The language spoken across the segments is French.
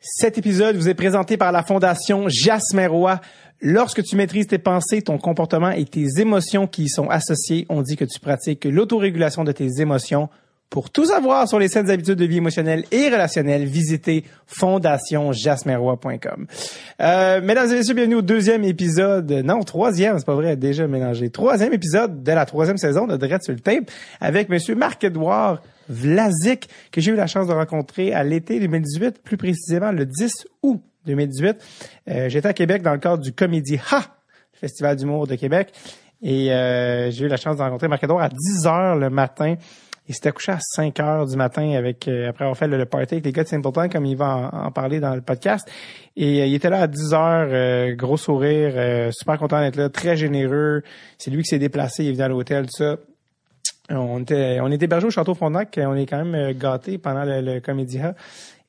Cet épisode vous est présenté par la Fondation Jasmin Roy. Lorsque tu maîtrises tes pensées, ton comportement et tes émotions qui y sont associées, on dit que tu pratiques l'autorégulation de tes émotions. Pour tout savoir sur les saines habitudes de vie émotionnelle et relationnelle, visitez fondationjasmeroy.com. Euh, mesdames et messieurs, bienvenue au deuxième épisode, non, troisième, c'est pas vrai, déjà mélangé, troisième épisode de la troisième saison de Dread sur le Tape avec monsieur Marc-Edouard Vlasic, que j'ai eu la chance de rencontrer à l'été 2018, plus précisément le 10 août 2018. Euh, J'étais à Québec dans le cadre du Comédie Ha, Festival d'humour de Québec, et euh, j'ai eu la chance de rencontrer Marc-Edouard à 10 heures le matin. Il s'était couché à 5 heures du matin avec euh, après avoir fait le, le party avec les gars de Simpleton, comme il va en, en parler dans le podcast. Et euh, il était là à 10 heures, euh, gros sourire, euh, super content d'être là, très généreux. C'est lui qui s'est déplacé, il est venu à l'hôtel, tout ça. On était, on était hébergé au Château Frontenac. euh, On est quand même gâté pendant le, le Comédia.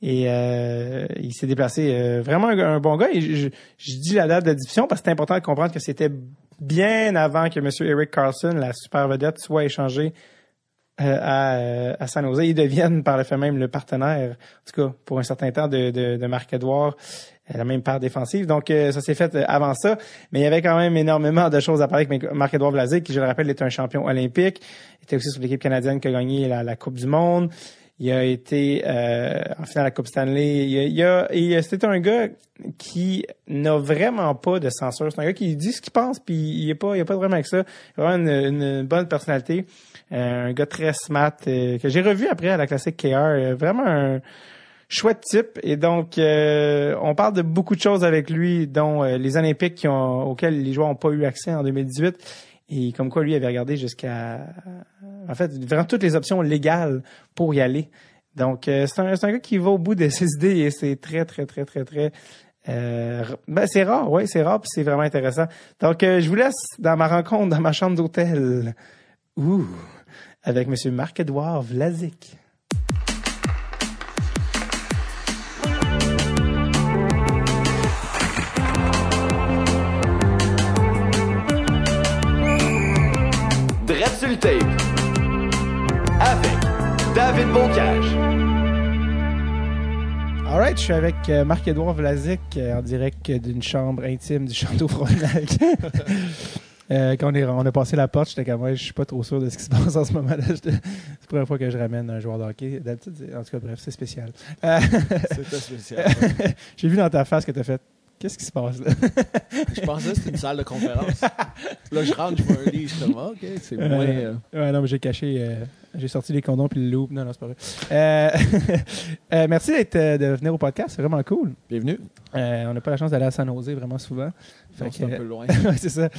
Et euh, il s'est déplacé. euh, vraiment un, un bon gars. Et je, je- je dis la date de diffusion parce que c'est important de comprendre que c'était bien avant que M. Eric Carlson, la super vedette, soit échangé euh, à, euh, à San Jose. Ils deviennent par le fait même le partenaire, en tout cas pour un certain temps, de, de, de Marc-Edouard, euh, la même part défensive. Donc euh, ça s'est fait euh, avant ça, mais il y avait quand même énormément de choses à parler avec Marc-Edouard Vlasic, qui je le rappelle est un champion olympique, Il était aussi sur l'équipe canadienne qui a gagné la, la Coupe du Monde. Il a été euh, en finale à la Coupe Stanley. Il a, il a- il a- c'était un gars qui n'a vraiment pas de censure. C'est un gars qui dit ce qu'il pense, puis il est pas, il a pas de problème avec ça. Il a vraiment une, une bonne personnalité. Euh, un gars très smart euh, que j'ai revu après à la classique KR. Euh, vraiment un chouette type. Et donc, euh, on parle de beaucoup de choses avec lui, dont euh, les Olympiques qui ont, auxquels les joueurs n'ont pas eu accès en 2018. Et comme quoi, lui avait regardé jusqu'à... En fait, vraiment toutes les options légales pour y aller. Donc, euh, c'est un, c'est un gars qui va au bout de ses idées et c'est très, très, très, très, très... euh, r- ben, c'est rare, ouais, c'est rare, puis c'est vraiment intéressant. Donc, euh, je vous laisse dans ma rencontre, dans ma chambre d'hôtel. Ouh, avec Monsieur Marc-Edouard Vlasic. Drette sur le tape avec David Bocage. All right, je suis avec euh, Marc-Edouard Vlasic euh, en direct euh, d'une chambre intime du Château Frontenac. Euh, quand on, est- on a passé la porte, j'étais comme, ouais, je suis pas trop sûr de ce qui se passe en ce moment-là. J'étais- C'est la première fois que je ramène un joueur de hockey. D'habitude, c'est- en tout cas, bref, c'est spécial. Euh, C'était spécial. J'ai vu dans ta face que t'as fait, qu'est-ce qui se passe là? je pensais que c'était une salle de conférence. Là, je rentre, je vois un lit, je suis comme, Ah, OK, c'est moins. euh, Ouais, non, mais j'ai caché, euh, j'ai sorti les condoms puis le loup. Non, non, c'est pas vrai. Euh, euh, merci d'être, euh, de venir au podcast, c'est vraiment cool. Bienvenue. Euh, on n'a pas la chance d'aller à San Jose vraiment souvent. Fait Non, que- C'est un peu loin. Ouais, c'est ça.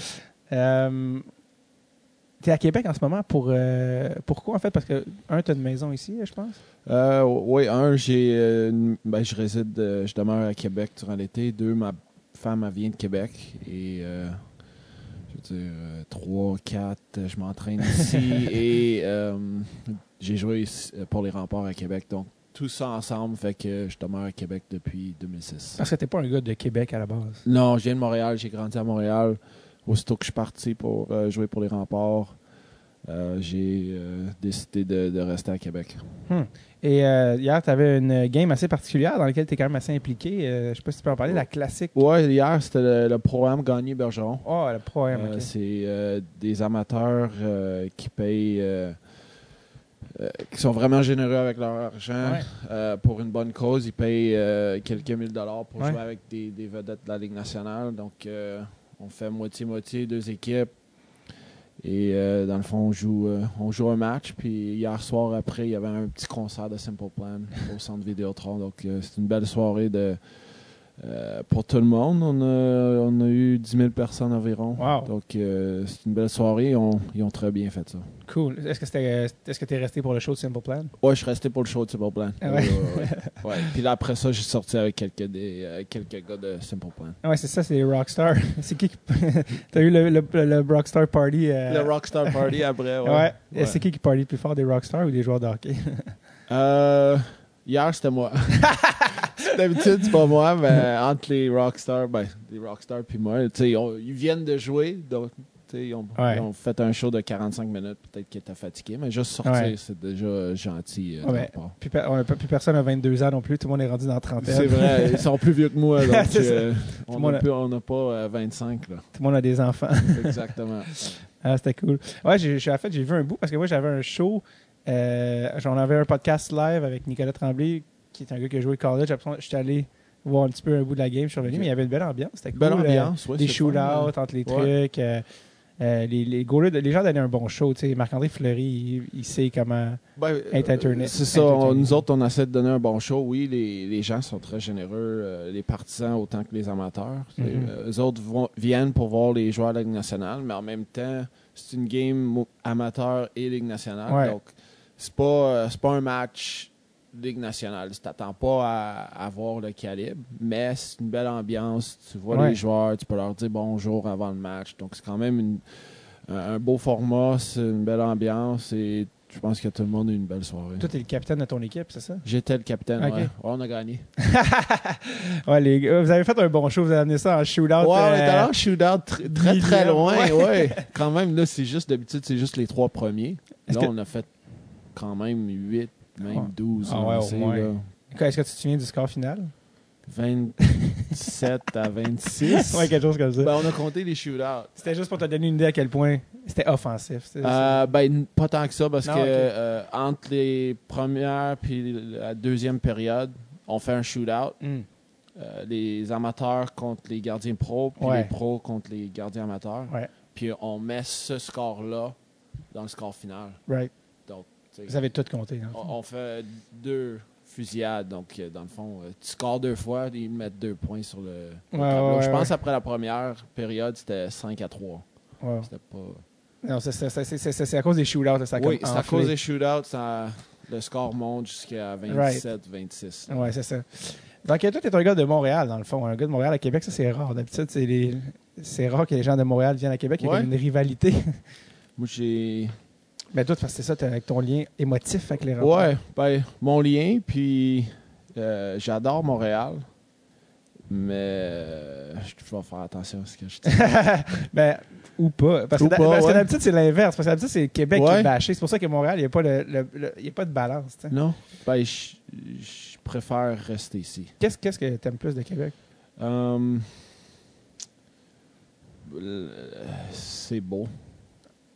Euh, T'es à Québec en ce moment pour euh, pourquoi en fait parce que un t'as une maison ici je pense. Euh, oui, un, j'ai, euh, une- ben, je réside, euh, je demeure à Québec durant l'été. Deux, ma femme, elle vient de Québec. Et, euh, je veux dire, euh, trois, quatre, euh, je m'entraîne ici. et euh, j'ai joué ici, euh, pour les remparts à Québec. Donc, tout ça ensemble fait que je demeure à Québec depuis 2006. Parce que t'es pas un gars de Québec à la base. Non, je viens de Montréal, j'ai grandi à Montréal. Aussitôt que je suis parti pour euh, jouer pour les remparts, euh, j'ai euh, décidé de, de rester à Québec. Et euh, hier t'avais une game assez particulière dans laquelle t'es quand même assez impliqué. Euh, je sais pas si tu peux en parler la classique. Ouais, hier, c'était le, le programme Gagné Bergeron. Oh le problème. Euh, C'est euh, des amateurs euh, qui payent. euh, euh, qui sont vraiment généreux avec leur argent Ouais. euh, pour une bonne cause. Ils payent euh, quelques mille dollars pour Ouais. jouer avec des, des vedettes de la Ligue nationale. Donc, euh, on fait moitié-moitié, deux équipes. Et euh, dans le fond, on joue, euh, on joue un match. Puis hier soir, après, il y avait un petit concert de Simple Plan au centre Vidéotron. Donc, euh, c'est une belle soirée de, euh, pour tout le monde. On a, on a eu 10 000 personnes environ. Wow. Donc, euh, c'est une belle soirée. On- ils ont très bien fait ça. Cool. Est-ce que c'était euh, est-ce que t'es resté pour le show de Simple Plan? Ouais, je suis resté pour le show de Simple Plan. Ah ouais. Ouais, ouais, ouais. Ouais. Puis là, après ça, j'ai sorti avec quelques, des, euh, quelques gars de Simple Plan. Ah ouais c'est ça c'est les Rockstar. c'est qui? qui- t'as eu le, le, le Rockstar Party. euh, Le Rockstar Party après, ouais. Ouais. Ouais. C'est qui qui party le plus fort des Rockstars ou des joueurs de hockey? Euh, hier, c'était moi. D'habitude, c'est pas moi, mais entre les Rockstars, ben, les Rockstars puis moi, tu sais, on- ils viennent de jouer, donc tu sais, tu sais, Ils ont, Ouais. ils ont fait un show de 45 minutes, peut-être qu'ils étaient fatigués, mais juste sortir, Ouais. c'est déjà euh, gentil. euh, de Ouais. leur part. Puis, pe- on n'a pas- plus personne à 22 ans non plus. Tout le monde est rendu dans la trentaine. C'est vrai, ils sont plus vieux que moi, donc C'est ça. euh, on Moi, n'a là- plus- on n'a pas euh, 25, là. Tout le monde a des enfants. Exactement. Ah, c'était cool. Ouais, j'ai, j'ai- en fait, j'ai vu un bout parce que moi, j'avais un show. Euh, j'en avais un podcast live avec Nicolas Tremblay, qui est un gars qui a joué college. Après, ça, j'étais allé voir un petit peu un bout de la game. Je suis revenu, Ok. mais il y avait une belle ambiance. C'était cool. Belle euh, ambiance, ouais, des c'est fun, hein. shoot-outs là. entre les Ouais. trucs. euh, euh, les, les, goalers de- les gens donnaient un bon show. tu sais. Marc-André Fleury, il, il sait comment. Ben, Être euh, internet- C'est ça, entertaining. on- nous autres, on essaie de donner un bon show. Oui, les, les gens sont très généreux, euh, les partisans autant que les amateurs. Les Mhm. eux autres vont- viennent pour voir les joueurs de la Ligue nationale, mais en même temps, c'est une game mo- amateur et Ligue nationale. Ouais. Donc, c'est pas, euh, c'est pas un match Ligue nationale. Tu t'attends pas à, à voir le calibre, mais c'est une belle ambiance. Tu vois Ouais. les joueurs, tu peux leur dire bonjour avant le match. Donc, c'est quand même une Euh, un un beau format, c'est une belle ambiance et je pense que tout le monde a eu une belle soirée. Toi, t'es le capitaine de ton équipe, c'est ça? J'étais le capitaine, Ok. ouais. Ouais, on a gagné. Ouais, les gars, vous avez fait un bon show. Vous avez amené ça en shoot-out. ouais, on euh, était allé en shootout tr- très très millième, loin, ouais. ouais. Quand même, là, c'est juste, d'habitude, c'est juste les trois premiers. Est-ce Là, que- on a fait quand même 8, Ouais. même 12. Ah on ouais, au sait, moins. là. Est-ce que tu te souviens du score final? 27 à 26. ouais, quelque chose comme ça. Ben, on a compté les shootouts. C'était juste pour te donner une idée à quel point c'était offensif. c'est- c'est- Euh, ben, n- pas tant que ça, parce Non, que ok. euh, entre les premières puis la deuxième période, on fait un shootout. Hmm. Euh, les amateurs contre les gardiens pros, puis Ouais. les pros contre les gardiens amateurs. Ouais. Puis on met ce score-là dans le score final. Right. Donc, tu sais, Vous avez tout compté. hein. on, on fait deux fusillades. Donc, euh, dans le fond, euh, tu scores deux fois, ils mettent deux points sur le, le Ouais, tableau. ouais, Je ouais, pense après la première période, c'était 5 à 3. Wow. C'était pas... Non, c'est- c'est- c'est c'est- c'est- c'est à cause des shootouts. là, Ça a oui, comme c'est à enflé. cause des shootouts, ça- le score monte jusqu'à 27-26. Ouais, c'est ça. Donc, toi, t'es un gars de Montréal, dans le fond. Un gars de Montréal à Québec, ça, c'est rare. D'habitude, c'est les- c'est rare que les gens de Montréal viennent à Québec. Il y a Ouais. comme une rivalité. Moi, j'ai. Mais toi, parce que c'est ça, t'as- avec ton lien émotif avec les rencontres. Ouais, ben, mon lien, puis euh, j'adore Montréal, mais euh, je vais faire attention à ce que je dis. Ben, ou pas. Parce que Ou d'a- pas, parce que ouais. d'habitude, c'est l'inverse. Parce que d'habitude, c'est Québec qui Ouais. est bâché. C'est pour ça que Montréal, il n'y a, pas le- le- le- il y a pas de balance. tu sais. non, ben, je je préfère rester ici. Qu'est-ce qu'est-ce que t'aimes plus de Québec? Hum, euh, c'est beau.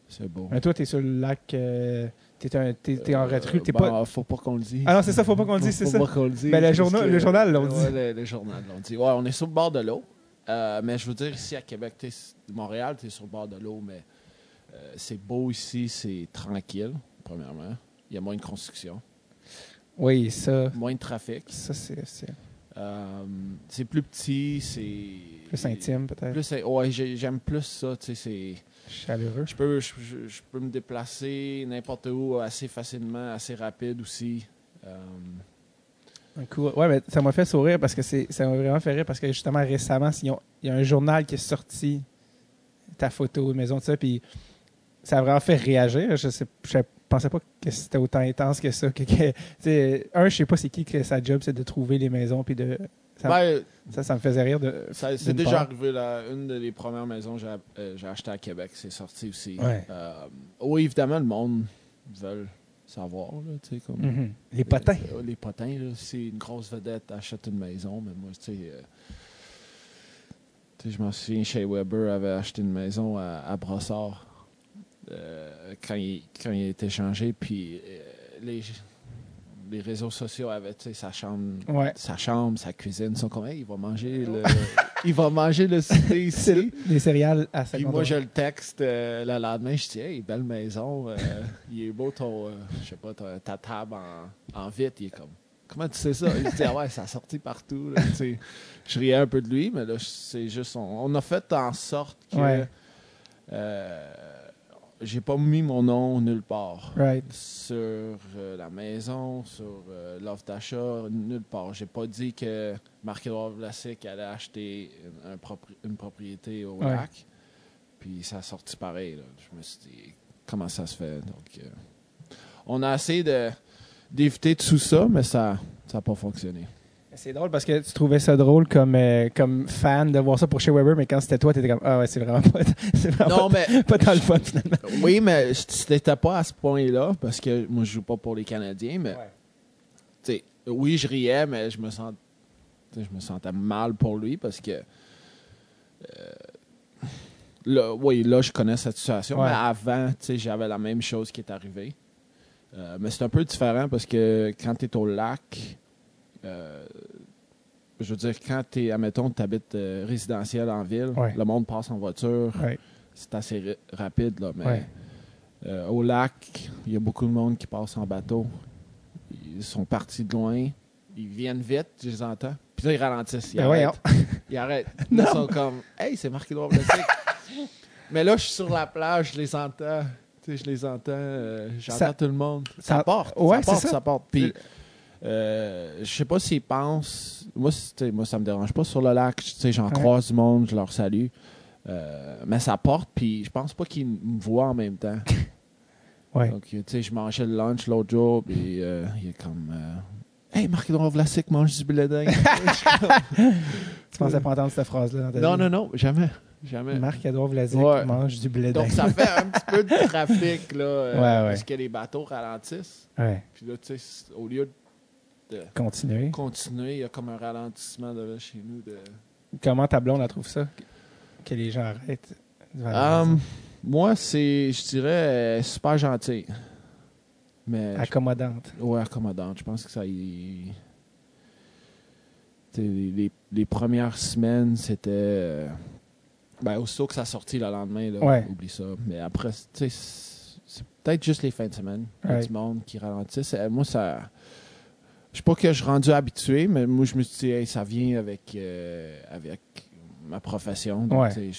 C'est beau. Mais toi, t'es sur le lac, euh, t'es un- t'es- t'es en Euh, recrue, t'es ben, pas. Faut pas qu'on le dise. Ah non, c'est ça, faut pas qu'on le dise, c'est Faut ça. pas qu'on le dise, Ben, le parce journal- que- le journal l'ont dit. Ouais, le, le journal l'ont dit. Ouais, on est sur le bord de l'eau. Euh, mais je veux dire, ici à Québec, t'es, Montréal, tu es sur le bord de l'eau, mais euh, c'est beau ici, c'est tranquille, premièrement. Il y a moins de construction, Oui, ça. moins de trafic. Ça, c'est c'est Euh, c'est plus petit, c'est. plus intime, peut-être. Plus, ouais, j'ai- j'aime plus ça, tu sais, c'est. Chaleureux. Je peux, je, je- je peux me déplacer n'importe où assez facilement, assez rapide aussi. Euh, Un coup. Ouais, mais ça m'a fait sourire parce que c'est, ça m'a vraiment fait rire parce que justement récemment, s'ils ont- il y a un journal qui est sorti ta photo, maison de ça, puis ça a vraiment fait réagir. Je sais, je pensais pas que c'était autant intense que ça. Que, que- tu sais, un, je sais pas c'est qui que sa job, c'est de trouver les maisons puis de. Ça, ben, ça, ça me faisait rire de. Ça- C'est d'une déjà part. arrivé, là, une des premières maisons que j'ai euh, j'ai achetées à Québec, c'est sorti aussi. Ouais. Euh, oui, évidemment, le monde veut savoir, là, tu sais, comme... Mhm. Les potins. Euh, les potins, là, c'est une grosse vedette, achète une maison, mais moi, tu sais... euh, tu sais, je m'en souviens, Shea Weber avait acheté une maison à, à Brossard euh, quand, il, quand il a été changé, puis euh, les, les réseaux sociaux avaient, tu sais, sa chambre Ouais. sa chambre, sa cuisine, ils sont comme Hey, il va manger le il va manger le souper ici. Les céréales à Puis 50 moi je le texte euh, le lendemain, je dis hey, belle maison, euh, il est beau ton euh, je sais pas ta, ta table en, en vitre, il est comme Comment tu sais ça? Il dit Ah ouais, ça a sorti partout. là. Tu sais, je riais un peu de lui, mais là, c'est juste. On, on a fait en sorte que Ouais. euh, j'ai pas mis mon nom nulle part Right. sur euh, la maison, sur euh, l'offre d'achat, nulle part. J'ai pas dit que Marc-Édouard Vlasic allait acheter une, un propri- une propriété au Ouais. lac. Puis ça a sorti pareil. là. Je me suis dit, comment ça se fait? Donc, euh, on a essayé de- d'éviter tout ça, mais ça n'a pas fonctionné. Est-ce C'est drôle parce que tu trouvais ça drôle comme, euh, comme fan de voir ça pour chez Weber, mais quand c'était toi, t'étais comme Ah ouais, c'est vraiment pas, c'est vraiment Non, Ah, pas, mais pas tant le fun finalement. Oui, mais c- c'était pas à ce point-là parce que moi, je joue pas pour les Canadiens, mais Ouais. tu sais, oui, je riais, mais je me sens, tu sais, je me sentais mal pour lui parce que euh, là, oui, là, je connais cette situation, Ouais. mais avant, tu sais, j'avais la même chose qui est arrivée. Euh, mais c'est un peu différent parce que quand tu es au lac, euh, je veux dire, quand tu es, admettons, tu habites résidentiel en ville, Ouais. le monde passe en voiture, Ouais. c'est assez ri- rapide, là, mais Ouais. euh, au lac, il y a beaucoup de monde qui passe en bateau. Ils sont partis de loin. Ils viennent vite, je les entends. Puis là, ils ralentissent. Ils Ben arrêtent. voyons. Ils arrêtent. Ils sont comme Hey, c'est marqué droit plastique. Mais là, je suis sur la plage, je les entends. Tu sais, je les entends. euh, J'entends Ça- tout le monde. ça- Ça porte. ouais, ça porte, c'est ça. ça porte. Puis, euh, je sais pas s'ils pensent. Moi, c'est- tu sais, moi, ça me dérange pas sur le lac. Tu sais, j'en Ouais. croise du monde, je leur salue. Euh, mais ça porte, puis je pense pas qu'ils me voient en même temps. Ouais. Donc, tu sais, je mangeais le lunch l'autre jour, puis euh, il est comme. euh, hey, Marc-Edouard Vlasic mange du blé d'Inde. Tu pensais pas entendre cette phrase-là dans ta non, vie. non, non, jamais. Jamais. Marc Edouard Vlasic Ouais. mange du blé Donc, d'Inde. ça fait un petit peu de trafic, là, euh, Ouais, ouais. parce que les bateaux ralentissent. Ouais. Puis là, tu sais, c'est- au lieu de Continuez. continuer, il y a comme un ralentissement de, chez nous. De... Comment ta blonde la trouve ça? Que les gens arrêtent. devant la Um, maison. moi, c'est, je dirais, euh, super gentil. Mais. je- Accommodante. Ouais, accommodante. Je pense que ça. y- T'sais, Les, les- les premières semaines, c'était. euh, Ben, aussitôt que ça sortit le lendemain, là, Ouais. oublie ça. Mais après, c- t'sais, c'est c'est peut-être juste les fins de semaine. Il y a Ouais. du monde qui ralentit. Moi, ça. Je sais pas que je suis rendu habitué, mais moi, je me suis dit, Hey, ça vient avec, euh, avec ma profession. Donc, Ouais. t'sais, je-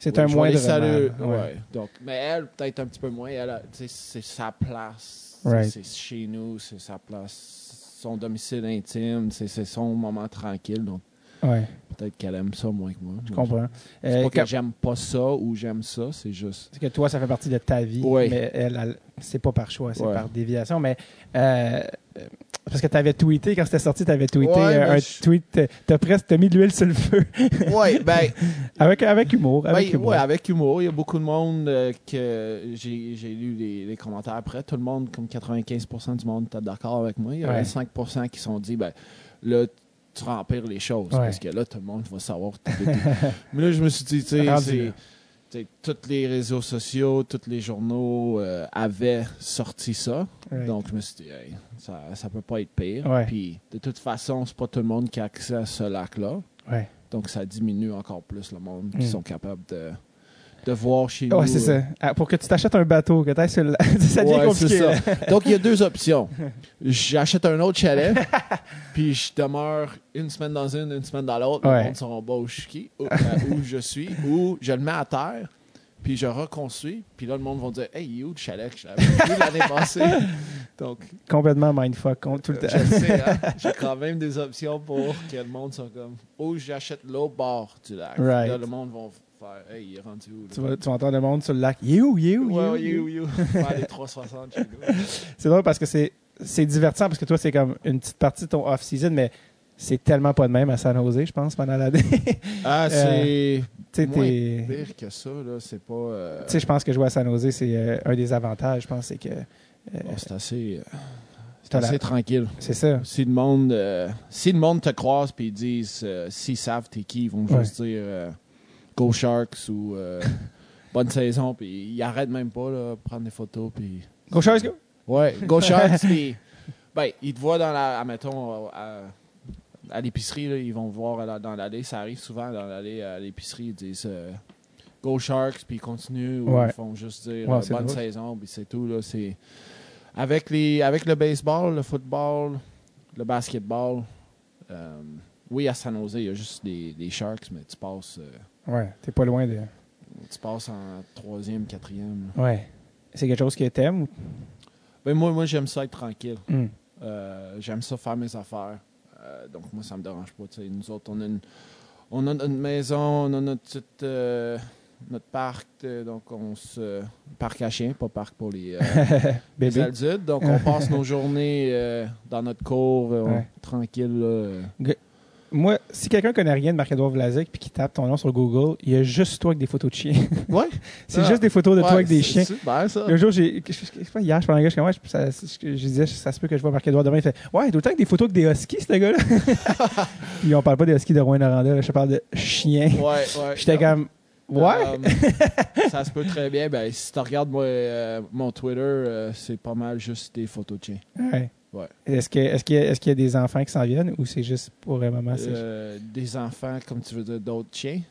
C'est oui, un je vais moindre les saluer, mal. ouais. Ouais. Donc, mais elle, peut-être un petit peu moins. Elle, a- tu sais, c'est sa place. Right. C'est c'est chez nous, c'est sa place. Son domicile intime, c'est c'est son moment tranquille. Donc, Ouais, peut-être qu'elle aime ça moins que moi. je comprends. C'est Euh, pas quand- que j'aime pas ça ou j'aime ça, c'est juste. C'est que toi, ça fait partie de ta vie, Ouais. mais elle, elle- c'est pas par choix, c'est Ouais. par déviation. Mais euh, euh, parce que t'avais tweeté quand c'était sorti, t'avais tweeté Ouais, euh, mais un je- tweet, euh, t'as presque t'as mis de l'huile sur le feu Ouais, ben, avec avec humour, avec Ben, humour. ouais, avec humour. Il y a beaucoup de monde euh, que j'ai j'ai lu les, les commentaires après. Tout le monde, comme 95% du monde, était d'accord avec moi. Il y a Ouais. 5% qui se sont dit, ben, là, tu remplir les choses. Ouais. Parce que là, tout le monde va savoir. tout- tout- tout. Mais là, je me suis dit, tu sais, Rendu c'est- là. tu sais, tous les réseaux sociaux, tous les journaux euh, avaient sorti ça. Ouais. Donc, je me suis dit, hey, ça, ça peut pas être pire. Ouais. Puis, de toute façon, c'est pas tout le monde qui a accès à ce lac-là. Ouais. Donc, ça diminue encore plus le monde Mm. qui sont capables de, de voir chez nous. euh. Ouais, c'est ça. Ah, pour que tu t'achètes un bateau, que t'ailles sur le... ça devient Ouais, compliqué. c'est ça. là. Donc, il y a deux options. J'achète un autre chalet, puis je demeure une semaine dans une, une semaine dans l'autre. Ouais. Le monde saura pas où je, suis, où, euh, où je suis, ou je le mets à terre, puis je reconstruis. Puis là, le monde va dire Hey, il est où le chalet que j'avais vu l'année passée Donc, Complètement mindfuck con- tout le euh, temps. je le sais, hein, j'ai quand même des options pour que le monde soit comme Ou j'achète l'autre bord du lac. Right. Là, le monde va faire Hey, il est rendu où là? Tu vas, tu vas entendre le monde sur le lac. You, you, you, Ouais, ouais, you. you, you. Faire les 360 chez nous. C'est drôle parce que c'est c'est divertissant parce que toi, c'est comme une petite partie de ton off-season, mais c'est tellement pas de même à San Jose, je pense, pendant l'année. tu Ah, c'est sais, Euh, Moins t'es- pire que ça, là. C'est pas. euh, Tu sais, je pense que jouer à San Jose, c'est euh, un des avantages, je pense, c'est que euh, bon, c'est assez. euh, C'est t'as la- assez tranquille. c'est ça. Si le monde, euh, si le monde te croise puis ils disent, euh, s'ils savent t'es qui, ils vont Ouais. juste dire euh, Go Sharks ou euh, Bonne saison, puis ils arrêtent même pas là, prendre des photos puis. Go Sharks, go! Ouais, Go Sharks, puis. Ben, ils te voient dans la. Admettons, euh, à, à l'épicerie, là, ils vont voir euh, dans l'allée. Ça arrive souvent dans l'allée à l'épicerie, ils disent euh, Go Sharks, puis ils continuent, ou Ouais. ils font juste dire Ouais, euh, c'est bonne drôle. saison, puis c'est tout. Là, c'est... Avec, les, avec le baseball, le football, le basketball, euh, oui, à San Jose, il y a juste des, des Sharks, mais tu passes, euh, Ouais, t'es pas loin de. tu passes en troisième, quatrième. là. Ouais. C'est quelque chose que t'aimes ou. Ben, moi, moi, j'aime ça être tranquille. Hum. Euh, j'aime ça faire mes affaires. Euh, donc, moi, ça me dérange pas. tu sais. Nous autres, on a, une, on a notre maison, on a notre petite. euh, notre parc, euh, donc on se. Parc à chiens, pas parc pour les, euh, les Bébé. adultes. Donc on passe nos journées euh, dans notre cour, euh, on- Ouais. tranquille. là, euh. Moi, si quelqu'un connaît rien de Marc-Edouard Vlasic puis qui tape ton nom sur Google, il y a juste toi avec des photos de chiens. Ouais. c'est Ah. juste des photos de toi Ouais, avec des c'est chiens. super, ça. Le jour, j'ai, je- je- je sais pas, hier, je parlais à un gars, je, suis comme, ouais, je- ça- je- je disais, ça se peut que je vois Marc-Edouard demain. Il fait, ouais, tout le temps avec des photos que des huskies, ce gars-là. puis on parle pas des huskies de Rouen-Noranda, je te parle de chiens. Ouais, ouais. J'étais comme, ouais. Euh, ça se peut très bien. Ben, si tu regardes moi, euh, mon Twitter, euh, c'est pas mal juste des photos de chiens. Ouais. Ouais. Est-ce que- est-ce qu'il y, a- est-ce qu'il y a des enfants qui s'en viennent ou c'est juste pour un moment? Ah, c'est- Euh, des enfants, comme tu veux dire, d'autres chiens.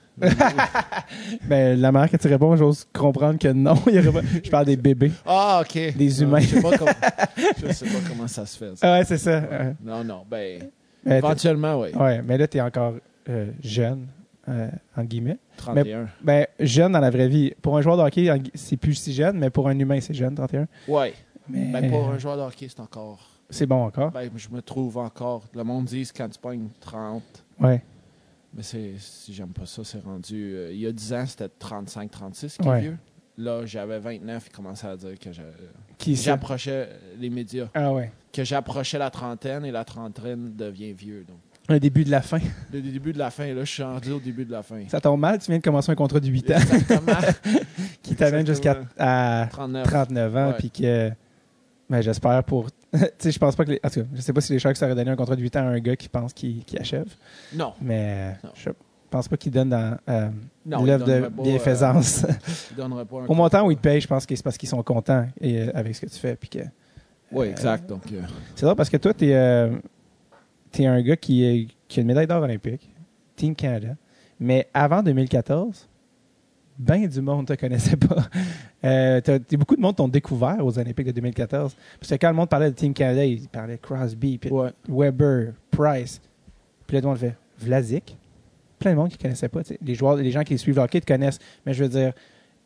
Ben, la manière que tu réponds, j'ose comprendre que non. il y aurait pas- Je parle des bébés. Ah, ok. Des Euh, humains. je, sais pas comment, je sais pas comment ça se fait. ça. Ah ouais, c'est ça. Ouais. Non, non. Ben, Ben, éventuellement, oui. t'es- ouais, mais là, tu es encore euh, jeune, euh, en guillemets. 31. Ben, jeune dans la vraie vie. Pour un joueur de hockey, en gui- c'est plus si jeune, mais pour un humain, c'est jeune, 31. Ouais. Mais Ben, pour un joueur de hockey, c'est encore. c'est bon encore. Ben, je me trouve encore. Le monde dit quand tu pognes 30. Ouais. Mais c'est, si j'aime pas ça, c'est rendu. euh, il y a 10 ans, c'était 35, 36 qui est Ouais. vieux. Là, j'avais 29, il commençait à dire que je- Qui ça? j'approchais les médias. Ah ouais. Que j'approchais la trentaine et la trentaine devient vieux. Donc, Un début de la fin. le début de la fin, là, je suis rendu au début de la fin. Ça tombe mal, tu viens de commencer un contrat de 8 ans Exactement. qui t'amène jusqu'à Exactement. à 39. 39 ans, Ouais. puis que. Ben, j'espère pour. tu sais, je pense pas que. Les... En tout cas, je sais pas si les Sharks auraient donné un contrat de 8 ans à un gars qui pense qu'il qu'il achève, Non, mais euh, Non. je pense pas qu'il donne dans euh, non. l'œuvre il de donnerait pas, bienfaisance. euh, il donnerait pas un Au montant où ils te payent, je pense que c'est parce qu'ils sont contents et, euh, avec ce que tu fais. Puis que... Oui, exact. Donc, euh, C'est drôle parce que toi, t'es euh, t'es un gars qui, est- qui a une médaille d'or olympique, Team Canada, mais avant 2014, ben du monde te connaissait pas. Euh, t'as- t'es- beaucoup de monde t'ont découvert aux Olympiques de 2014. Parce que quand le monde parlait de Team Canada, il parlait Crosby, puis ouais. Weber, Price, puis là, tout le monde fait Vlasic. Plein de monde qui ne connaissait pas. tu sais. Les, joueurs, les gens qui suivent le hockey te connaissent. Mais je veux dire,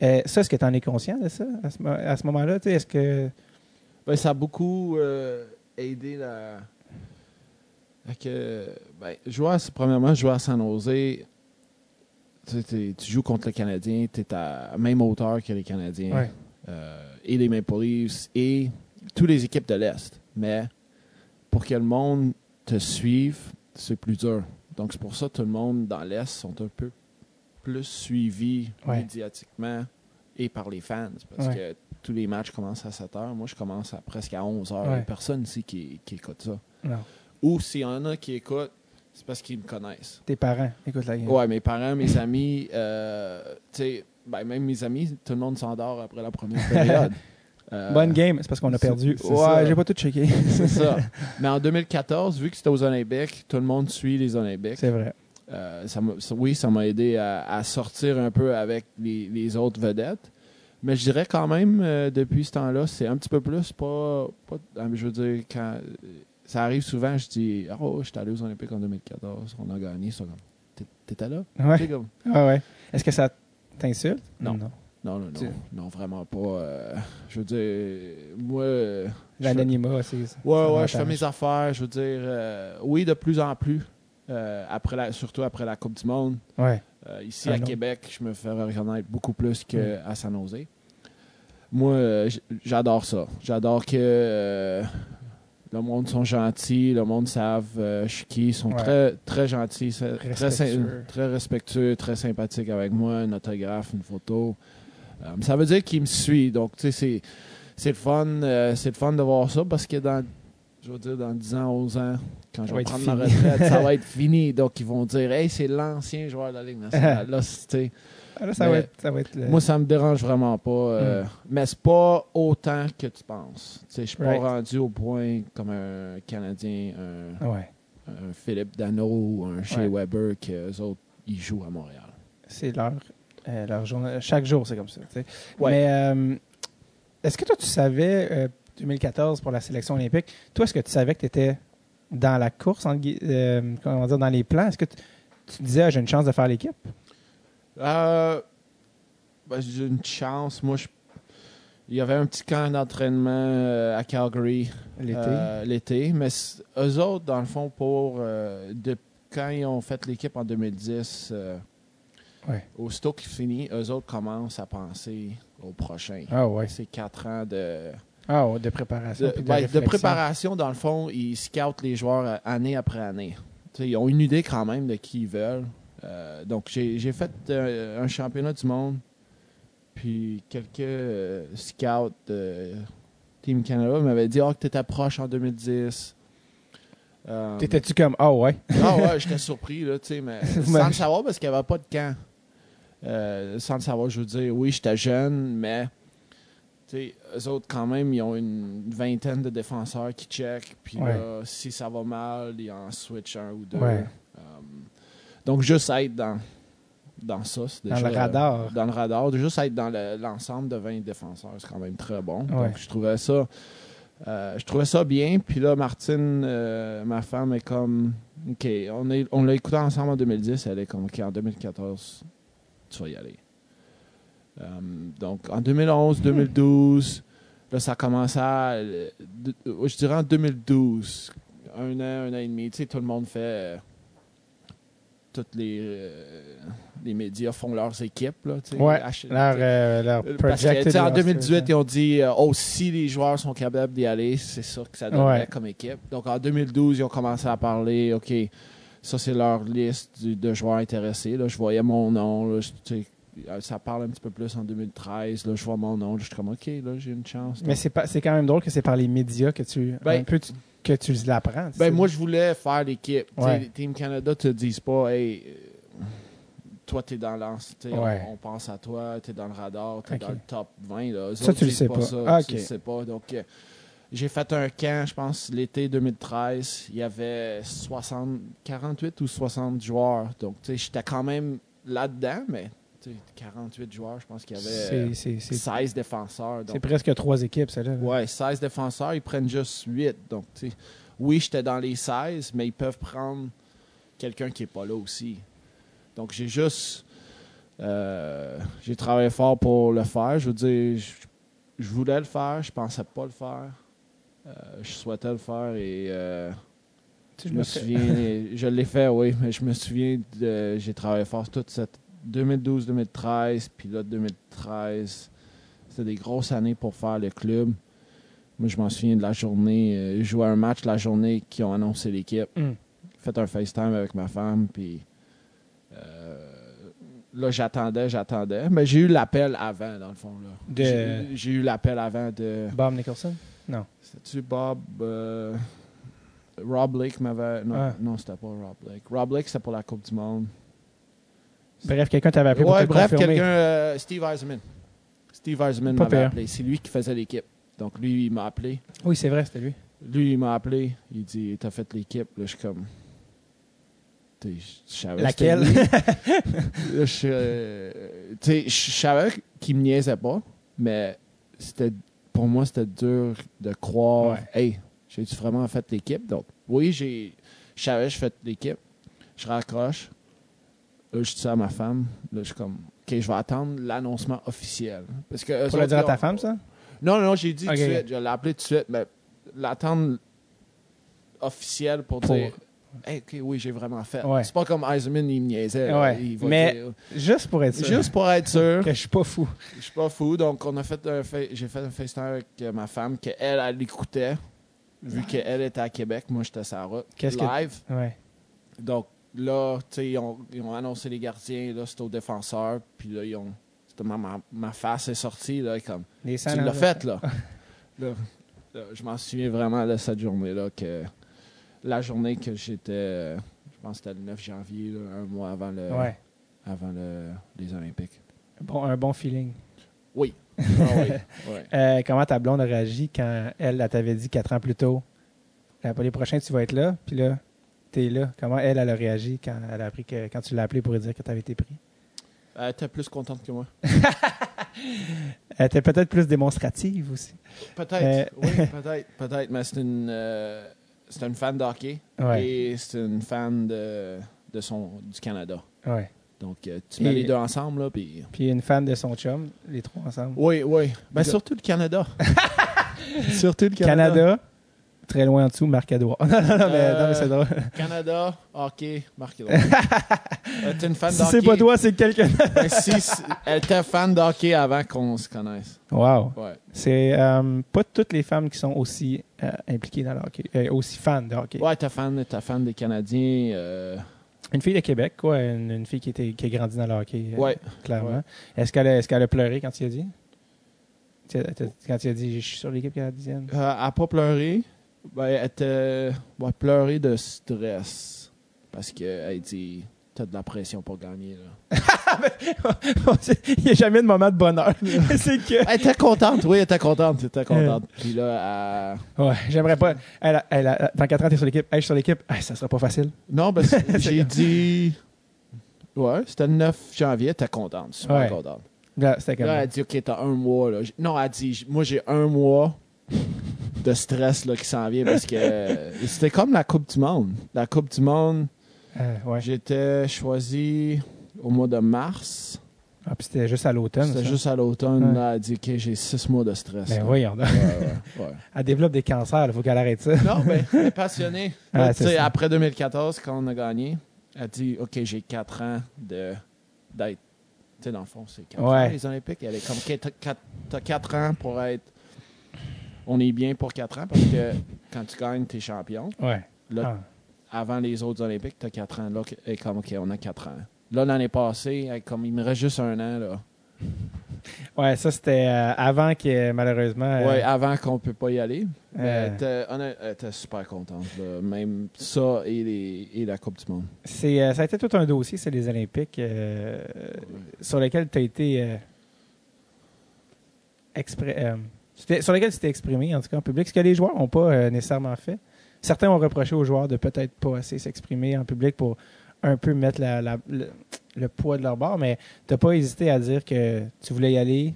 euh, ça, est-ce que tu en es conscient de ça à ce, mo- à ce moment-là? tu sais? Est-ce que. Ben, ça a beaucoup euh, aidé la. Fait que, ben, jouer à- premièrement, jouer à San Jose, tu, sais, t'es- tu joues contre les Canadiens, tu es à même hauteur que les Canadiens. Ouais. Euh, et les Maple Leafs et toutes les équipes de l'Est. Mais pour que le monde te suive, c'est plus dur. Donc c'est pour ça que tout le monde dans l'Est sont un peu plus suivis Ouais. médiatiquement et par les fans. Parce Ouais. que tous les matchs commencent à 7 heures. Moi, je commence à presque à 11 heures. Il n'y a Ouais. personne ici qui, qui écoute ça. Non. Ou s'il y en a qui écoutent, c'est parce qu'ils me connaissent. Tes parents, écoute la game. Ouais, mes parents, mes amis, euh, tu sais, ben, même mes amis, tout le monde s'endort après la première période. Euh, Bonne game, c'est parce qu'on a c'est- perdu. c'est ça. Ouais, j'ai pas tout checké. C'est ça. Mais en 2014, vu que c'était aux Olympiques, tout le monde suit les Olympiques. C'est vrai. Euh, ça m'a- ça- oui, ça m'a aidé à, à sortir un peu avec les, les autres vedettes. Mais je dirais quand même, euh, depuis ce temps-là, c'est un petit peu plus pas. pas ah, mais je veux dire, quand euh, ça arrive souvent, je dis Oh, je suis allé aux Olympiques en 2014, on a gagné. Ils sont comme, T'é- T'étais là? Ouais, Ah T'es comme, ouais, ouais. Est-ce que ça t'insulte? Non. Non, non, Tu- non. Non, vraiment pas. euh, je veux dire, moi. euh, je fais- L'anonymat, c'est ça. Ouais, ouais, l'avantage. je fais mes affaires. Je veux dire, euh, oui, de plus en plus, euh, après la, surtout après la Coupe du Monde. Ouais. Euh, ici, Ah à non. Hmm. Québec, je me fais reconnaître beaucoup plus qu'à San Jose. Moi, euh, j- j'adore ça. J'adore que euh, le monde sont gentils, le monde savent euh, je suis qui, ils sont Ouais. très, très gentils, c'est- très, sy- Respectueux. très respectueux, très sympathiques avec moi, un autographe, une photo. Euh, ça veut dire qu'ils me suivent. Donc, tu sais, c'est- c'est le fun, euh, c'est le fun de voir ça parce que dans, je veux dire, dans 10 ans, 11 ans, quand Ça je va vais être prendre ma fini. retraite, ça va être fini. Donc, ils vont dire, hey, c'est l'ancien joueur de la Ligue nationale. Là, c'est- tu sais, Ah, là, ça, va Mais- être, ça va être le- moi, ça me dérange vraiment pas. euh, Mais c'est pas autant que tu penses. Tu sais, Je suis pas Right. rendu au point comme un Canadien, un, Ouais. un Philippe Dano ou un Shea Ouais. Weber, qu'eux autres, ils jouent à Montréal. C'est leur, euh, leur journée. Chaque jour, c'est comme ça. tu sais. Ouais. Mais euh, est-ce que toi, tu savais, euh, 2014 pour la sélection olympique, toi, est-ce que tu savais que tu étais dans la course, entre gui- euh, comment dire, dans les plans? Est-ce que tu, tu disais, Ah, j'ai une chance de faire l'équipe? Euh, ben, j'ai une chance. Moi, je- il y avait un petit camp d'entraînement euh, à Calgary L'été. euh, l'été. Mais c- eux autres, dans le fond, pour euh, de- quand ils ont fait l'équipe en 2010, euh, Ouais. Aussitôt qu'il finit, eux autres commencent à penser au prochain. Ah ouais. C'est quatre ans de, Ah ouais, de préparation. de, puis de, ouais, de réflexion. préparation. Dans le fond, ils scoutent les joueurs euh, année après année. Tu sais, ils ont une idée quand même de qui ils veulent. Euh, donc, j'ai j'ai fait euh, un championnat du monde, puis quelques euh, scouts de Team Canada m'avaient dit « Ah, que t'étais proche en 2010. Euh, T'étais-tu comme, ah ouais? Ah ouais, j'étais surpris, là, tu sais, mais sans le savoir parce qu'il n'y avait pas de camp. Euh, sans le savoir, je veux dire, oui, j'étais jeune, mais, tu sais, eux autres, quand même, ils ont une vingtaine de défenseurs qui checkent, puis Ouais. là, si ça va mal, ils en switchent un ou deux. Ouais. Euh, donc, juste être dans, dans ça, c'est Dans déjà- le radar. Dans le radar, de juste être dans le- l'ensemble de 20 défenseurs, c'est quand même très bon. Ouais. Donc, je trouvais ça... Euh, je trouvais ça bien. Puis là, Martine, euh, ma femme, est comme. OK, on, est, on l'a écouté ensemble en 2010. Elle est comme OK, en 2014, tu vas y aller. Euh, donc, en 2011, 2012, là, ça commençait à. euh, de- euh, je dirais en 2012, un an, un an et demi. Tu sais, tout le monde fait. euh, toutes les. euh, les médias font leurs équipes, là. tu sais. Ouais, Ach- leur, euh, leur parce que, tu projected sais, en roster, 2018, ça. ils ont dit euh, oh, si les joueurs sont capables d'y aller, c'est sûr que ça donnerait Ouais. comme équipe. Donc en 2012, ils ont commencé à parler OK, ça c'est leur liste du- de joueurs intéressés. Là, je voyais mon nom. là, je- tu sais, euh, ça parle un petit peu plus en 2013. Là, je vois mon nom. là, je suis comme OK, là, j'ai une chance. Mais c'est pas, c'est quand même drôle que c'est par les médias que tu, Ben- un peu, tu- que tu l'apprends. tu sais. Ben, moi, je voulais faire l'équipe. Tu sais, Ouais. les Team Canada te disent pas, hey, euh, toi, t'es dans l'anse. tu sais, on- Ouais. On, pense à toi, t'es dans le radar, t'es Ok. dans le top 20. Là. Eux Ça, autres tu le disent sais pas. ça, Ah, tu ok. le sais pas. Donc, euh, j'ai fait un camp, je pense, l'été 2013. Il y avait 60, 48 ou 60 joueurs. Donc, tu sais, j'étais quand même là-dedans, mais tu sais, 48 joueurs, je pense qu'il y avait c'est, c'est, euh, c'est, 16 défenseurs. Donc, c'est presque trois équipes, celle-là. Ouais, 16 défenseurs, ils prennent juste 8. Donc, tu sais, oui, j'étais dans les 16, mais ils peuvent prendre quelqu'un qui n'est pas là aussi. Donc, j'ai juste. euh, j'ai travaillé fort pour le faire. Je veux dire, je, je voulais le faire, je pensais pas le faire. Euh, je souhaitais le faire et. euh, Tu sais, je me fais- souviens, je l'ai fait, oui, mais je me souviens, de- j'ai travaillé fort toute cette 2012-2013, puis là 2013, c'était des grosses années pour faire le club. Moi, je m'en souviens de la journée, euh, jouer un match la journée qui ont annoncé l'équipe. Mm. Fait un FaceTime avec ma femme, puis euh, là j'attendais, j'attendais, mais j'ai eu l'appel avant dans le fond là. De- J'ai- J'ai eu l'appel avant de. Bob Nicholson? Non. C'était-tu Bob. euh, Rob Blake m'avait. Non, Ah. non c'était pas Rob Blake. Rob Blake, c'était pour la Coupe du Monde. Bref, quelqu'un t'avait appelé pour te ouais, le bref, confirmer. quelqu'un. euh, Steve Eisenman. Steve Eisenman Pas m'avait pire. appelé. C'est lui qui faisait l'équipe. Donc, lui, il m'a appelé. Oui, c'est vrai, c'était lui. Lui, il m'a appelé. Il dit T'as fait l'équipe. Là, je suis comme. Tu sais, je- je savais que c'était Laquelle? lui. Là, je, euh, tu sais, je savais qu'il me niaisait pas, mais c'était pour moi, c'était dur de croire, Ouais. hey, j'ai vraiment fait l'équipe. Donc, oui, j'ai, je savais que je fais l'équipe. Je raccroche. Là, je dis à ma femme. Là, je suis comme, OK, je vais attendre l'annoncement officiel. Parce que eux Pour le autres, dire à là, ta femme, ça? Non, non, j'ai dit Ok. tout de suite. Je l'ai appelé tout de suite, mais l'attendre officielle pour, Pour- dire, hey, OK, oui, j'ai vraiment fait. Ouais. C'est pas comme Eisenman, il me niaisait. là. Ouais. Il va Mais- dire- Juste pour être sûr. Juste pour être sûr, que je suis pas fou. je suis pas fou. Donc, on a fait un fa- j'ai fait un FaceTime avec euh, ma femme qu'elle, elle, elle écoutait. Vu qu'elle était à Québec, moi, j'étais sur la route. Qu'est-ce que- Live. Ouais. Donc, là, tu sais, ils ont, ils ont annoncé les gardiens. Là, c'était aux défenseurs. Puis là, ils ont... c'était Ma, ma, ma face est sortie, là, comme... Les Tu l'as fait, là. Là, là, je m'en souviens vraiment de cette journée-là, que la journée que j'étais, euh, je pense que c'était le 9 janvier, là, un mois avant, le, Ouais. avant le- les Olympiques. Bon, un bon feeling. Oui. Ah oui, oui. Euh, comment ta blonde a réagi quand elle, elle t'avait dit quatre ans plus tôt, euh, pour les prochains, tu vas être là, puis là, t'es là. Comment elle, elle a réagi quand elle a appris que quand tu l'as appelé pour lui dire que t'avais été pris? Elle était plus contente que moi. Elle était peut-être plus démonstrative aussi. Peut-être, oui, peut-être, peut-être, mais c'est une, euh, c'est une fan d'hockey Ouais. et c'est une fan de, de son, du Canada. Ouais. Donc, euh, tu mets Et- les deux ensemble, là, puis... Puis une fan de son chum, les trois ensemble. Oui, oui. Ben, Le- surtout le Canada. surtout le Canada, Très loin en dessous, Marc Edouard. non, non, non, mais, non, mais Euh, c'est drôle. Canada, hockey, Marc Edouard. Euh, T'es une fan Si de c'est hockey? pas toi, c'est quelqu'un. Ben, si, si- elle était fan de hockey avant qu'on se connaisse. wow. Ouais. C'est euh, pas toutes les femmes qui sont aussi euh, impliquées dans le hockey, euh, aussi fans de hockey. Ouais, t'es fan, t'es fan des Canadiens. euh, Une fille de Québec, quoi, une, une fille qui, était, qui a grandi dans le hockey, euh, Ouais. clairement. Ouais. Est-ce qu'elle a, est qu'elle a pleuré quand tu y as dit? Tu- tu- Quand tu as dit, je suis sur l'équipe canadienne. Euh, elle n'a pas pleuré. Ben, elle était ouais, pleurée de stress. Parce qu'elle dit T'as de la pression pour gagner. Là. Il n'y a jamais de moment de bonheur. c'est que. Elle était contente, oui, elle était contente. Elle était contente. Puis là, elle- Ouais, j'aimerais pas. Elle a- elle a- dans 4 ans, t'es sur l'équipe. Hey, je suis sur l'équipe. Hey, ça sera pas facile. Non, ben, c'est- j'ai dit. Ouais, c'était le 9 janvier, elle était contente. Super Ouais. contente. Là, c'était comme. Là, elle dit Ok, t'as un mois. Là. J- Non, elle dit j- Moi, j'ai un mois de stress là, qui s'en vient parce que euh, c'était comme la Coupe du Monde. La Coupe du Monde, Euh, ouais. j'étais choisi au mois de mars. Ah, puis c'était juste à l'automne. C'était ça. juste à l'automne. Ouais. là, Elle dit Ok, j'ai six mois de stress. Ben là. voyons. donc. Ouais, ouais, ouais. Elle développe des cancers, il faut qu'elle arrête ça. Non, mais elle est passionnée. Ah, Là, c'est tu sais, ça. après 2014, quand on a gagné, elle dit Ok, j'ai 4 ans de d'être. Tu sais, dans le fond, c'est 4 Ouais. ans les Olympiques. Elle est comme Ok, t'as quatre- T'as 4 ans pour être. On est bien pour 4 ans parce que quand tu gagnes, t'es champion. Ouais. Là, Ah. avant les autres Olympiques, t'as 4 ans. Là, elle est comme Ok, on a 4 ans. Là, l'année passée, elle est comme Il me reste juste un an, là. Ouais, ça c'était euh, avant que malheureusement. euh, Ouais, avant qu'on peut pas y aller. Mais Euh. elle était- honnête- elle était super contente, là. Même ça et, les- et la Coupe du Monde. c'est, euh, ça a été tout un dossier, c'est les Olympiques, euh, sur lequel tu as été. euh, expré- euh, c'était- sur lequel tu t'es exprimé, en tout cas en public, ce que les joueurs n'ont pas euh, nécessairement fait. Certains ont reproché aux joueurs de peut-être pas assez s'exprimer en public pour un peu mettre la- la- le, le poids de leur bord, mais t'as pas hésité à dire que tu voulais y aller,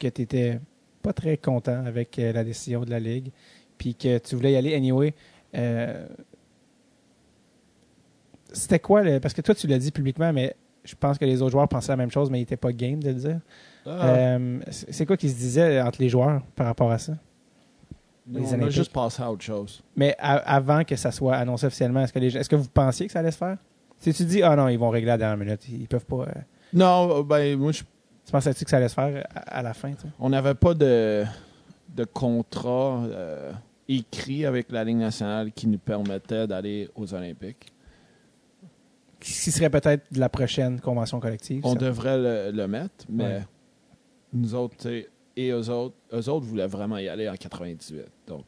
que tu étais pas très content avec euh, la décision de la Ligue, puis que tu voulais y aller anyway. Euh, c'était quoi le. Parce que toi, tu l'as dit publiquement, mais je pense que les autres joueurs pensaient la même chose, mais ils n'étaient pas game de le dire. Euh, c'est c'est quoi qui se disait entre les joueurs par rapport à ça? Nous, les on a Olympiques. juste passé à autre chose. Mais a- avant que ça soit annoncé officiellement, est-ce que, les gens- est-ce que vous pensiez que ça allait se faire? Si tu dis, ah non, ils vont régler à la dernière minute, ils peuvent pas. euh, Non, euh, ben, moi, je- tu pensais-tu que ça allait se faire à, à la fin? tu sais? on n'avait pas de, de contrat euh, écrit avec la Ligue nationale qui nous permettait d'aller aux Olympiques. Ce qui serait peut-être de la prochaine convention collective. On ça. devrait le, le mettre, mais Ouais. nous autres, tu sais, et eux autres, eux autres voulaient vraiment y aller en 98. Donc,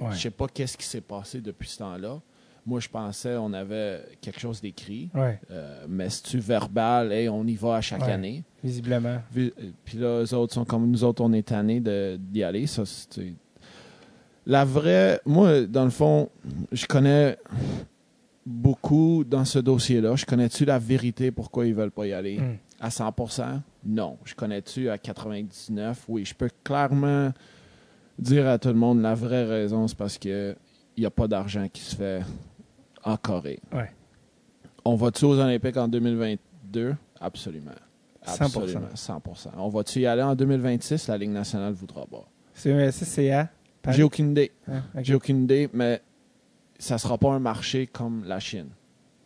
Ouais. je sais pas qu'est-ce qui s'est passé depuis ce temps-là. Moi, je pensais on avait quelque chose d'écrit, Ouais, euh, mais si tu verbal, hey, on y va à chaque Ouais. année. visiblement. Puis euh, puis là, eux autres sont comme nous autres, on est tannés de- d'y aller. Ça, c'est- tu- La vraie. Moi, dans le fond, je connais beaucoup dans ce dossier-là. Je connais-tu la vérité pourquoi ils veulent pas y aller? Mm. À 100 Non. Je connais-tu à 99 Oui, je peux clairement dire à tout le monde la vraie raison, c'est parce qu'il n'y a pas d'argent qui se fait en Corée. Ouais. On va-tu aux Olympiques en 2022? Absolument. 100%. Absolument. 100%. On va-tu y aller en 2026? La Ligue nationale voudra pas. C'est ça, c'est à. Paris? J'ai aucune idée. Hein? Ok. J'ai aucune idée, mais ça sera pas un marché comme la Chine.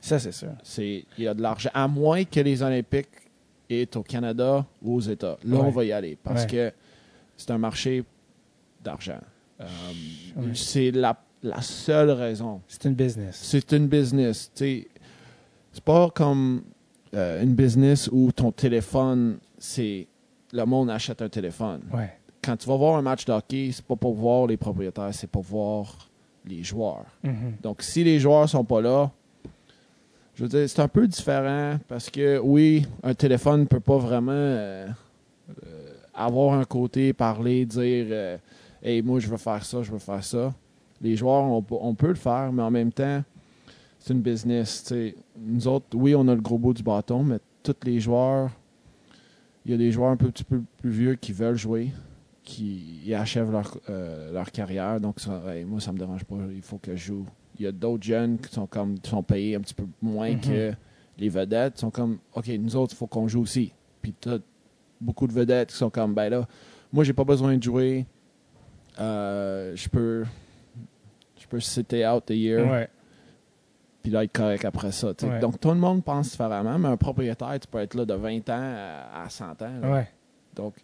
Ça, c'est sûr. C'est il y a de l'argent à moins que les Olympiques aient au Canada ou aux États. Là, Ouais. on va y aller parce Ouais. que c'est un marché d'argent. Euh, Ouais. C'est la, la seule raison. C'est une business. C'est une business. tu sais. C'est pas comme euh, une business où ton téléphone, c'est le monde achète un téléphone Ouais. quand tu vas voir un match de hockey, c'est pas pour voir les propriétaires, c'est pour voir les joueurs. Mhm. Donc, si les joueurs sont pas là, je veux dire, c'est un peu différent parce que, oui, un téléphone peut pas vraiment euh, euh, avoir un côté, parler, dire euh, Hey, moi, je veux faire ça, je veux faire ça. Les joueurs, on, peut- on peut le faire, mais en même temps, c'est une business. tu sais. Nous autres, oui, on a le gros bout du bâton, mais tous les joueurs, il y a des joueurs un peu- petit peu plus vieux qui veulent jouer qui ils achèvent leur, euh, leur carrière. Donc, ça, hey, moi, ça me dérange pas. Il faut que je joue. Il y a d'autres jeunes qui sont comme qui sont payés un petit peu moins Mhm. que les vedettes. Ils sont comme, OK, nous autres, il faut qu'on joue aussi. Puis t'as beaucoup de vedettes qui sont comme, ben là, moi, j'ai pas besoin de jouer. Euh, je peux Je peux c'était out the year. Ouais. Puis là, être correct après ça. tu sais. Ouais. Donc, tout le monde pense différemment, mais un propriétaire, tu peux être là de 20 ans à à 100 ans. là. ouais. Donc,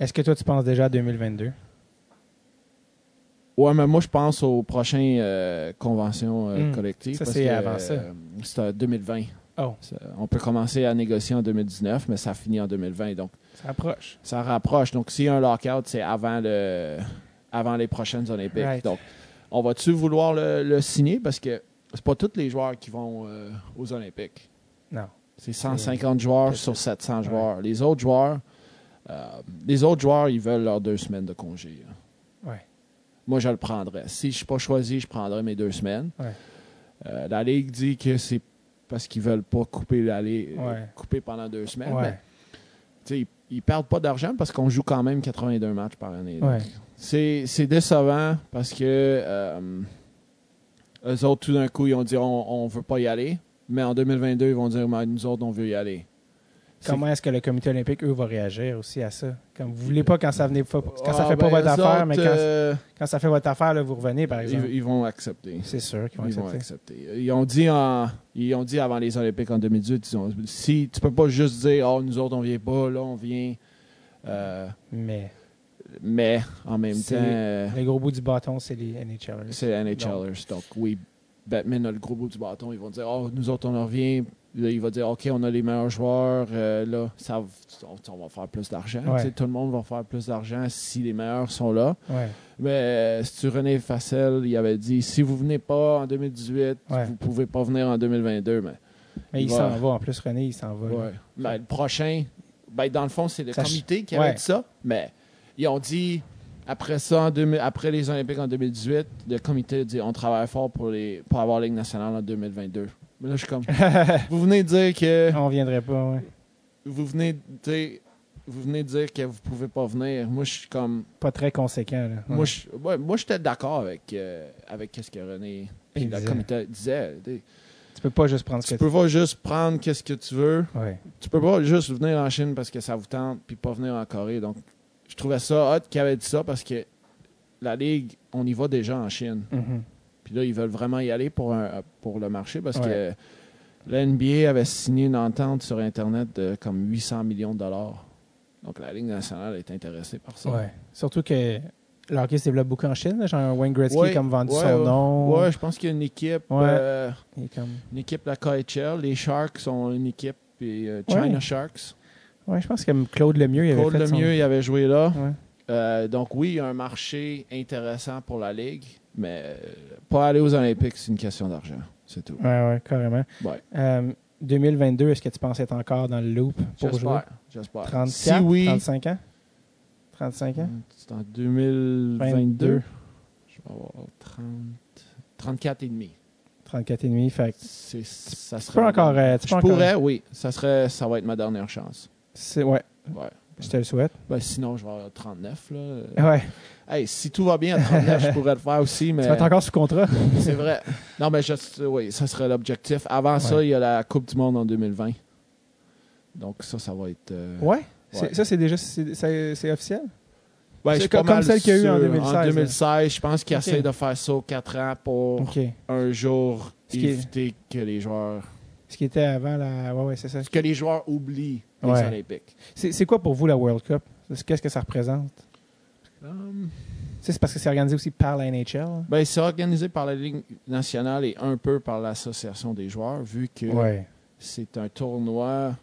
Est-ce que toi, tu penses déjà à 2022? Ouais, mais moi, je pense aux prochaines euh, conventions euh, Mm. collectives. Ça, parce c'est que, avant ça. euh, c'est en 2020. Oh. Ça- On peut commencer à négocier en 2019, mais ça finit en 2020. Donc, Ça approche. ça rapproche. Donc, s'il y a un lockout, c'est avant, le, avant les prochaines Olympiques. Right. Donc, on va-tu vouloir le, le signer? Parce que c'est pas tous les joueurs qui vont euh, aux Olympiques. Non. C'est 150 joueurs sur 700 joueurs. Les autres joueurs, euh, les autres joueurs, ils veulent leurs deux semaines de congé. là. Ouais. Moi, je le prendrais. Si je suis pas choisi, je prendrais mes deux semaines. Ouais. Euh, la Ligue dit que c'est parce qu'ils veulent pas couper la Ligue- Ouais. couper pendant deux semaines. mais, Ouais. tu sais, ils, ils perdent pas d'argent parce qu'on joue quand même 82 matchs par année. là. Ouais. C'est c'est décevant parce que euh, eux autres, tout d'un coup, ils ont dit on, on veut pas y aller. Mais en 2022, ils vont dire Mais nous autres, on veut y aller. C'est- Comment est-ce que le comité olympique, eux, va réagir aussi à ça? Comme vous voulez pas quand ça venait pas- quand ça Ah, fait pas ben, votre eux affaire, autres, mais quand, euh, quand ça fait votre affaire, là, vous revenez, par exemple. ils, ils vont accepter. C'est sûr qu'ils vont Ils vont accepter. accepter. Ils ont dit en- ils ont dit avant les Olympiques en 2018, ils ont- si tu peux pas juste dire oh nous autres on vient pas, là on vient. Euh, Mais mais en même temps, C'est- euh, le gros bout du bâton, c'est les NHLers. c'est NHLers. Donc oui, Batman a le gros bout du bâton. Ils vont dire oh nous autres on en revient. Là, il va dire ok on a les meilleurs joueurs. euh, là ça, on, on va faire plus d'argent. Ouais. Tu sais, Tout le monde va faire plus d'argent si les meilleurs sont là. Ouais. Mais euh, si tu René Facel, il avait dit si vous venez pas en 2018, Ouais. vous pouvez pas venir en 2022. Mais, Mais il Ouais. s'en va. En plus, René, il s'en va. là. Ouais. Mais le prochain, ben, dans le fond, c'est le Ça comité ch- qui avait ouais. dit ça. Mais ils ont dit après ça, en 2000 après les Olympiques en 2018, le comité a dit on travaille fort pour, les, pour avoir la Ligue nationale en 2022. Mais là, je suis comme vous venez de dire que On viendrait pas, ouais. vous venez de dire- vous venez de dire que vous pouvez pas venir. Moi, je suis comme Pas très conséquent, là. Ouais. Moi, je, ouais, moi, j'étais d'accord avec, euh, avec ce que René puis Il la disait. comité disait. Tu Tu peux pas juste prendre ce sais, tu que peux pas juste prendre qu'est-ce que tu veux. tu- Ouais. Tu peux pas juste venir en Chine parce que ça vous tente, puis pas venir en Corée. Donc, je trouvais ça hot qu'il avait dit ça parce que la Ligue, on y va déjà en Chine. Mhm. Puis là, ils veulent vraiment y aller pour, un, pour le marché parce Ouais. que la NBA avait signé une entente sur Internet de comme 800 millions de dollars. Donc, la Ligue nationale est intéressée par ça. Ouais. Surtout que le hockey se développe beaucoup en Chine. là. Genre Wayne Gretzky Ouais, comme vendu ouais, son ouais. nom. Ouais, je pense qu'il y a une équipe. Ouais. euh, Il est comme- une équipe la KHL. Les Sharks sont une équipe puis, euh, China Ouais. Sharks. Ouais, je pense que Claude Lemieux, il avait Claude fait son- Lemieux, il avait joué là. Ouais. Euh, donc oui, il y a un marché intéressant pour la Ligue, mais euh, pas aller aux Olympiques, c'est une question d'argent. C'est tout. Ouais, ouais, carrément. Ouais. Euh, 2022, est-ce que tu penses être encore dans le loop pour jouer? J'espère. J'espère. 34, si oui, hmm, 35 ans? 35 ans? c'est en 2022. Je vais avoir 30, 34 et demi. 34 et demi, fait que C'est, ça tu serait peux ma encore... dernière- euh, tu Je peux encore- pourrais, oui. Ça serait, ça va être ma dernière chance. C'est- Ouais, Ouais. je te le souhaite. Ben, sinon, je vais avoir 39 là. Ouais, Hey, si tout va bien à 39, je pourrais le faire aussi, mais tu vas être encore sous contrat? c'est vrai. Non, mais je- oui, ça serait l'objectif. Avant ça, Ouais. il y a la Coupe du Monde en 2020. Donc ça, ça va être. euh, Ouais? C'est- Ouais. Ça, c'est déjà... c'est- c'est c'est officiel? ben, c'est je suis co- pas comme mal celle qu'il y a eu en sûr. 2016, là. 2016, je pense qu'ils Ok. essayent de faire ça aux 4 ans pour OK. un jour Ce qui est- éviter que les joueurs Ce qui était avant la... Ouais, ouais, c'est ça. que les joueurs oublient les Ouais. Olympiques. C'est c'est quoi pour vous la World Cup? Qu'est-ce que ça représente? Tu sais, C'est parce que c'est organisé aussi par la NHL? Um, Ben, c'est organisé par la Ligue nationale et un peu par l'association des joueurs, vu que c'est un tournoi.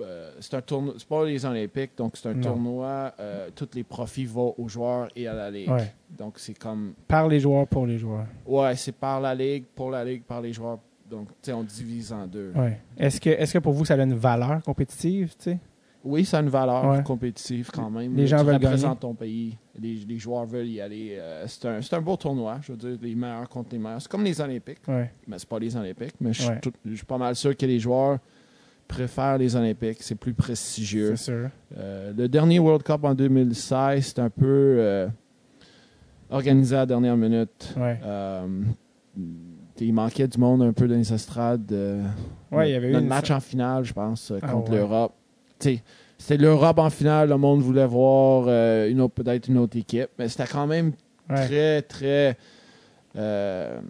euh, c'est un tournoi. C'est pas les Olympiques, donc c'est un Non. tournoi. euh, tous les profits vont aux joueurs et à la Ligue. Ouais. Donc c'est comme. Par les joueurs, pour les joueurs. Ouais, c'est par la Ligue, pour la Ligue, par les joueurs. Donc, tu sais, on divise en deux. Ouais. Est-ce que, est que pour vous, ça a une valeur compétitive? tu sais? Oui, ça a une valeur Ouais. compétitive quand même. Les gens tu veulent représentes ton pays. Les, les joueurs veulent y aller. Euh, c'est un, c'est un beau tournoi, je veux dire, les meilleurs contre les meilleurs. C'est comme les Olympiques. Ouais. Mais c'est pas les Olympiques, mais je suis Ouais. tout- je suis pas mal sûr que les joueurs préfèrent les Olympiques. C'est plus prestigieux. C'est sûr. Euh, le dernier World Cup en 2016, c'est un peu euh, organisé à la dernière minute. Ouais. Euh, il manquait du monde un peu dans les estrades. euh, Ouais, il y avait eu notre une- match en finale, je pense, euh, Ah, contre ouais. l'Europe. Tu sais, C'était l'Europe en finale, le monde voulait voir euh, une autre- peut-être une autre équipe, mais c'était quand même Ouais. très, très euh,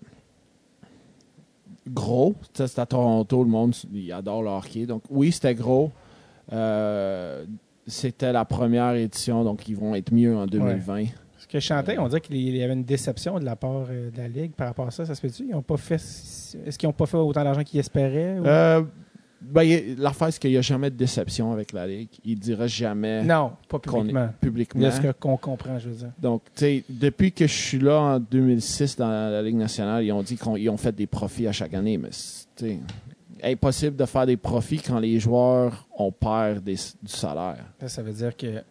gros. Ça, c'est à Toronto, le monde il adore le hockey. Donc oui, c'était gros. Euh, c'était la première édition, donc ils vont être mieux en 2020. Ce que je chantais, on dirait qu'il y avait une déception de la part euh, de la Ligue par rapport à ça. Ça se peut-tu? Ils ont pas fait. Est-ce qu'ils n'ont pas fait autant d'argent qu'ils espéraient? ou- Euh, ben, il- L'affaire, c'est qu'il n'y a jamais de déception avec la Ligue. Il dira jamais non, pas qu'on est publiquement. publiquement. De ce que- qu'on comprend, je veux dire. Donc, tu sais, depuis que je suis là en 2006 dans la, la Ligue nationale, ils ont dit qu'ils ont fait des profits à chaque année, mais c'est tu sais, impossible de faire des profits quand les joueurs on perd des- du salaire. Ça, ça veut dire que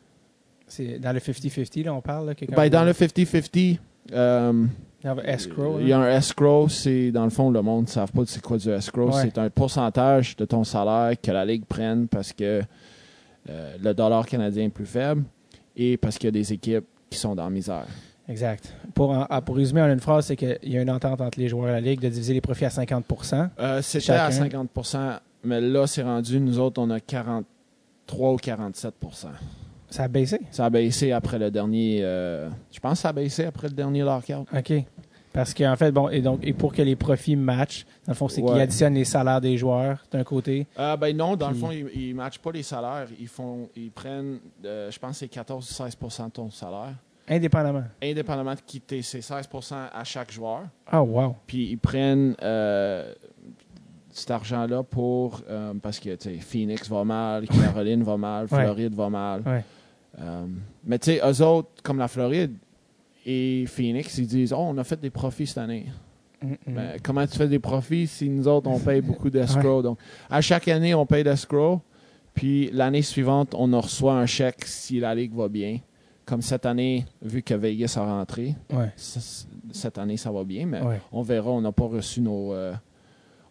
c'est dans le 50-50, là, on parle. Là, que quand Ben, vous- dans le 50-50, euh, dans le hein. escrow. il y a un escrow, c'est dans le fond, le monde ne savent pas c'est quoi du escrow. Ouais. C'est un pourcentage de ton salaire que la Ligue prenne parce que euh, le dollar canadien est plus faible et parce qu'il y a des équipes qui sont dans la misère. Exact. Pour, en- ah, pour résumer en une phrase, c'est qu'il y a une entente entre les joueurs de la Ligue de diviser les profits à 50 Euh, C'était Chacun. à 50 mais là, c'est rendu, nous autres, on a 43 ou 47 Ça a baissé. Ça a baissé après le dernier. euh, je pense que ça a baissé après le dernier lockout. OK. Parce qu'en fait, bon, et donc, et pour que les profits matchent, dans le fond, c'est qu'ils Ouais. additionnent les salaires des joueurs d'un côté. Euh, ben non, dans Puis- le fond, ils- ils ne matchent pas les salaires. Ils, font, ils prennent, euh, je pense, que c'est 14 ou 16 de ton salaire. Indépendamment. indépendamment de quitter, c'est 16 à chaque joueur. Ah, wow. Puis ils prennent euh, cet argent-là pour. euh, parce que, tu sais, Phoenix va mal, Caroline va mal, Ouais. Floride va mal. Ouais. Euh, mais, tu sais, eux autres, comme la Floride et Phoenix, ils disent Oh, on a fait des profits cette année. Mm, mm. Ben, comment tu fais des profits si nous autres, on paye beaucoup d'escrocs? Donc, à chaque année, on paye d'escrocs. Puis l'année suivante, on en reçoit un chèque si la ligue va bien. Comme cette année, vu que Vegas a rentré, Ouais. c- cette année, ça va bien, mais Ouais. on verra. On n'a pas reçu nos. euh,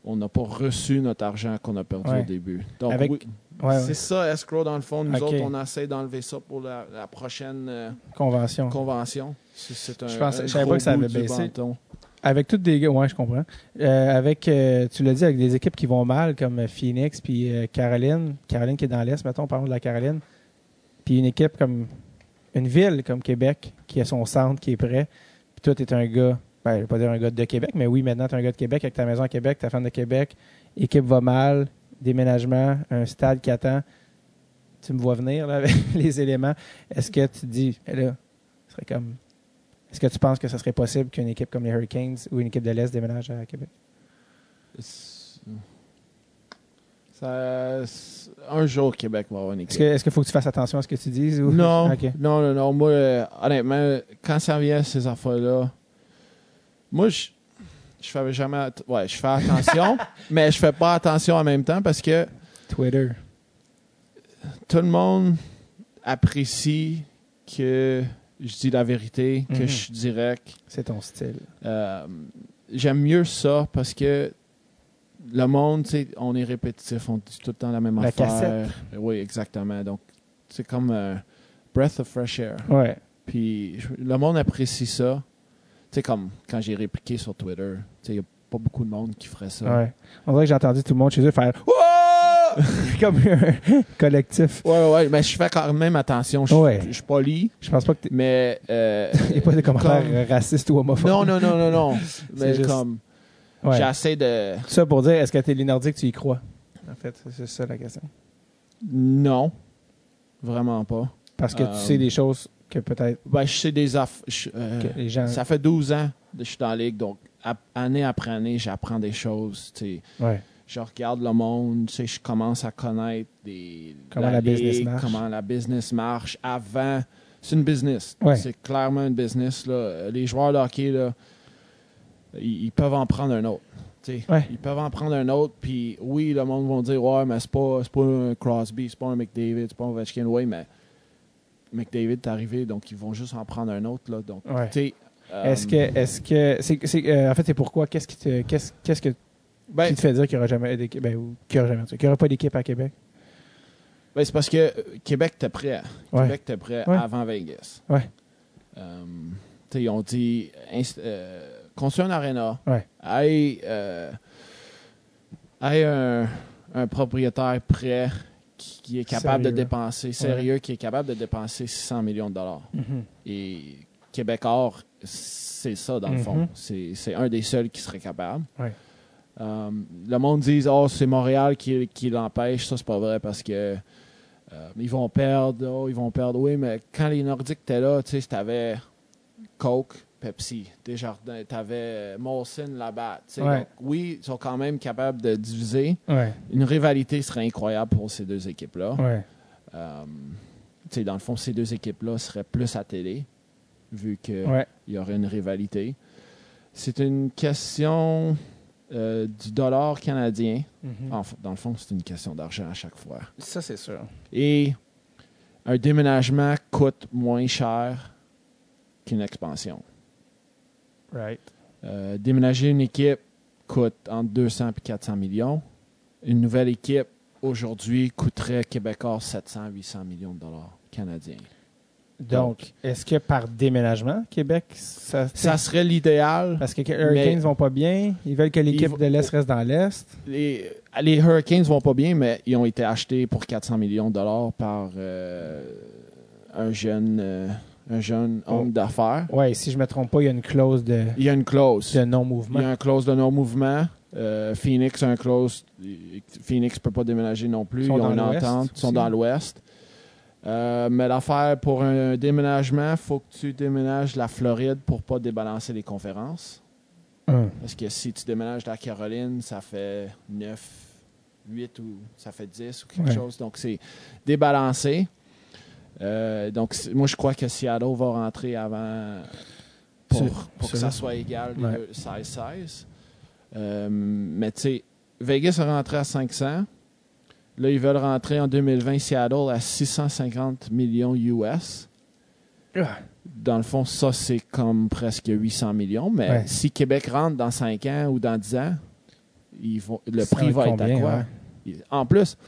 on n'a pas reçu notre argent qu'on a perdu Ouais. au début. Donc, Avec- oui, Ouais, ouais. c'est ça, escrow, dans le fond. Nous Ok. autres, on essaie d'enlever ça pour la, la prochaine euh, Convention. convention. C'est- C'est un. Je pensais- un je savais gros pas que ça bout avait du baissé. bâton. Avec toutes des gars, ouais, je comprends. Euh, avec, euh, tu l'as dit, avec des équipes qui vont mal, comme Phoenix, puis euh, Caroline. Caroline qui est dans l'Est, mettons, parlons de la Caroline. Puis une équipe comme, une ville comme Québec, qui a son centre, qui est prêt. Puis toi, t'es un gars, ben, je vais pas dire un gars de Québec, mais oui, maintenant, t'es un gars de Québec, avec ta maison à Québec, ta femme de Québec, équipe va mal, déménagement, un stade qui attend. Tu me vois venir, là, avec les éléments. Est-ce que tu te dis, eh là, ce serait comme est-ce que tu penses que ce serait possible qu'une équipe comme les Hurricanes ou une équipe de l'Est déménage à Québec? euh, Ça- c'est- un jour, Québec va avoir une Est-ce équipe. que- est-ce qu'il faut que tu fasses attention à ce que tu dises? Ou... Non, OK. non, non, non. Moi, euh, honnêtement, quand ça vient ces affaires-là, moi, je je fais jamais, att- ouais, je fais attention, mais je fais pas attention en même temps parce que Twitter. tout le monde apprécie que je dis la vérité, que Mhm. je suis direct. C'est ton style. Euh, J'aime mieux ça parce que le monde, tu sais, on est répétitif, on dit tout le temps la même La affaire. cassette. Oui, exactement. Donc, c'est comme un breath of fresh air. Ouais. Puis je- le monde apprécie ça. Tu sais, comme quand j'ai répliqué sur Twitter, tu sais, il n'y a pas beaucoup de monde qui ferait ça. Oh! ouais. On dirait que j'ai entendu tout le monde chez eux faire Wouah! comme un collectif. ouais, ouais, mais je fais quand même attention. Je Ouais. je suis poli, Je pense pas que t'es- mais. euh, il n'y a pas de commentaires comme- racistes ou homophobes. Non, non, non, non, non. mais juste- comme, Ouais. j'essaie de. Tout ça pour dire, est-ce que t'es les Nordiques, tu y crois? En fait, c'est- c'est ça la question. Non. Vraiment pas. Parce que Euh, tu sais des choses que peut-être Ben, je sais des aff- je- euh, que les gens. Ça fait 12 ans que je suis dans la ligue, donc ap- année après année, j'apprends des choses. tu sais. Ouais. je regarde le monde, tu sais, je commence à connaître des, Comment la business ligue, marche. comment la business marche avant. C'est une business. Ouais. C'est clairement une business. Là. Euh, Les joueurs de hockey, là, ils, ils peuvent en prendre un autre. tu sais. Ouais. Ils peuvent en prendre un autre, puis oui, le monde va dire Ouais, mais c'est pas, c'est pas un Crosby, c'est pas un McDavid, c'est pas un Ovechkin. Oui, mais McDavid est arrivé, donc ils vont juste en prendre un autre. Là. Donc, Ouais. tu sais, euh, Est-ce que. Est-ce que. c'est- c'est- euh, en fait, c'est pourquoi? Qu'est-ce qui te. Qu'est-ce qu'est-ce que ben, qui te fait dire qu'il n'y aura jamais d'équipe, ben, ou qu'il n'y aura jamais, en tout cas, qu'il y aura pas d'équipe à Québec. Ben, c'est parce que euh, Québec était prêt. Ouais. Québec était prêt Ouais. avant Vegas. Ouais. Euh, tu sais, ils ont dit inst- euh, construis un aréna. Ouais. Aille, euh, aille un, un propriétaire prêt qui, qui est capable Sérieux, hein? de là. Mm-hmm. dépenser, sérieux, qui est capable de dépenser 600 millions de dollars. Et québécois, c'est ça, dans le fond. Mhm. C'est- C'est un des seuls qui serait capable. Ouais. Euh, le monde dit Oh, c'est Montréal qui, qui l'empêche. Ça, c'est pas vrai parce que euh, ils vont perdre. Oh, ils vont perdre. Oui, mais quand les Nordiques étaient là, tu sais, t'avais Coke, Pepsi, Desjardins, t'avais Molson là-bas. tu sais. Ouais. Donc, oui, ils sont quand même capables de diviser. Ouais, Une rivalité serait incroyable pour ces deux équipes-là. ouais. Euh, tu sais, dans le fond, ces deux équipes-là seraient plus à télé, vu que Ouais. il y aurait une rivalité. C'est une question euh, du dollar canadien. En f- dans le fond, c'est une question d'argent à chaque fois. Ah. Ça, c'est sûr. Et un déménagement coûte moins cher qu'une expansion. Right. Euh, déménager une équipe coûte entre 200 et 400 millions. Une nouvelle équipe, aujourd'hui, coûterait Québécois 700-800 millions de dollars canadiens. Donc, est-ce que par déménagement, Québec, ça. Ça serait l'idéal. Parce que les Hurricanes Mais- vont pas bien, ils veulent que l'équipe Ils vont- de l'Est reste dans l'Est. les, les Hurricanes vont pas bien, mais ils ont été achetés pour 400 millions de dollars par euh, un jeune, euh, un jeune Oh. homme d'affaires. Ouais, si je me trompe pas, il y a une clause de, Il y a une clause. de Il y non-mouvement. a un clause de non-mouvement. Euh, Phoenix a un clause. Phoenix peut pas déménager non Ils plus. Ils, sont dans ont une l'Ouest entente. Ils sont aussi. dans l'Ouest. Euh, mais l'affaire pour un déménagement, faut que tu déménages la Floride pour pas débalancer les conférences. Hum. Parce que si tu déménages de la Caroline, ça fait 9, 8 ou ça fait 10 ou quelque Ouais. chose. Donc, c'est débalancé. Euh, donc, c'est- moi, je crois que Seattle va rentrer avant pour, C'est- pour que c'est ça vrai. soit égal, Ouais. 16-16. Euh, mais tu sais, Vegas est rentré à 500. Là, ils veulent rentrer en 2020 Seattle à 650 millions US. Ah. Dans le fond, ça, c'est comme presque 800 millions. Mais Ouais. si Québec rentre dans 5 ans ou dans 10 ans, ils vont, le Ça prix va va être être à combien, quoi? ouais? Il- En plus,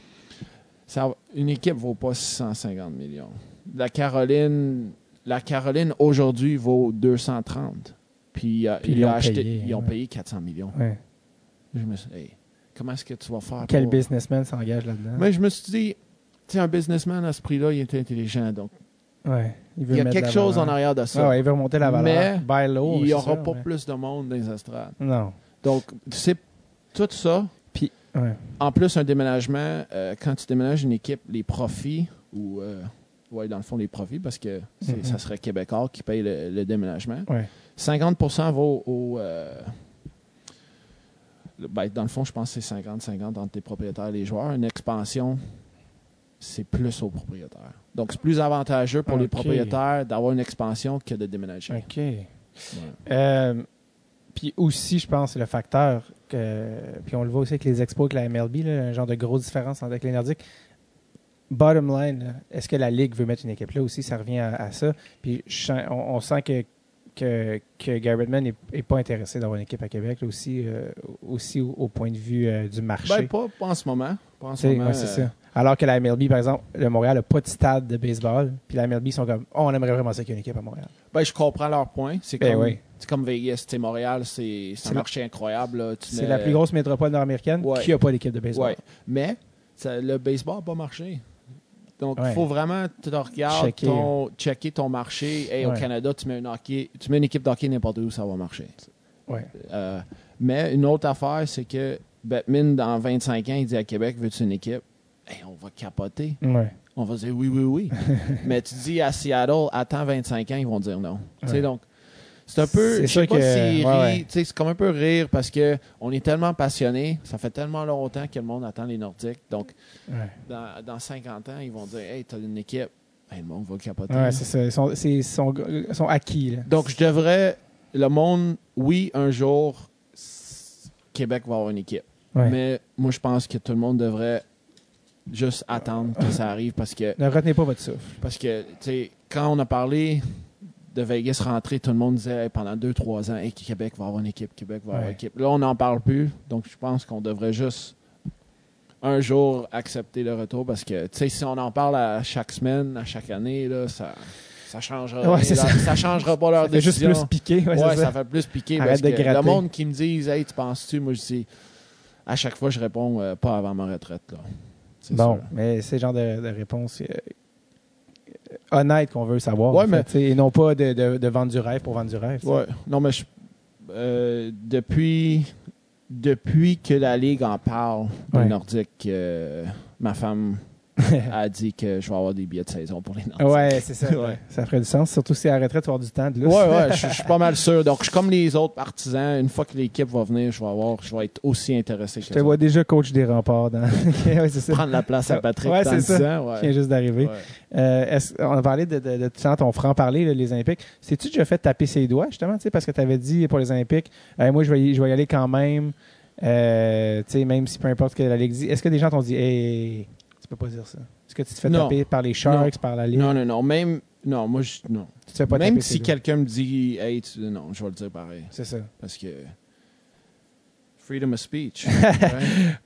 ça, va- une équipe ne vaut pas 650 millions. La Caroline, la Caroline aujourd'hui, vaut 230. Puis, euh, Puis ils, ils ont ont acheté, payé, ils ont ouais. payé 400 millions. Ouais. Je me suis dit, Hey, comment est-ce que tu vas faire? Quel pour- businessman s'engage là-dedans? Mais je me suis dit, tu sais, un businessman à ce prix-là, il est intelligent. Donc, Ouais. Il, veut il y a mettre quelque la chose en valeur. arrière de ça. Ah ouais, il veut remonter la valeur. Mais Buy low, il n'y Oh, c'est ça, aura pas mais- plus de monde dans les estrades. Non. Donc, tu sais, tout ça, Ouais. en plus, un déménagement, euh, quand tu déménages une équipe, les profits, ou, euh, ouais, dans le fond, les profits, parce que c'est- Mhm. ça serait Québécois qui paye le, le déménagement, Ouais. 50 va au. au, euh, le- ben, dans le fond, je pense que c'est 50-50 entre les propriétaires et les joueurs. Une expansion, c'est plus aux propriétaires. Donc, c'est plus avantageux pour les Ok. propriétaires d'avoir une expansion que de déménager. OK. Ouais. Euh, puis aussi, je pense, le facteur que. Puis on le voit aussi avec les expos, avec la MLB, là, un genre de grosse différence entre avec les Nordiques. Bottom line, là, est-ce que la Ligue veut mettre une équipe là aussi? Ça revient à, à ça. Puis je sens- on, on sent que, que, que Gary Bettman est- est pas intéressé d'avoir une équipe à Québec, là, aussi, euh, aussi au, au point de vue euh, du marché. Ben, pas, pas en ce moment. Pas en ce Tu sais, moment, ouais, c'est euh, ça. Alors que la MLB, par exemple, le Montréal n'a pas de stade de baseball. Puis la MLB, ils sont comme, oh, on aimerait vraiment ça qu'il y ait une équipe à Montréal. Ben, je comprends leur point. C'est Ben comme, oui. c'est comme Vegas, c'est Montréal, c'est c'est C'est un la- marché incroyable. là. Tu C'est mets- la plus grosse métropole nord-américaine Ouais. qui n'a pas d'équipe de baseball. Ouais. Mais ça- le baseball n'a pas marché. Donc, il Ouais. faut vraiment tu te regardes, Checker. ton, checker ton marché. Hey, Au Ouais. Canada, tu mets, une hockey- tu mets une équipe d'hockey n'importe où, ça va marcher. Ouais. Euh, mais une autre affaire, c'est que Batman, dans 25 ans, il dit à Québec, veux-tu une équipe? Hey, on va capoter. Ouais. On va dire oui, oui, oui. Mais tu dis à Seattle, attends 25 ans, ils vont dire non. Tu sais, Ouais. donc, c'est un peu. C'est Je sais sûr pas que- ouais, s'ils rient, ouais. tu sais, C'est comme un peu rire parce que on est tellement passionné. Ça fait tellement longtemps que le monde attend les Nordiques. Donc, Ouais. dans, dans 50 ans, ils vont dire Hey, t'as une équipe. Hey, le monde va capoter. Ouais, c'est ça. Ils sont, c'est- ils sont, ils sont acquis. là. donc, je devrais. Le monde, oui, un jour, s- Québec va avoir une équipe. Ouais. Mais moi, je pense que tout le monde devrait juste attendre que ça arrive parce que Ne retenez pas votre souffle. Parce que, tu sais, quand on a parlé de Vegas rentrer, tout le monde disait hey, pendant 2-3 ans, hey, Québec va avoir une équipe, Québec va avoir Ouais. une équipe. Là, on n'en parle plus. Donc, je pense qu'on devrait juste un jour accepter le retour parce que, tu sais, si on en parle à chaque semaine, à chaque année, là, ça. Ça changera, Ouais, c'est leur- ça. changera pas leur Ça fait juste décision. plus piqué. Ouais, Ouais, c'est ça. ça fait plus piquer. Arrête parce de que le gratter. monde qui me dit Hey, tu penses-tu Moi, je dis À chaque fois, je réponds euh, Pas avant ma retraite. Là. C'est Bon, sûr. mais c'est le genre de, de réponse euh, honnête qu'on veut savoir. Ouais, en fait, mais- tu sais, Et non pas de, de- de vendre du rêve pour vendre du rêve. tu sais. Ouais. Non, mais je- euh, depuis, depuis que la Ligue en parle, des Ouais. Nordiques, euh, ma femme a dit que je vais avoir des billets de saison pour les Nordiques. Ouais, c'est ça. Ouais. Ça ferait du sens. Surtout si à la retraite, tu vas avoir du temps de lousse. Ouais, ouais, je je suis pas mal sûr. Donc, je suis comme les autres partisans. Une fois que l'équipe va venir, je vais avoir, je vais être aussi intéressé que Je te les autres. vois déjà coach des remparts. Dans... ouais, c'est ça. prendre la place à Patrick Ouais, dans c'est 10 ça. ans, ouais. Qui vient juste d'arriver. Ouais. Euh, est-ce- on a parlé de, de, de, de ton franc-parler, là, les Olympiques. T'es-tu déjà fait taper ses doigts, justement, tu sais, parce que tu avais dit pour les Olympiques, Euh, moi, je vais, y- je vais y aller quand même, euh, tu sais, même si peu importe ce que la Ligue dit. Est-ce que des gens t'ont dit, hey, tu peux pas dire ça? Est-ce que tu te fais Non. taper par les Sharks, par la Ligue? Non, non, non. Même, non, moi, je, non. Tu te fais pas Même taper ses si doigts. quelqu'un me dit, hey, tu- non, je vais le dire pareil. C'est ça. Parce que. Freedom of speech. Ouais.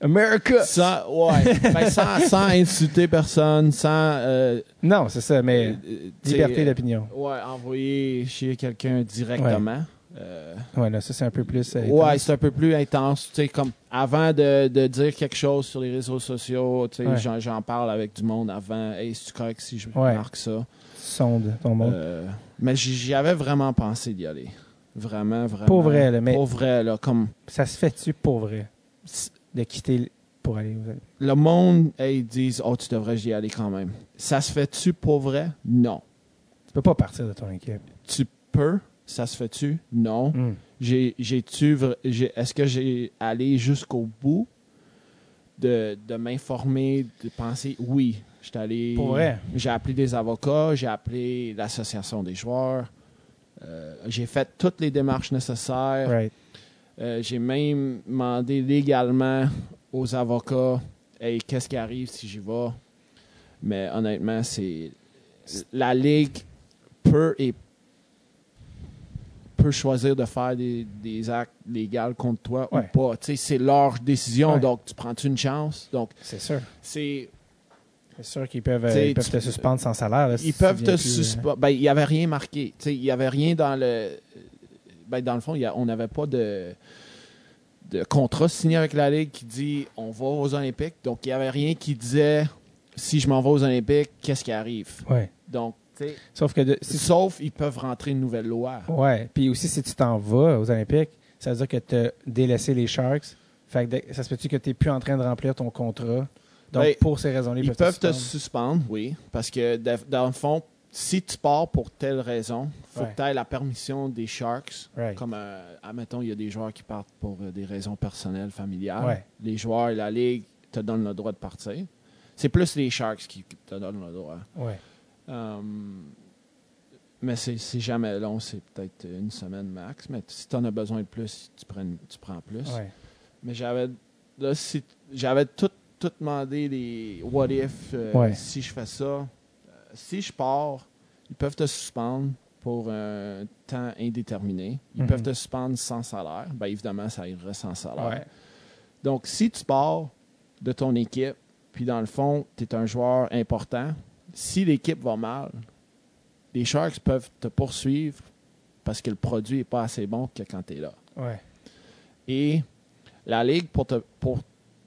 America! sans, ouais. Ben, sans, sans insulter personne, sans. euh, Non, c'est ça, mais euh, t'sais, liberté d'opinion. Ouais, envoyer chez quelqu'un directement. Euh, Ouais, là, ça, c'est un peu plus. euh, ouais, c'est un peu plus intense. Tu sais, comme avant de, de dire quelque chose sur les réseaux sociaux, tu sais, Ouais. j'en- j'en parle avec du monde avant. Hey, c'est correct si je Ouais. marque ça. sonde ton monde. Euh, mais j'y j'y avais vraiment pensé d'y aller. Vraiment, vraiment. Pour vrai, là, mais- Pour vrai, là. Comme. Ça se fait-tu pour vrai c- de quitter l- pour aller aux Olympiques? Le monde, hey, ils disent, oh, tu devrais y aller quand même. Ça se fait-tu pour vrai? Non. Tu peux pas partir de ton équipe. Tu peux? Ça se fait-tu? Non. Hmm. J'ai, j'ai-tu, vra- j'ai- est-ce que j'ai allé jusqu'au bout de, de m'informer, de penser? Oui. J'étais allé. Pour vrai? J'ai appelé des avocats, j'ai appelé l'association des joueurs. Euh, j'ai fait toutes les démarches nécessaires. Right. Euh, j'ai même demandé légalement aux avocats Hey, qu'est-ce qui arrive si j'y vais Mais honnêtement, c'est. La Ligue peut et peut choisir de faire des, des actes légaux contre toi Ouais. ou pas. Tu sais, c'est leur décision, Ouais. donc tu prends-tu une chance? Donc, C'est sûr. c'est. C'est sûr qu'ils peuvent, euh, T'sais, ils peuvent tu- te suspendre sans salaire. là, si Ils tu peuvent viens te plus, euh, suspendre. Ben, il n'y avait rien marqué. Tu sais, il n'y avait rien dans le. Ben, dans le fond, il y a- on n'avait pas de, de contrat signé avec la Ligue qui dit on va aux Olympiques. Donc, il n'y avait rien qui disait si je m'en vais aux Olympiques, qu'est-ce qui arrive. Ouais. Donc, tu sais, Sauf que de, si- sauf ils peuvent rentrer une nouvelle loi. ouais. Puis aussi, si tu t'en vas aux Olympiques, ça veut dire que tu as délaissé les Sharks. Fait que de- ça se peut-tu que tu n'es plus en train de remplir ton contrat. Donc, Ben, pour ces raisons-là, ils, Ils peuvent te suspendre. suspendre, oui. Parce que, da- dans le fond, si tu pars pour telle raison, faut Ouais. que tu aies la permission des Sharks. Right. Comme, euh, admettons, il y a des joueurs qui partent pour euh, des raisons personnelles, familiales. Ouais. Les joueurs et la Ligue te donnent le droit de partir. C'est plus les Sharks qui qui te donnent le droit. Ouais. Euh, mais c'est c'est jamais long, c'est peut-être une semaine max. Mais t- si tu en as besoin de plus, tu prends, tu prends plus. Ouais. Mais j'avais là, si- j'avais tout, tout demandé les what if euh, Ouais. si je fais ça. euh, si je pars, ils peuvent te suspendre pour un temps indéterminé. Ils Mhm. peuvent te suspendre sans salaire. Ben évidemment, ça irait sans salaire. Ouais. Donc si tu pars de ton équipe, puis dans le fond, tu es un joueur important, si l'équipe va mal, les Sharks peuvent te poursuivre parce que le produit n'est pas assez bon que quand tu es là. Ouais. Et la Ligue pour te- pour-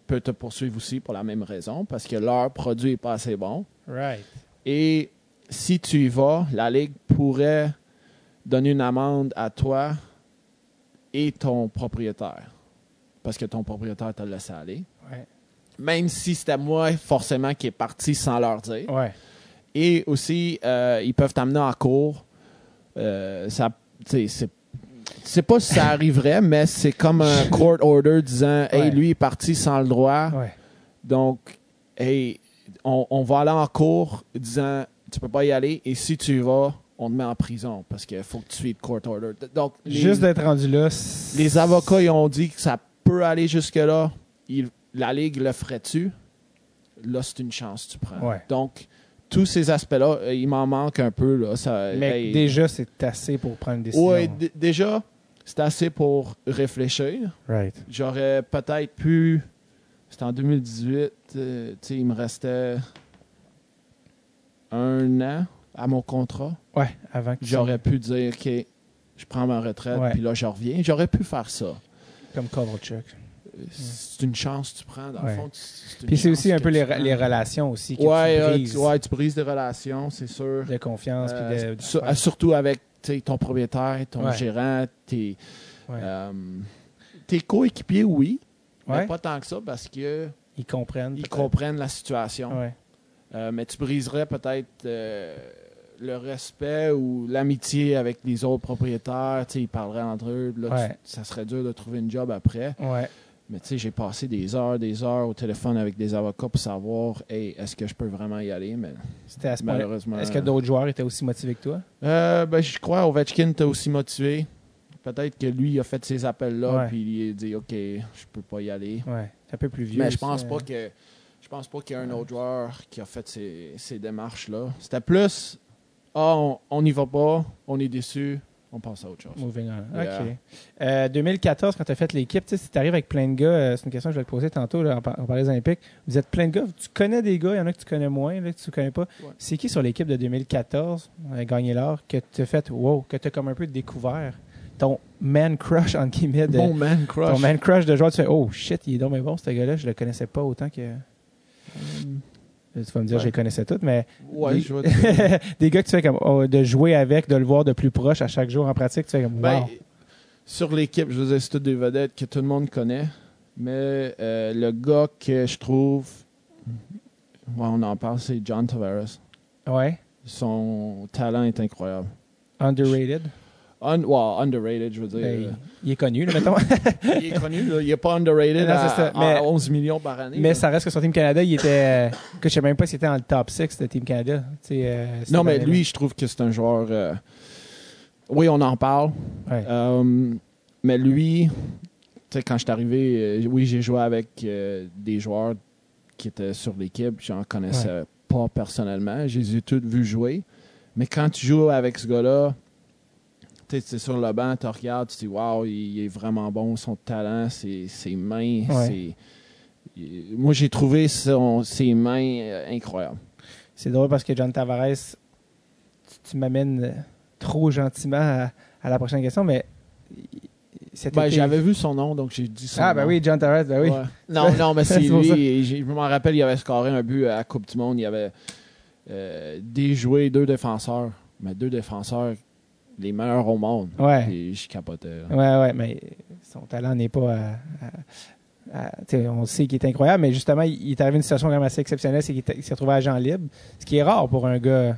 peut te poursuivre aussi pour la même raison, parce que leur produit n'est pas assez bon. Right. Et si tu y vas, la Ligue pourrait donner une amende à toi et ton propriétaire, parce que ton propriétaire t'a laissé aller. Ouais. Même si c'était moi, forcément, qui est parti sans leur dire. Ouais. Et aussi, euh, ils peuvent t'amener en cours. Euh, ça, tu sais, c'est c'est pas si ça arriverait, mais c'est comme un court order disant Hey, Ouais. lui est parti sans le droit, Ouais. donc hey, on, on va aller en cours disant Tu peux pas y aller, et si tu y vas, on te met en prison parce qu'il faut que tu suives le court order. Donc, les, Juste d'être rendu là. c- les avocats, ils ont dit que ça peut aller jusque-là. Ils- La Ligue le ferait-tu? Là, c'est une chance que tu prends. Ouais. Donc, tous ces aspects-là, euh, il m'en manque un peu. Là. Ça, Mais hey, déjà, c'est assez pour prendre une décision. ouais, d- déjà, c'est assez pour réfléchir. Right. J'aurais peut-être pu... C'était en 2018. euh, tu sais, il me restait un an à mon contrat. Ouais, avant que tu- J'aurais pu dire, OK, je prends ma retraite, Ouais. puis là, je reviens. J'aurais pu faire ça. Comme Kovalchuk. c'est une chance que tu prends. Dans Ouais. le fond, c'est une Puis c'est chance aussi un que peu tu les, prends. les relations aussi que ouais, tu euh, brises tu, ouais, tu brises des relations, c'est sûr. de confiance. puis Euh, de- de- sur- surtout avec tu sais, ton propriétaire, ton Ouais. gérant, tes, Ouais. euh, tes coéquipiers, oui, Ouais. mais pas tant que ça parce que Ils comprennent. ils peut-être. comprennent la situation. Ouais. Euh, mais tu briserais peut-être euh, le respect ou l'amitié avec les autres propriétaires. Tu sais, ils parleraient entre eux. Là, tu- Ouais. ça serait dur de trouver une job après. Ouais. Mais tu sais, j'ai passé des heures, des heures au téléphone avec des avocats pour savoir, hey, est-ce que je peux vraiment y aller? Mais C'était à ce point-là. malheureusement. Est-ce que d'autres joueurs étaient aussi motivés que toi? Euh, ben, je crois Ovechkin était aussi motivé. Peut-être que lui, il a fait ces Ouais. appels-là, puis il a dit, OK, je peux pas y aller. Ouais. C'est un peu plus vieux. euh, Mais je pense ça. pas que. Je pense pas qu'il y a un autre joueur qui a fait ces, ces démarches-là. C'était plus Ah, on- on n'y va pas, on est déçu, on passe à autre chose. Moving on. Yeah. OK. Euh, 2014, quand tu as fait l'équipe, tu sais, si tu arrives avec plein de gars, euh, c'est une question que je vais te poser tantôt, là, on, par- on parlait des Olympiques. Vous êtes plein de gars, tu connais des gars, il y en a que tu connais moins, là, que tu connais pas. Ouais. C'est qui sur l'équipe de 2014, euh, gagné l'or, que tu as fait, wow, que tu as comme un peu découvert ton man crush, en guillemets, de, man ton man crush de joueur, tu fais, oh shit, il est donc bien bon, ce gars-là, je le connaissais pas autant que. euh, Tu vas me dire, Ouais. je les connaissais toutes, mais Ouais, des, je vais te- des gars que tu fais comme, oh, de jouer avec, de le voir de plus proche à chaque jour en pratique, tu fais comme, wow. Ben, Sur l'équipe, je veux dire, c'est toutes des vedettes que tout le monde connaît. Mais euh, le gars que je trouve. Ouais, on en parle, c'est John Tavares. ouais. Son talent est incroyable. Underrated. Un- ouais, underrated, je veux dire. Ben, il est connu, là, mettons. Il est connu, là, il n'est pas underrated Non, à, c'est ça, à mais- 11 millions par année. mais là. ça reste que sur Team Canada, il était. euh, Que je sais même pas s'il était dans le top 6 de Team Canada. Tu sais, euh, c'était Non, mais dans- lui, je trouve que c'est un joueur. euh, Oui, on en parle. Ouais. Euh, mais lui, tu sais, quand je suis arrivé, euh, oui, j'ai joué avec euh, des joueurs qui étaient sur l'équipe. J'en connaissais pas personnellement. Je les ai tous vus jouer. Mais quand tu joues avec ce gars-là, tu sais, c'est sur le banc, tu regardes, tu dis, waouh, il est vraiment bon, son talent, ses, ses mains. Ouais. ses- il- Moi, j'ai trouvé son- ses mains euh, incroyables. C'est drôle parce que John Tavares, tu, tu m'amènes euh, trop gentiment à, à la prochaine question, mais. il- cet Ben, été- j'avais vu son nom, donc j'ai dit son Ah, ben nom. oui, John Tavares, ben oui. Ouais. Non, non, mais c'est C'est pour ça. lui. Je me rappelle, il avait scoré un but à la Coupe du Monde. Il avait euh, déjoué deux défenseurs. Mais deux défenseurs, les meilleurs au monde. Ouais. Et je capotais. là. Ouais, ouais, mais son talent n'est pas. à- à- à- tu sais, on sait qu'il est incroyable, mais justement, il, il est arrivé une situation quand même assez exceptionnelle, c'est qu'il était- il s'est retrouvé agent libre, ce qui est rare pour un gars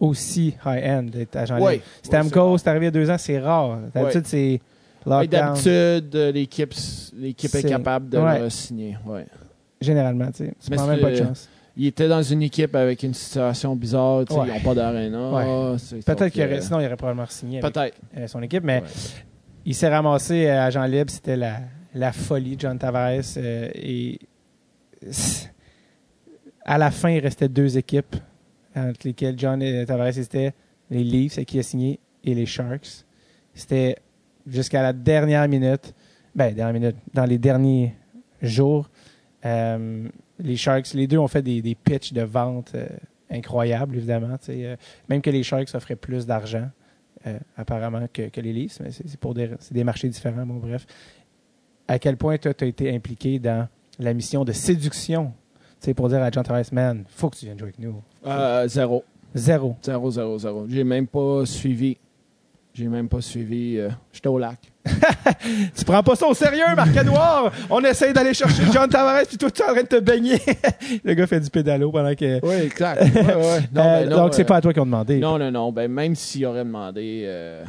aussi high-end d'être agent Ouais. libre. Stamkos, c'est arrivé il y a deux ans, c'est rare. D'habitude, c'est Mais lockdown, D'habitude, euh, l'équipe s- l'équipe est C'est- capable de ouais. le signer. ouais. généralement, tu sais. Tu Mais prends même c'est- pas de chance. Il était dans une équipe avec une situation bizarre. tu sais, Ouais. Ils n'ont pas d'aréna. c'est- Peut-être donc, qu'il aurait- euh, sinon, il aurait probablement signé avec Peut-être. euh, son équipe, mais Ouais. il s'est ramassé à agent libre, c'était la, la folie de John Tavares. euh, et c'est- à la fin, il restait deux équipes entre lesquelles John et Tavares c'était les Leafs, c'est qui a signé, et les Sharks. C'était jusqu'à la dernière minute, ben dernière minute, dans les derniers jours, euh, les Sharks, les deux ont fait des, des pitchs de vente euh, incroyables, évidemment. tu sais, euh, même que les Sharks offraient plus d'argent, euh, apparemment, que, que les Leafs, mais c'est c'est pour des, c'est des marchés différents. Bon, bref. À quel point tu as été impliqué dans la mission de séduction tu sais, pour dire à John Torres, man, faut que tu viennes jouer avec nous. Euh, zéro. Zéro. 0 0 0. J'ai même pas suivi. J'ai même pas suivi. euh, J'étais au lac. Tu prends pas ça au sérieux, Marc-Edouard! On essaye d'aller chercher John Tavares, puis toi, tu es en train de te baigner. Le gars fait du pédalo pendant que. Oui, exact. Ouais, ouais. Non, Euh, ben non, donc, c'est euh, pas à toi qu'on demandé. Non, non, non. Ben, même s'il aurait demandé. euh,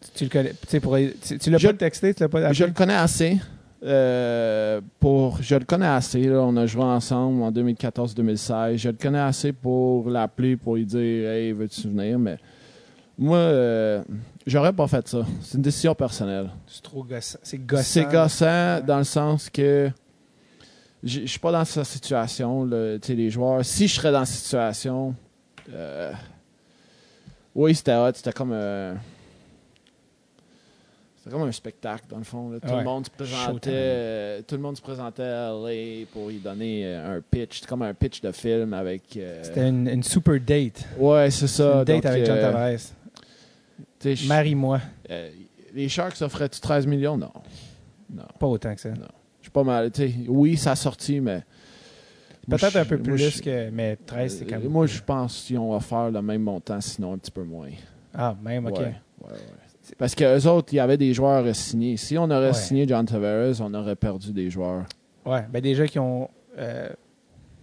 Tu, tu le connais. Tu, sais, pour- tu- tu l'as Je- pas texté, tu l'as pas. je le connais assez. euh, pour, je le connais assez. là. on a joué ensemble en 2014-2016. Je le connais assez pour l'appeler, pour lui dire Hey, veux-tu venir Mais moi, euh, j'aurais pas fait ça. C'est une décision personnelle. C'est trop gossant. C'est gossant. Euh, C'est gossant dans le sens que je je suis pas dans sa situation, là, tu sais, les joueurs. Si je serais dans cette situation, euh, oui, c'était hot, c'était comme euh, c'était comme un spectacle dans le fond. là. Tout Ouais. le monde se présentait, Showtime. euh, tout le monde se présentait à LA pour y donner euh, un pitch. C'était comme un pitch de film avec. euh, C'était une, une super date. ouais, c'est ça. une date Donc, avec John euh, Tavares. tu sais, je- Marie-moi. euh, les Sharks offraient-tu 13 millions Non, Pas autant que ça. Non. Je suis pas mal. tu sais, oui, ça a sorti, mais. moi, Peut-être je- un peu moi, plus je- Euh, que. Mais 13, c'est quand même. Moi, je pense qu'ils ont offert le même montant, sinon un petit peu moins. Ah, même, OK. Ouais, ouais, ouais. Parce qu'eux autres, il y avait des joueurs euh, signés. Si on aurait Ouais. signé John Tavares, on aurait perdu des joueurs. Ouais, ben déjà qui ont euh,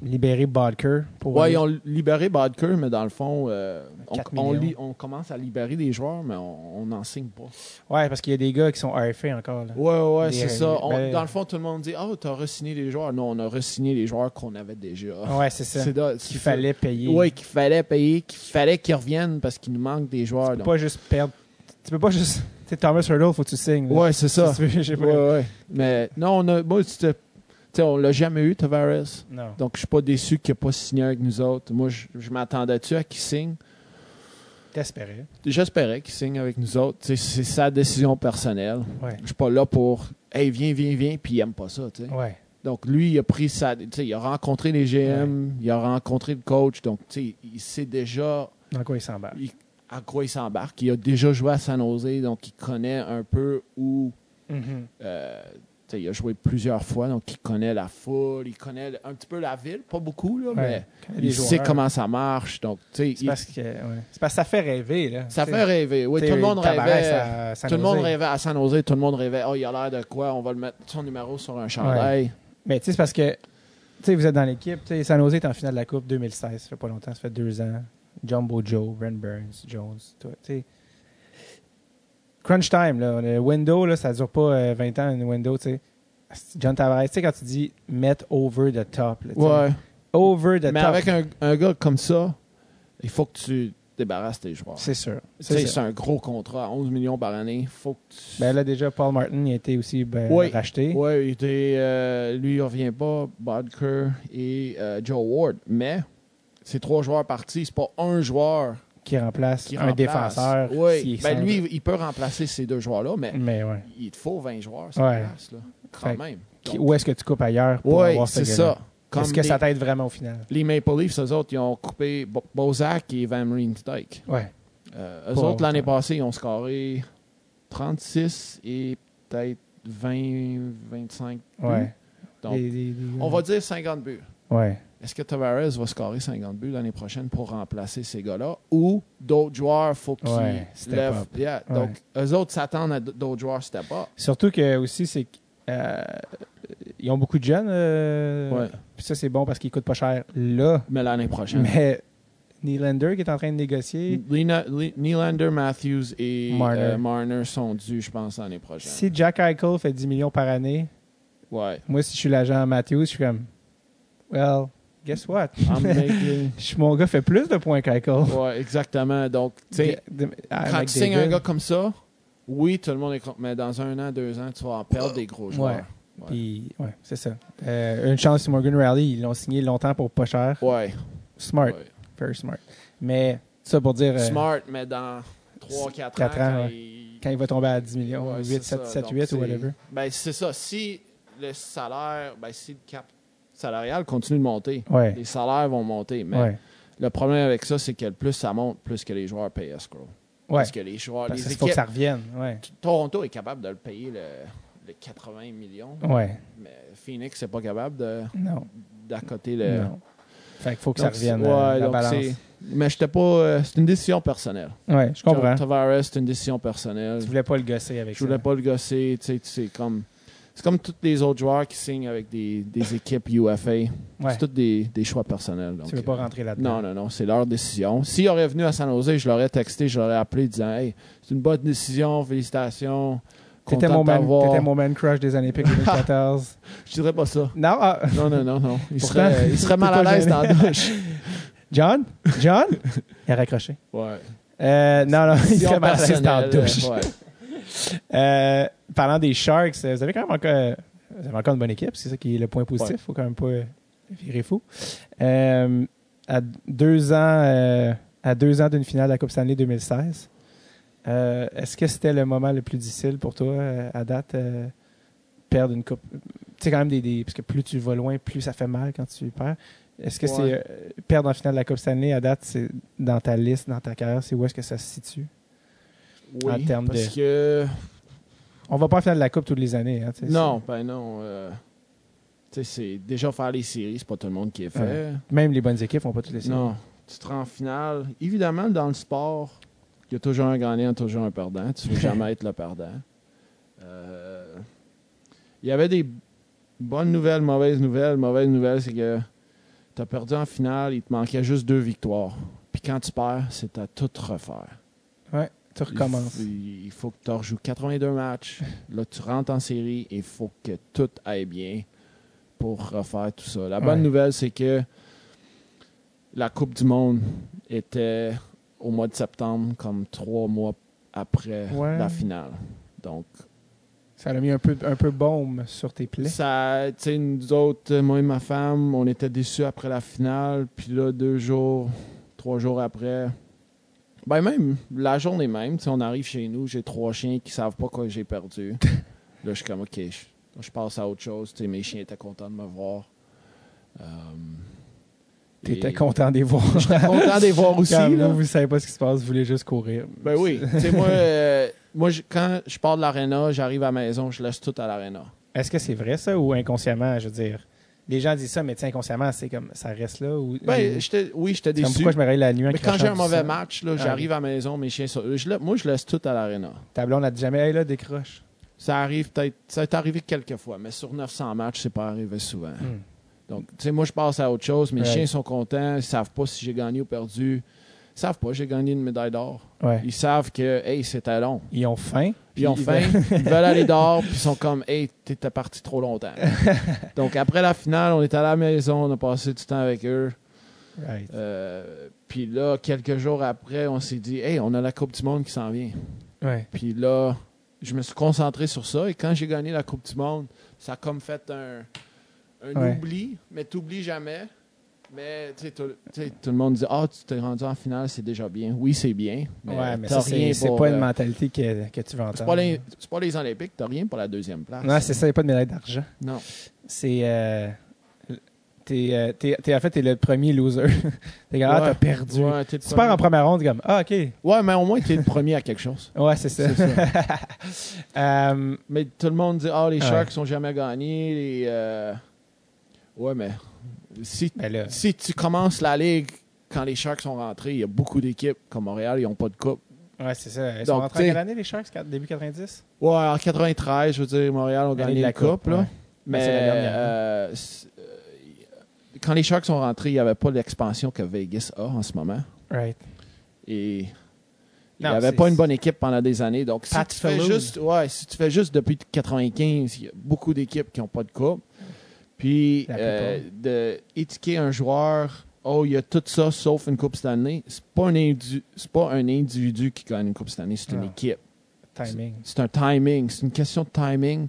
libéré Bodker pour. Ouais, aller- ils ont libéré Bodker, mais dans le fond, euh, on, Quatre on millions. li- on commence à libérer des joueurs, mais on on n'en signe pas. Ouais, parce qu'il y a des gars qui sont RFA encore. Là. Ouais, ouais, Des- c'est ça. On- ben- dans le fond, tout le monde dit Oh, t'as re-signé les joueurs. Non, on a re-signé les joueurs qu'on avait déjà. Ah, Ouais, c'est ça. Oh. C'est da- c'est Qu'il ça. fallait payer. Ouais, qu'il fallait payer, qu'il fallait qu'ils reviennent parce qu'il nous manque des joueurs. Tu peux donc. pas juste perdre. Tu peux pas juste. Tu sais, Thomas Hurdle, faut que tu signes. là. Ouais, c'est Si ça. tu veux, je sais pas. Ouais, ouais. Mais non, on a, moi, c'était- tu sais, on l'a jamais eu, Tavares. Non. Donc, je suis pas déçu qu'il n'ait pas signé avec nous autres. Moi, je, je m'attendais-tu à qu'il signe? T'espérais. J'espérais qu'il signe avec nous autres. Tu sais, c'est sa décision personnelle. Ouais. Je suis pas là pour « Hey, viens, viens, viens », puis il aime pas ça, tu sais. Ouais. Donc, lui, il a pris sa... tu sais, Il a rencontré les GM, il a rencontré le coach. Donc, tu sais, il sait déjà Dans quoi il s'emballe. il- à quoi il s'embarque. Il a déjà joué à San Jose, donc il connaît un peu où... Mhm. euh, tu sais, il a joué plusieurs fois, donc il connaît la foule, il connaît le- un petit peu la ville, pas beaucoup, là, mais... Ouais. Quand Il les sait joueurs- comment ça marche. Donc, tu sais, C'est il- parce que. ouais. C'est parce que ça fait rêver, là. ça Tu fait sais, rêver. Oui, tu tout sais, le monde Tavares rêvait. à San tout le monde Jose. rêvait à San Jose. Tout le monde rêvait. Oh, il a l'air de quoi On va le mettre son numéro sur un chandail. Mais tu sais, c'est parce que. Tu sais, vous êtes dans l'équipe. Tu sais, San Jose est en finale de la Coupe 2016. Ça fait pas longtemps. Ça fait deux ans. Jumbo Joe, Ren Burns, Jones. Toi, tu sais. Crunch time, là. Le window, là, ça dure pas euh, 20 ans, une window, tu sais. John Tavares, tu sais, quand tu dis mettre over the top, là, tu sais. Ouais. Over the Mais top. avec un, un gars comme ça, il faut que tu débarrasses tes joueurs. Tu C'est sûr. sais, C'est C'est sûr. un gros contrat, 11 millions par année. Il faut que tu. Ben là, déjà, Paul Martin, il a été aussi ben, Oui. racheté. Ouais, il était, euh, lui, il revient pas. Bodker et euh, Joe Ward. Mais ces trois joueurs partis, c'est pas un joueur Qui remplace qui un remplace. défenseur. s'il Oui. est Ben, sans- lui, il peut remplacer ces deux joueurs-là, mais Mais ouais. il te faut 20 joueurs sur Ouais. place, là, quand Fait- même. Qui- Où est-ce que tu coupes ailleurs pour Oui, avoir ce c'est gars-là? ça. Comme Est-ce que les, ça t'aide vraiment au final? les Maple Leafs, eux autres, ils ont coupé Bo- Bozak et Van Riemsdyk. Ouais. Euh, eux Pas autres, l'année autant. passée, ils ont scoré 36 et peut-être 20, 25 buts. Ouais. Hmm. Donc, Des- des- des- euh, on va dire 50 buts. Ouais. Est-ce que Tavares va scorer 50 buts l'année prochaine pour remplacer ces gars-là? Ou d'autres joueurs, faut qu'ils Ouais, step lèvent. up. Yeah, Ouais. Donc, eux autres s'attendent à d- d'autres joueurs step up. Surtout que aussi, c'est que, euh, ils ont beaucoup de jeunes. euh, Ouais. Puis ça, c'est bon parce qu'ils coûtent pas cher là. Mais l'année prochaine. Mais Nylander qui est en train de négocier, Lina- Li- Nylander, Matthews et euh, Marner. Marner, sont dus, je pense, l'année prochaine. si Jack Eichel fait 10 millions par année, Ouais. moi, si je suis l'agent Matthews, je suis comme, well, guess what? I'm making- Je- Mon gars fait plus de points qu'Eichel. ouais, exactement. Donc, tu sais, De- de- à quand tu McDavid. signes un gars comme ça, oui, tout le monde est contre, mais dans un an, deux ans, tu vas en perdre des gros joueurs. Ouais. Oh, Puis, ouais, c'est ça. Euh, une chance, Morgan Rally, ils l'ont signé longtemps pour pas cher. Ouais. Smart, ouais. very smart. Mais ça pour dire, euh, Smart, mais dans 3-4 ans, Quatre ans, quand ouais. il- quand il va tomber à 10 millions, Ouais, 8, c'est 7, ça. 7, Donc, 8 ou c'est- whatever. Ben, c'est ça. Si le salaire, ben, si le cap salarial continue de monter, Ouais, les salaires vont monter, mais ouais, le problème avec ça, c'est que plus ça monte, plus que les joueurs payent escrow. ouais. Ben, Parce que les joueurs, Parce les qu'il faut que équipes, ça revienne, ouais. Toronto est capable de le payer le, le 80 millions, Ouais, mais Phoenix n'est pas capable de- non, d'accoter le. non. Fait qu'il faut que ça Donc, revienne, ouais, euh, la donc balance. c'est- Mais j'étais pas. euh, c'est une décision personnelle. Ouais, je comprends. Tavares, c'est une décision personnelle. Tu voulais pas le gosser avec Je voulais ça. pas le gosser. tu sais, tu sais, comme. C'est comme tous les autres joueurs qui signent avec des, des équipes UFA. Ouais, C'est tous des, des choix personnels. donc, tu veux euh, pas rentrer là-dedans. Non, non, non, c'est leur décision. S'il aurait venu à San Jose, je l'aurais texté, je l'aurais appelé disant Hey, c'est une bonne décision, félicitations. T'étais content mon, de man, t'avoir. t'étais mon man crush des Olympiques 2014. Je dirais pas ça. non, ah, Non, non, non, non. Il, Pourtant, serait, il serait t'es mal pas à l'aise dans gêné. la douche. John? John? Il a raccroché. Ouais. Euh, non, non, il serait Décision mal à l'aise dans la personnelle, douche. euh, ouais. Euh, parlant des Sharks, euh, vous avez quand même encore, vous avez encore une bonne équipe. C'est ça qui est le point positif. Ouais. Faut quand même pas euh, virer fou. Euh, à deux ans, euh, à deux ans d'une finale de la Coupe Stanley 2016, euh, est-ce que c'était le moment le plus difficile pour toi euh, à date euh, perdre une coupe Tu sais quand même des, des- parce que plus tu vas loin, plus ça fait mal quand tu perds. Est-ce que Ouais. c'est euh, perdre en finale de la Coupe Stanley à date, c'est dans ta liste, dans ta carrière, c'est où est-ce que ça se situe Oui, En termes parce de- que. On va pas en finale de la Coupe toutes les années. hein, tu sais, Non, ben non. euh, Tu sais, c'est déjà faire les séries, c'est pas tout le monde qui est fait. Ouais. Même les bonnes équipes font pas toutes les séries. Non, tu te rends en finale. Évidemment, dans le sport, il y a toujours un gagnant, toujours un perdant. Tu veux jamais être le perdant. Euh, Il y avait des bonnes nouvelles, mauvaises nouvelles. Mauvaise nouvelle, c'est que tu as perdu en finale, il te manquait juste deux victoires. Puis quand tu perds, c'est à tout refaire. Tu recommences. Il, f- il faut que tu rejoues 82 matchs. Là, tu rentres en série et il faut que tout aille bien pour refaire tout ça. La bonne Ouais. nouvelle, c'est que la Coupe du Monde était au mois de septembre, comme trois mois après Ouais. la finale. Donc, Ça l'a mis un peu, un peu baume sur tes plaies. ça, tu sais, nous autres, euh, moi et ma femme, on était déçus après la finale. Puis là, deux jours, trois jours après, ben même, la journée même, tu sais, on arrive chez nous, j'ai trois chiens qui savent pas quoi j'ai perdu. là, je suis comme, OK, je- je passe à autre chose. Tu sais, mes chiens étaient contents de me voir. Euh, T'étais et- content des voir. J'étais content de les voir aussi. Comme là, là. vous savez pas ce qui se passe, vous voulez juste courir. Ben oui, tu sais, moi, euh, moi je- quand je pars de l'aréna, j'arrive à la maison, je laisse tout à l'aréna. Est-ce que c'est vrai ça ou inconsciemment, je veux dire? Les gens disent ça, mais tiens, inconsciemment, c'est comme ça reste là ou. Ben, ou- j'étais- oui, j'étais c'est comme déçu. pourquoi je me réveille la nuit en Mais quand j'ai crachant un du mauvais sang? match, là, Ah j'arrive à la maison, mes chiens sont. je la- moi, je laisse tout à l'aréna. Ta blonde a dit jamais, hey là, décroche. Ça arrive peut-être. Ça est arrivé quelques fois, mais sur 900 matchs, c'est pas arrivé souvent. Hmm. Donc, tu sais, moi, je passe à autre chose. Mes Ouais. chiens sont contents. Ils savent pas si j'ai gagné ou perdu. Ils savent pas, j'ai gagné une médaille d'or. Ouais. Ils savent que, hey, c'était long. Ils ont faim. Puis ils ont Ils faim, ils veulent aller dehors, puis ils sont comme, hey, t'étais parti trop longtemps. Donc, après la finale, on est allé à la maison, on a passé du temps avec eux. Right. Euh, puis là, quelques jours après, on s'est dit, hey, on a la Coupe du Monde qui s'en vient. Ouais. Puis là, je me suis concentré sur ça. Et quand j'ai gagné la Coupe du Monde, ça a comme fait un, un Ouais. oubli, mais t'oublies jamais. Mais tu sais, tout, tu sais, tout le monde dit Ah, tu t'es rendu en finale, c'est déjà bien. Oui, c'est bien. Mais, ouais, mais t'as ça, c'est rien c'est pour, pas une euh, mentalité que, que tu veux entendre. C'est pas, les, c'est pas les Olympiques, t'as rien pour la deuxième place. Non, c'est Ah, ça, il n'y a pas de médaille d'argent. Non. c'est. euh, t'es, euh, t'es- t'es- en fait, t'es le premier loser. t'es comme, ah, Ouais. t'as perdu. Ouais, t'es le Tu perds en premier. première ronde, t'es comme, ah, OK. Ouais, mais au moins, t'es le premier à quelque chose. Ouais, c'est ça. Euh, Mais tout le monde dit Ah, les Ouais. Sharks n'ont jamais gagné. Les, euh, Ouais, mais si, ben là, si tu commences la ligue quand les Sharks sont rentrés, il y a beaucoup d'équipes comme Montréal, ils n'ont pas de coupe. ouais, c'est ça. Ils Donc, sont rentrés t'sais- en quelle année, les Sharks, quatre- début 90? Ouais, en 93, je veux dire, Montréal ont L'année gagné de la, la coupe. coupe, là. ouais. Mais Ben, c'est la dernière, hein. euh, c'est- euh, quand les Sharks sont rentrés, il n'y avait pas l'expansion que Vegas a en ce moment. Right. Et il n'y Non, avait c'est- pas une bonne équipe pendant des années. Donc, si Pat tu, fais Falloon. juste, ouais, si tu fais juste depuis 95, il y a beaucoup d'équipes qui n'ont pas de coupe. Puis, La euh, de étiqueter un joueur, oh, il y a tout ça sauf une coupe cette année, c'est pas un individu, c'est pas un individu qui gagne une coupe cette année, c'est une Non. équipe. Timing. C'est un timing, c'est une question de timing.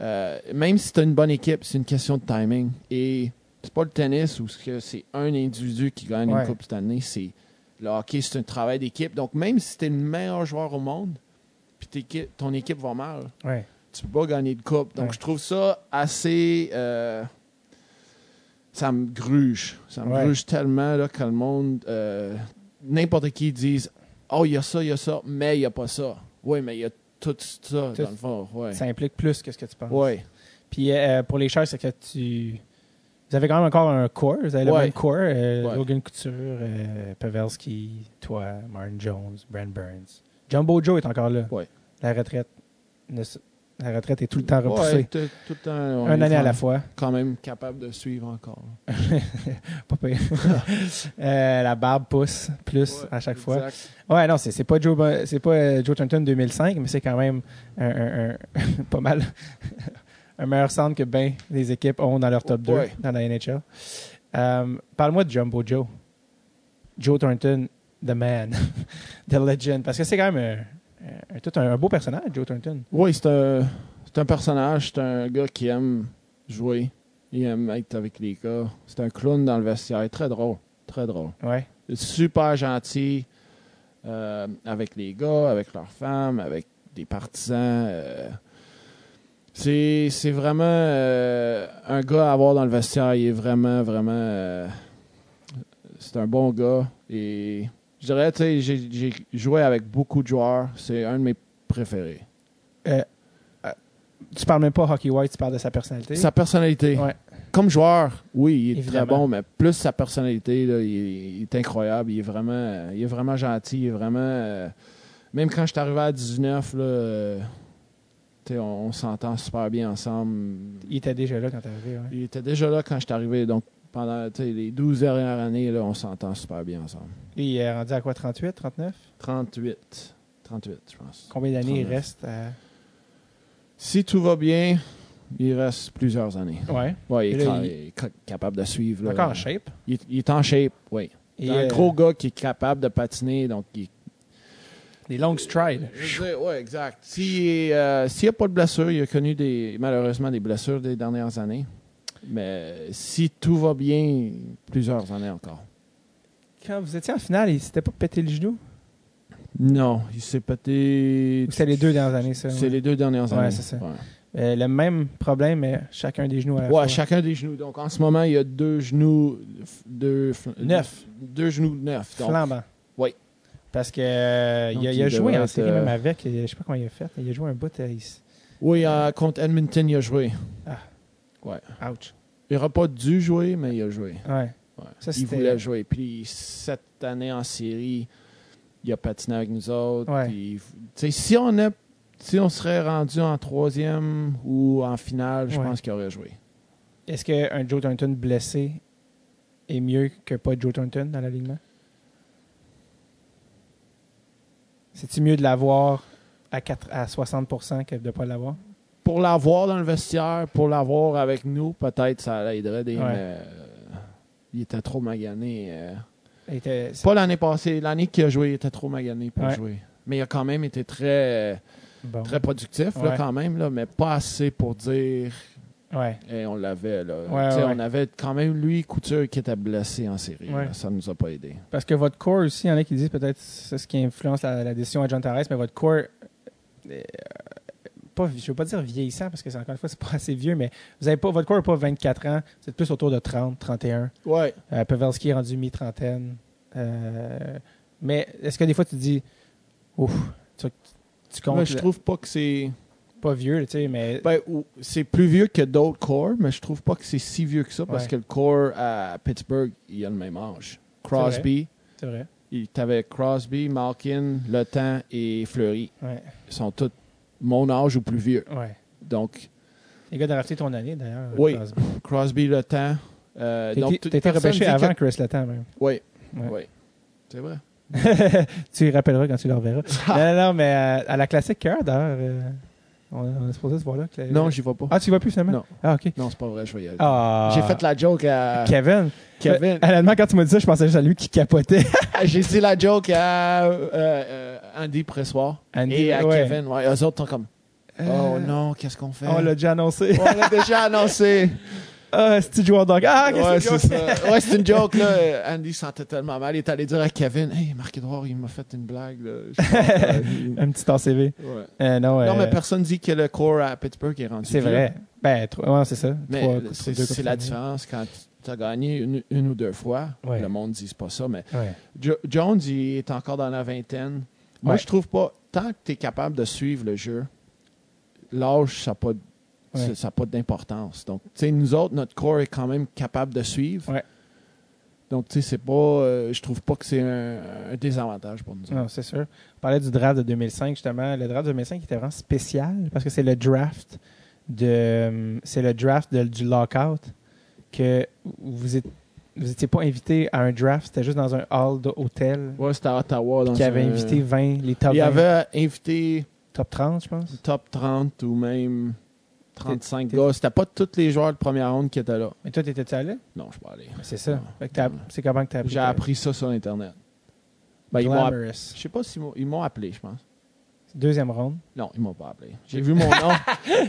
Euh, même si tu as une bonne équipe, c'est une question de timing. Et c'est pas le tennis où c'est que c'est un individu qui gagne Ouais. une coupe cette année, c'est le hockey, c'est un travail d'équipe. Donc même si tu es le meilleur joueur au monde, puis t'équi- ton équipe va mal, Ouais. tu peux pas gagner de coupe. Donc Ouais. je trouve ça assez euh, ça me gruge. Ça me Ouais. gruge tellement là, que le monde euh, n'importe qui dise Oh, il y a ça, il y a ça, mais il n'y a pas ça. Oui, mais il y a tout ça Tout- dans le fond. Ouais. Ça implique plus que ce que tu penses. Ouais. Puis euh, pour les Sharks, c'est que tu. Vous avez quand même encore un core. Vous avez Ouais. le même core. Euh, Ouais. Logan Couture, euh, Pavelski, toi, Martin Jones, Brent Burns. Jumbo Joe est encore là. Ouais. La retraite. ne se- La retraite est tout le temps repoussée. Ouais, tout- tout le temps, on Un est année à quand- la fois. Quand même capable de suivre encore. Pas pire. Euh, la barbe pousse plus à chaque fois. Exact. Ouais, non, c'est c'est pas Joe, Bo- c'est pas euh, Joe Thornton 2005, mais c'est quand même un, un- un- pas mal un meilleur centre que ben les équipes ont dans leur Oh top 2 Ouais. dans la NHL. Euh, Parle-moi de Jumbo Joe. Joe Thornton, the man, the legend, parce que c'est quand même un, un- tout un, un beau personnage, Joe Thornton. Oui, c'est un, c'est un personnage, c'est un gars qui aime jouer, il aime être avec les gars. C'est un clown dans le vestiaire, très drôle, très drôle. Ouais, super gentil euh, avec les gars, avec leurs femmes, avec des partisans. euh. c'est c'est vraiment euh, un gars à avoir dans le vestiaire. Il est vraiment, vraiment. euh, c'est un bon gars. Et je dirais, tu sais, j'ai j'ai joué avec beaucoup de joueurs. C'est un de mes préférés. tu parles même pas hockey white, tu parles de sa personnalité. Sa personnalité. Ouais. comme joueur, oui, il est Évidemment. très bon, mais plus sa personnalité, là, il, est, il est incroyable. Il est vraiment, il est vraiment gentil. Il est vraiment. euh, même quand je suis arrivé à 19, là, euh, tu sais, on, on s'entend super bien ensemble. Il était déjà là quand t'es arrivé. ouais. Il était déjà là quand je suis arrivé. Donc, pendant tu sais, les 12 dernières années, là, on s'entend super bien ensemble. Il est rendu à quoi, 38, 39? 38. 38, je pense. Combien d'années il 39. reste? euh, à- Si tout va bien, il reste plusieurs années. Ouais. Ouais, il, Et là, est ca- il- il est ca- capable de suivre. là. Encore en shape. Il, est- il est en shape, oui. Et, un euh, gros gars qui est capable de patiner, donc il euh, Des longues strides. Je veux dire, ouais, exact. S'il n'y a pas de blessure, il a connu des, malheureusement des blessures des dernières années. Mais si tout va bien, plusieurs années encore. Quand vous étiez en finale, il s'était pas pété le genou? Non, il s'est pété. Ou c'était les deux dernières années, ça? C'est ouais? les deux dernières Ouais, années. c'est ça. Ouais. Euh, le même problème, mais chacun des genoux à la Ouais, fois. chacun des genoux. Donc en ce moment, il y a deux genoux. f- Deux, fl- Neuf. Deux genoux neufs. Donc, Flambant. Oui. Parce que euh, il, Donc, a, il il a joué devrait en être, série euh, même avec. euh, Je sais pas comment il a fait. Il a joué un bout. euh, il- oui, euh, contre Edmonton, il a joué. Ouch. Il n'aurait pas dû jouer, mais il a joué. Ouais. Ouais. Ça, il c'était- voulait jouer. Puis cette année en série, il a patiné avec nous autres. Ouais. Puis, tu sais, si on a, si on serait rendu en troisième ou en finale, je Ouais. pense qu'il aurait joué. Est-ce qu'un Joe Thornton blessé est mieux que pas Joe Thornton dans l'alignement? C'est-tu mieux de l'avoir à, quatre- à 60% que de ne pas l'avoir? Pour l'avoir dans le vestiaire, pour l'avoir avec nous, peut-être ça l'aiderait. Des, Ouais. mais, euh, il était trop magané. euh. Il était- c'est Pas l'année passée, l'année qu'il a joué, il était trop magané pour Ouais. jouer. Mais il a quand même été très, bon. très productif, Ouais. là, quand même, là, mais pas assez pour dire Ouais. Et on l'avait, là. Ouais, Tu sais, ouais. On avait quand même, lui, Couture, qui était blessé en série. Ouais. là. Ça nous a pas aidé. Parce que votre corps aussi, il y en a qui disent peut-être c'est ce qui influence la, la décision à John Tavares, mais votre corps, euh, pas, je veux pas dire vieillissant, parce que c'est encore une fois, c'est pas assez vieux, mais vous avez pas, votre corps n'a pas 24 ans, c'est plus autour de 30, 31. Ouais. Euh, Pavelski est rendu mi-trentaine. Euh, mais est-ce que des fois tu te dis, ouf, tu, tu comptes Moi, je trouve pas que c'est. pas vieux, tu sais, mais Ben, ou- c'est plus vieux que d'autres corps, mais je trouve pas que c'est si vieux que ça parce Ouais. que le corps à Pittsburgh, il a le même âge. Crosby, c'est vrai. il t'avais Crosby, Malkin, Le Temps et Fleury. Ouais, Ils sont tous mon âge ou plus vieux. ouais. Donc, Les gars de raté ton année d'ailleurs. Oui. Crosby. Crosby, Le Temps. Euh, T'étais- donc, toute T'étais personne repêché dit avant que- Chris Letang même. Oui. Ouais. Oui. C'est vrai. tu y rappelleras quand tu le reverras. non, Ah. non, non, mais euh, à la classique cœur, d'ailleurs, euh, on, on est supposé se voir là. que la- Non, j'y vais pas. ah, tu y vas plus finalement? Non. Ah, OK. Non, c'est pas vrai, je vais y aller. Ah, J'ai fait la joke à Kevin. Kevin. Ah, Euh, honnêtement, quand tu m'as dit ça, je pensais juste à lui qui capotait. J'ai dit la joke à euh, euh, Andy Pressoir Andy, et à ouais. Euh, Kevin. Ouais, eux autres sont comme Oh non, qu'est-ce qu'on fait On l'a déjà annoncé. On l'a déjà annoncé. Ah, c'est-tu joueur donc? Ah, qu'est-ce ouais, que c'est ça. Ouais, c'est une joke. Là. Andy sentait tellement mal. Il est allé dire à Kevin Hey, Marc-Edouard, il m'a fait une blague. Là. Je sais pas, euh, il- Un petit ACV. Ouais. Euh, non, euh, Non, mais personne dit que le corps à Pittsburgh est rendu. c'est vieux. vrai. Ben, trois- ouais, c'est ça. Mais Trois- c'est deux coupes c'est la de finale. différence quand tu as gagné une, une ou deux fois. Ouais. Le monde dit c'est pas ça, mais Ouais. Jo- Jones, il est encore dans la vingtaine. Moi, Ouais. je trouve pas. Tant que tu es capable de suivre le jeu, l'âge, ça n'a pas, de- Ouais. ça- ça a pas d'importance. Donc, tu sais, nous autres, notre corps est quand même capable de suivre. Ouais. Donc, tu sais, c'est pas. euh, je trouve pas que c'est un, un désavantage pour nous autres. Non, Ah, c'est sûr. On parlait du draft de 2005, justement. Le draft de 2005 était vraiment spécial parce que c'est le draft de euh, c'est le draft de- du lockout que vous êtes vous étiez pas invité à un draft, c'était juste dans un hall d'hôtel Ouais, c'était à Ottawa. Dans qui avait un- invité 20 les top Il 20, avait invité top 30, je pense. top 30 ou même 35 T'es- gars. C'était pas tous les joueurs de première ronde qui étaient là. Mais toi t'étais tu allé Non, je suis pas allé. C'est ça. Non. Fait que t'as- C'est comment que tu as J'ai appris ça sur Internet. Ben, ils m'ont app- Glamorous. Je sais pas s'ils m'ont- ils m'ont appelé, je pense. Deuxième ronde. Non, ils m'ont pas appelé. J'ai vu mon nom.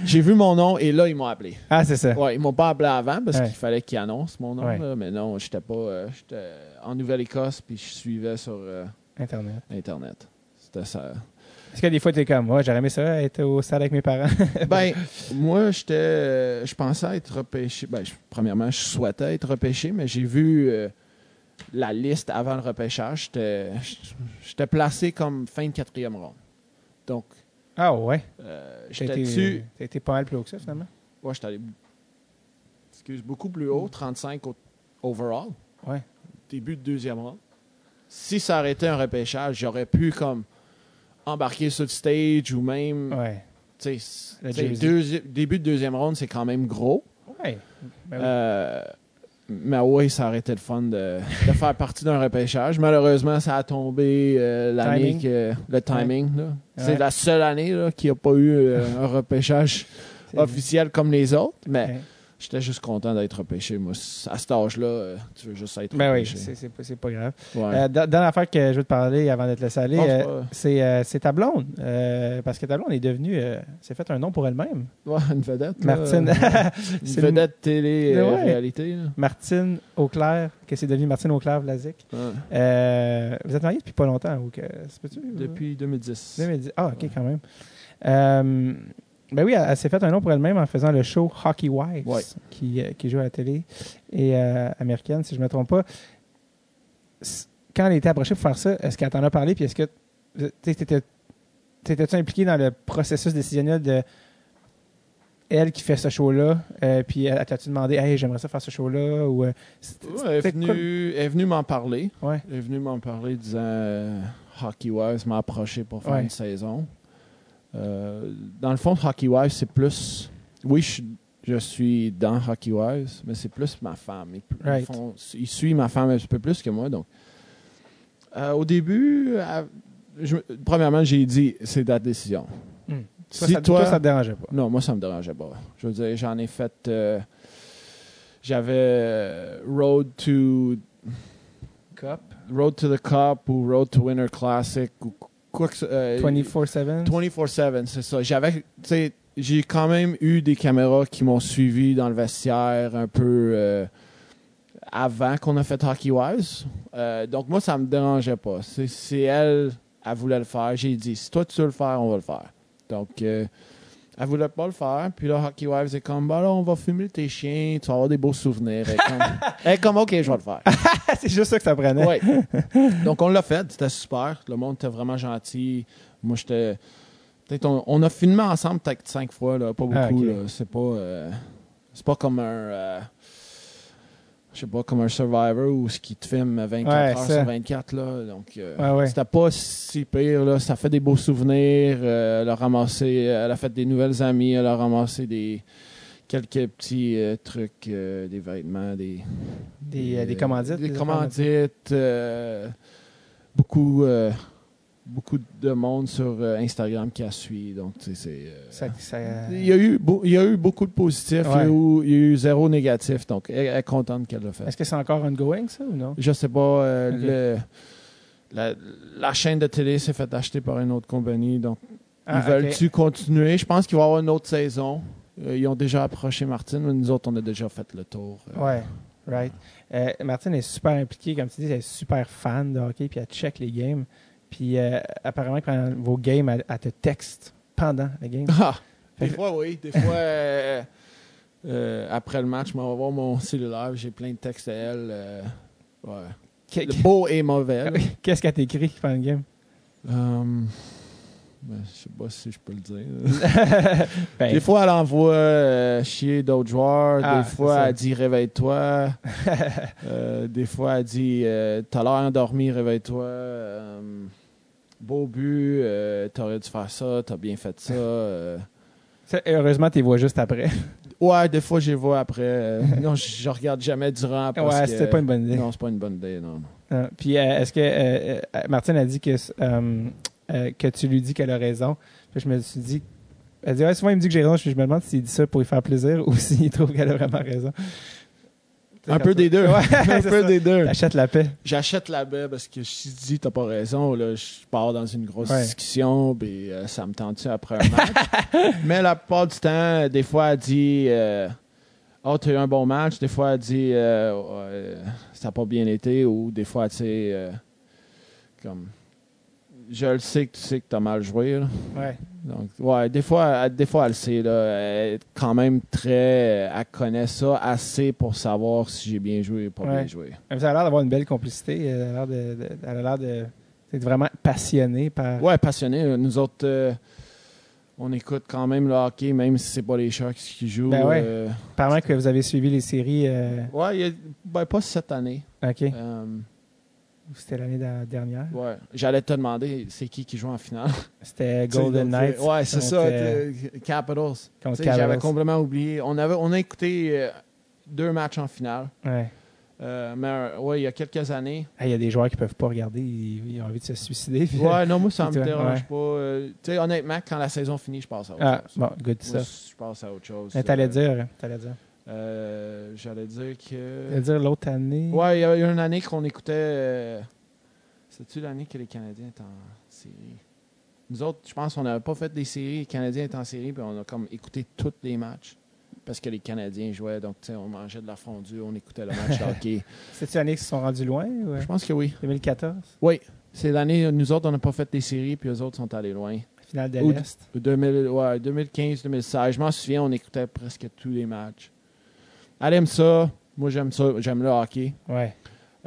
J'ai vu mon nom et là, ils m'ont appelé. Ah, c'est ça. Ouais, ils m'ont pas appelé avant parce Ouais. qu'il fallait qu'ils annoncent mon nom. Ouais. là, mais non, j'étais pas. euh, j'étais en Nouvelle-Écosse puis je suivais sur euh, Internet. Internet. C'était ça. Est-ce que des fois t'es comme, ouais, j'aurais aimé ça être au stade avec mes parents. Ben, moi, j'étais. euh, je pensais être repêché. Ben, je- premièrement, je souhaitais être repêché, mais j'ai vu euh, la liste avant le repêchage. J'étais- J'étais placé comme fin de quatrième ronde. Donc, ah ouais. euh, T'as j'étais dessus. été, t'as été pas mal plus haut que ça finalement. Ouais, j'étais allé. m'excuse, beaucoup plus haut, 35 au- overall, Hmm. Ouais. début de deuxième round. Si ça aurait été un repêchage, j'aurais pu comme embarquer sur le stage ou même, Ouais. tu sais, Le tu sais, Ah. jersey. deuxi- début de deuxième round, c'est quand même gros. Ouais. Ben oui. Euh, mais oui, ça aurait été le fun de, de faire partie d'un repêchage. Malheureusement, ça a tombé euh, l'année Timing. que- le timing. là. C'est Ouais. la seule année là, qu'il n'y a pas eu euh, un repêchage C'est- officiel comme les autres. Mais Ouais. j'étais juste content d'être repêché. Moi, c- à cet âge-là, euh, tu veux juste être Ben oui, repêché. c'est- c'est pas- c'est pas grave. Ouais. Euh, dans, dans l'affaire que je veux te parler avant d'être laissé aller, Non, c'est euh, pas- c'est euh, c'est ta blonde. Euh, parce que ta blonde est devenue. euh, s'est fait un nom pour elle-même. Ouais, une vedette. là. Martine. une c'est Ben vedette euh, Ouais. télé-réalité. Martine Auclair, que c'est devenu Martine Auclair Vlasic. Euh, vous êtes mariés depuis pas longtemps, ou que. se peut-tu? Depuis 2010. 2010. Ah, ok, quand même. Euh, ben oui, elle, elle s'est fait un nom pour elle-même en faisant le show Hockey Wives, Ouais. qui, euh, qui joue à la télé et euh, américaine, si je ne me trompe pas. S- Quand elle était approchée pour faire ça, est-ce qu'elle t'en a parlé? Puis est-ce que tu étais, tu impliqué dans le processus décisionnel de elle qui fait ce show-là? euh, puis elle, elle t'a-tu demandé, hey, j'aimerais ça faire ce show-là? Ou, euh, c'est- Ouais, elle est c'était quoi le- venue, elle est venue m'en parler. Ouais. Elle est venue m'en parler disant euh, Hockey Wise m'a approché pour faire Ouais. une saison. Euh, dans le fond, Hockey Wise, c'est plus. Oui, je, suis- je suis dans Hockey Wise, mais c'est plus ma femme. Ils, ils Right. font- ils suivent ma femme un petit peu plus que moi. Donc, Euh, au début, à- je- premièrement, j'ai dit c'est ta décision. Hmm. Si Toi, ça, toi, ça te dérangeait pas. non, moi, ça me dérangeait pas. Je veux dire, j'en ai fait. euh, J'avais euh, Road to. Cup? Road to the Cup ou Road to Winter Classic ou quoi que ce euh, 24-7? 24-7, c'est ça. J'avais. Tu sais, j'ai quand même eu des caméras qui m'ont suivi dans le vestiaire un peu. euh, avant qu'on a fait Hockey Wise. Euh, donc, moi, ça me dérangeait pas. C'est c'est elle, elle voulait le faire. J'ai dit, si toi, tu veux le faire, on va le faire. Donc, euh, elle voulait pas le faire. Puis là, Hockey Wives est comme, bah là, on va fumer tes chiens, tu vas avoir des beaux souvenirs. Elle est comme, elle est comme, ok, je vais le faire. c'est juste ça que ça prenait. Ouais. Donc, on l'a fait. C'était super. Le monde était vraiment gentil. Moi, j'étais. Peut-être on, on a filmé ensemble peut-être cinq fois, là, pas beaucoup. Ah, ok. là. C'est pas. euh, c'est pas comme un. euh, je sais pas, comme un Survivor ou ce qui te filme 24 Ouais, heures ça. Ah, sur 24. Là, donc, euh, Ouais, ouais. c'était pas si pire. Là, ça fait des beaux souvenirs. euh, elle a ramassé. Elle a fait des nouvelles amies. Elle a ramassé des. Quelques petits euh, trucs, euh, des vêtements, des, Des, euh, des euh, commandites. Des des commandites. euh, beaucoup, euh, beaucoup de monde sur euh, Instagram qui a suivi. Donc, tu sais, c'est. euh, Ça- ça- il y, a eu beau- il y a eu beaucoup de positifs, il, y a Ouais. eu, il y a eu zéro négatif, donc elle, elle est contente qu'elle l'a fait. euh, Est-ce que c'est encore ongoing, ça, ou non? Je sais pas, euh, Ok. le- la, la chaîne de télé s'est fait acheter par une autre compagnie, donc Ah, ils veulent-tu continuer? Je pense qu'il va y avoir une autre saison. Euh, ils ont déjà approché Martine, mais nous autres, on a déjà fait le tour. Euh, ok. Ouais, right. Euh, Martine est super impliquée, comme tu dis, elle est super fan de hockey, puis elle check les games. Puis euh, apparemment, pendant vos games, elle, elle te texte pendant les games. Ah, Fait des que- fois, oui. Des fois, euh, euh, après le match, je m'en vais voir mon cellulaire. J'ai plein de textes à elle. euh, ouais. Qu'est- Le beau et Ah mauvais. là. Qu'est-ce qu'elle t'écrit pendant le game? Hum, ben, je sais pas si je peux le dire. Ben, Des fois, elle envoie euh, chier d'autres joueurs. Ah, des c'est fois, ça. elle dit réveille-toi. Euh, des fois, elle dit euh, t'as l'air endormi, réveille-toi. Hum, beau but, euh, t'aurais dû faire ça, t'as bien fait ça. euh. ça, heureusement, tu les vois juste après. Ouais, des fois, je les vois après. Euh, non, je, je regarde jamais durant. Parce ouais, que- c'était pas une bonne idée. Non, c'est pas une bonne idée, non. Ah, puis euh, est-ce que euh, euh, Martine a dit que euh, euh, que tu lui dis qu'elle a raison. Puis je me suis dit elle dit ouais, souvent il me dit que j'ai raison, puis je me demande s'il dit ça pour lui faire plaisir ou s'il trouve qu'elle a vraiment raison. Un peu des deux. un peu des deux. Achète la paix. J'achète la baie parce que si tu dis t'as pas raison, là, je pars dans une grosse Ouais. discussion, puis euh, ça me tente après un match. Mais la plupart du temps, euh, des fois, elle dit euh, Oh, t'as eu un bon match. Des fois, elle dit euh, Ouais, euh, Ça n'a pas bien été. Ou des fois, tu sais, euh, comme Je le sais que tu sais que t'as mal joué. là. Ouais. Donc, ouais, des fois, elle- des fois, elle sait, là, elle est quand même très, euh, elle connaît ça assez pour savoir si j'ai bien joué ou pas Ouais. bien joué. Elle a l'air d'avoir une belle complicité, euh, elle a l'air de, de- elle a l'air de d'être vraiment passionnée par Ouais, passionné. Nous autres, euh, On écoute quand même le hockey, même si c'est pas les Sharks qui jouent. Ben ouais. euh, Apparemment que vous avez suivi les séries. euh, ouais, il y a- ben, pas cette année. OK. Euh, C'était l'année da- dernière. ouais. J'allais te demander, c'est qui qui joue en finale? C'était Golden Tu sais, donc, Knights. euh, Ouais, c'est contre, ça. euh, t'es- Capitals. Tu contre sais, Capitals. J'avais complètement oublié. On, avait, on a écouté euh, deux matchs en finale. Ouais. Euh, mais euh, ouais, il y a quelques années. Ah, Il y a des joueurs qui peuvent pas regarder. Ils, ils ont envie de se suicider. Ouais, non, moi, ça Puis toi, me dérange ouais. pas. Euh, tu sais, honnêtement, quand la saison finit, je passe à autre Ah, chose. bon, good Moi, ça. je passe à autre chose. Mais Euh, t'allais dire, t'allais dire. euh, J'allais dire T'allais que. dire l'autre année. Ouais, il y a eu une année qu'on écoutait. euh, C'est-tu l'année que les Canadiens étaient en série? Nous autres, je pense qu'on n'avait pas fait des séries. Les Canadiens étaient en série, puis on a comme écouté tous les matchs. Parce que les Canadiens jouaient, donc tu sais, on mangeait de la fondue, on écoutait le match de hockey. C'est-tu l'année qu'ils se sont rendus loin? ou, euh, Je pense que oui. 2014, Oui, c'est l'année, où nous autres, on n'a pas fait des séries, puis eux autres sont allés loin. finale de Ou- l'Est. 2000, ouais, 2015, 2016. Je m'en souviens, on écoutait presque tous les matchs. Elle aime ça. Moi, j'aime ça. J'aime le hockey. Ouais.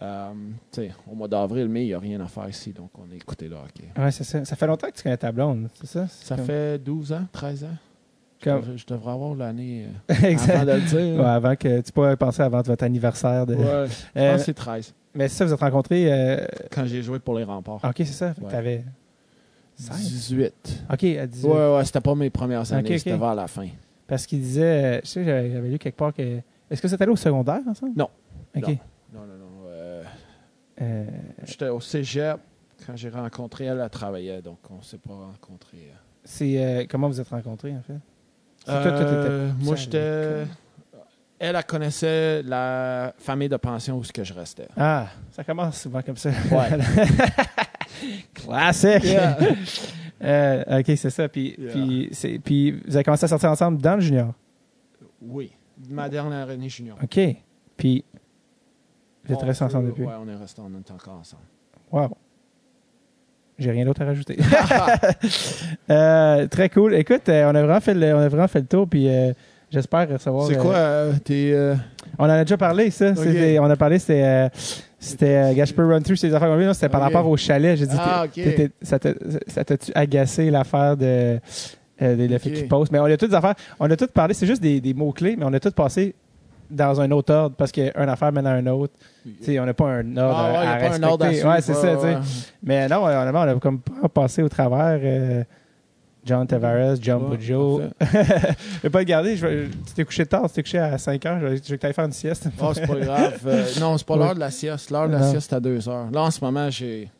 Euh, tu sais, au mois d'avril, mai, il n'y a rien à faire ici, donc on a écouté le hockey. Ouais, c'est ça. Ça fait longtemps que tu connais ta blonde, c'est ça? C'est Ça comme- fait 12 ans, 13 ans. Je Comme- devrais- Je devrais avoir l'année euh, avant Exact. de le dire. Ouais, avant que tu pourrais penser avant votre anniversaire. De... Ouais, je pense Euh, que Ah, c'est 13. Mais ça, vous êtes rencontrés. euh, Ah, Quand j'ai joué pour les remparts. Ok, c'est ça. Fait que Ouais. T'avais. 16. 18. Ok, à 18. Ouais, ouais, c'était pas mes premières années, ok. c'était vers la fin. Parce qu'il disait. euh, Je sais, j'avais j'avais lu quelque part que. Est-ce que vous êtes allé au secondaire ensemble? Non. Ok. Non. Non, non, non. euh, Euh, J'étais au cégep quand j'ai rencontré elle, elle travaillait, donc on s'est pas rencontrés. euh. c'est. euh, comment vous êtes rencontrés, en fait? C'est toi, toi, t'étais Euh, moi, ça, j'étais. Elle, elle connaissait la famille de pension où ce que je restais. Ah, ça commence souvent comme ça. Ouais. Classique! Yeah. Euh, ok, c'est ça. Puis, Yeah. puis, c'est- puis vous avez commencé à sortir ensemble dans le junior. Oui. Ma dernière année junior. OK. Puis vous êtes On restés ensemble peut- depuis. Ouais, on est restés, on est encore ensemble. Wow. J'ai rien d'autre à rajouter. Euh, très cool. Écoute, euh, on, a vraiment fait le, on a vraiment fait le tour, puis euh, j'espère recevoir. C'est euh, quoi euh, tes. euh, On en a déjà parlé, ça. C'est des- on a parlé, c'était. euh, c'était. euh, gars, je peux run through ces affaires comme lui. Non, C'était par Ok. rapport au chalet. J'ai dit. Ah, t'es- ok. t'étais- ça t'a- ça t'a-tu agacé l'affaire de. euh, de- le fait Ok. qu'il poste. Mais on a toutes des affaires. On a toutes parlé, c'est juste des, des mots-clés, mais on a toutes passé dans un autre ordre parce qu'une affaire mène à une autre. Tu sais, on n'a pas un ordre Ah, ouais, y ben, à, a à pas un ordre à respecter. suivre, ouais, c'est ça, tu sais. ouais. Mais non, euh, honnêtement, on a comme pas passé au travers euh, John Tavares, John Ouais, Bujo. je vais pas le garder. Je vais- tu t'es couché tard, tu t'es couché à 5 heures. Je vais, je veux que t'ailles faire une sieste. Oh, c'est pas grave. Euh, non, c'est pas Ouais. l'heure de la sieste. L'heure de la Non. sieste, c'est à 2 heures. Là, en ce moment, j'ai.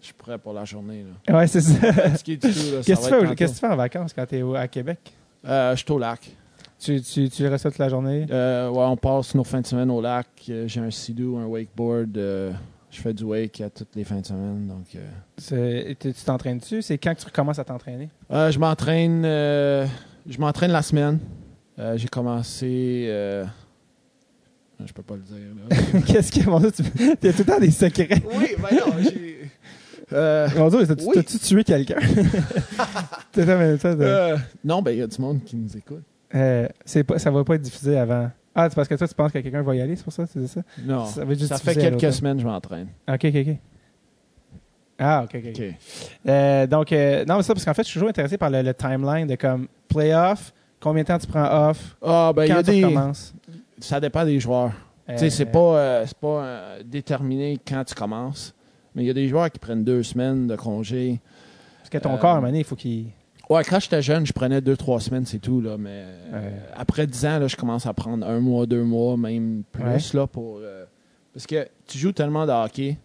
Je suis prêt pour la journée. là. ouais, c'est ça. Fatigué du tout, là, ça Qu'est-ce que tu va fais être au- qu'est-ce que tu fais en vacances quand tu es à Québec? tantôt. Euh, Je suis au lac. Tu, tu, tu restes là toute la journée? Euh, ouais, on passe nos fins de semaine au lac. Euh, J'ai un sidou, un wakeboard. euh, je fais du wake à toutes les fins de semaine. Donc, euh. C'est- Tu tu t'entraînes-tu? C'est quand que tu recommences à t'entraîner? Euh, je m'entraîne. euh, je m'entraîne la semaine. Euh, J'ai commencé. euh, je peux pas le dire. Là. Qu'est-ce que, mon Dieu, tu y a tout le temps des secrets. oui, ben non, j'ai. Euh, Mon Dieu, t'as-tu Oui. t'as-tu tué quelqu'un? T'as- t'as- t'as- t'as- euh, non, ben il y a du monde qui nous écoute. Euh, c'est pas, ça va pas être diffusé avant. Ah, c'est parce que toi, tu penses que quelqu'un va y aller, c'est pour ça, c'est ça? Non. Ça va être Ça diffusé fait à quelques l'automne. semaines que je m'entraîne. OK, OK, OK. Ah, OK, OK. OK. Euh, donc, euh, non, mais ça, parce qu'en fait, je suis toujours intéressé par le, le timeline de comme playoff, combien de temps tu prends off, Ah, ben il y quand a tu des. recommences. Ça dépend des joueurs. Tu sais, c'est Euh, pas, euh, c'est pas euh, déterminé quand tu commences. Mais il y a des joueurs qui prennent deux semaines de congé. Parce que ton euh, corps, à un moment donné, il faut qu'il. Ouais, quand j'étais jeune, je prenais deux, trois semaines, c'est tout. Là, mais euh, Ouais. après dix ans, là, je commence à prendre un mois, deux mois, même plus. Ouais. Là, pour, euh, parce que tu joues tellement de hockey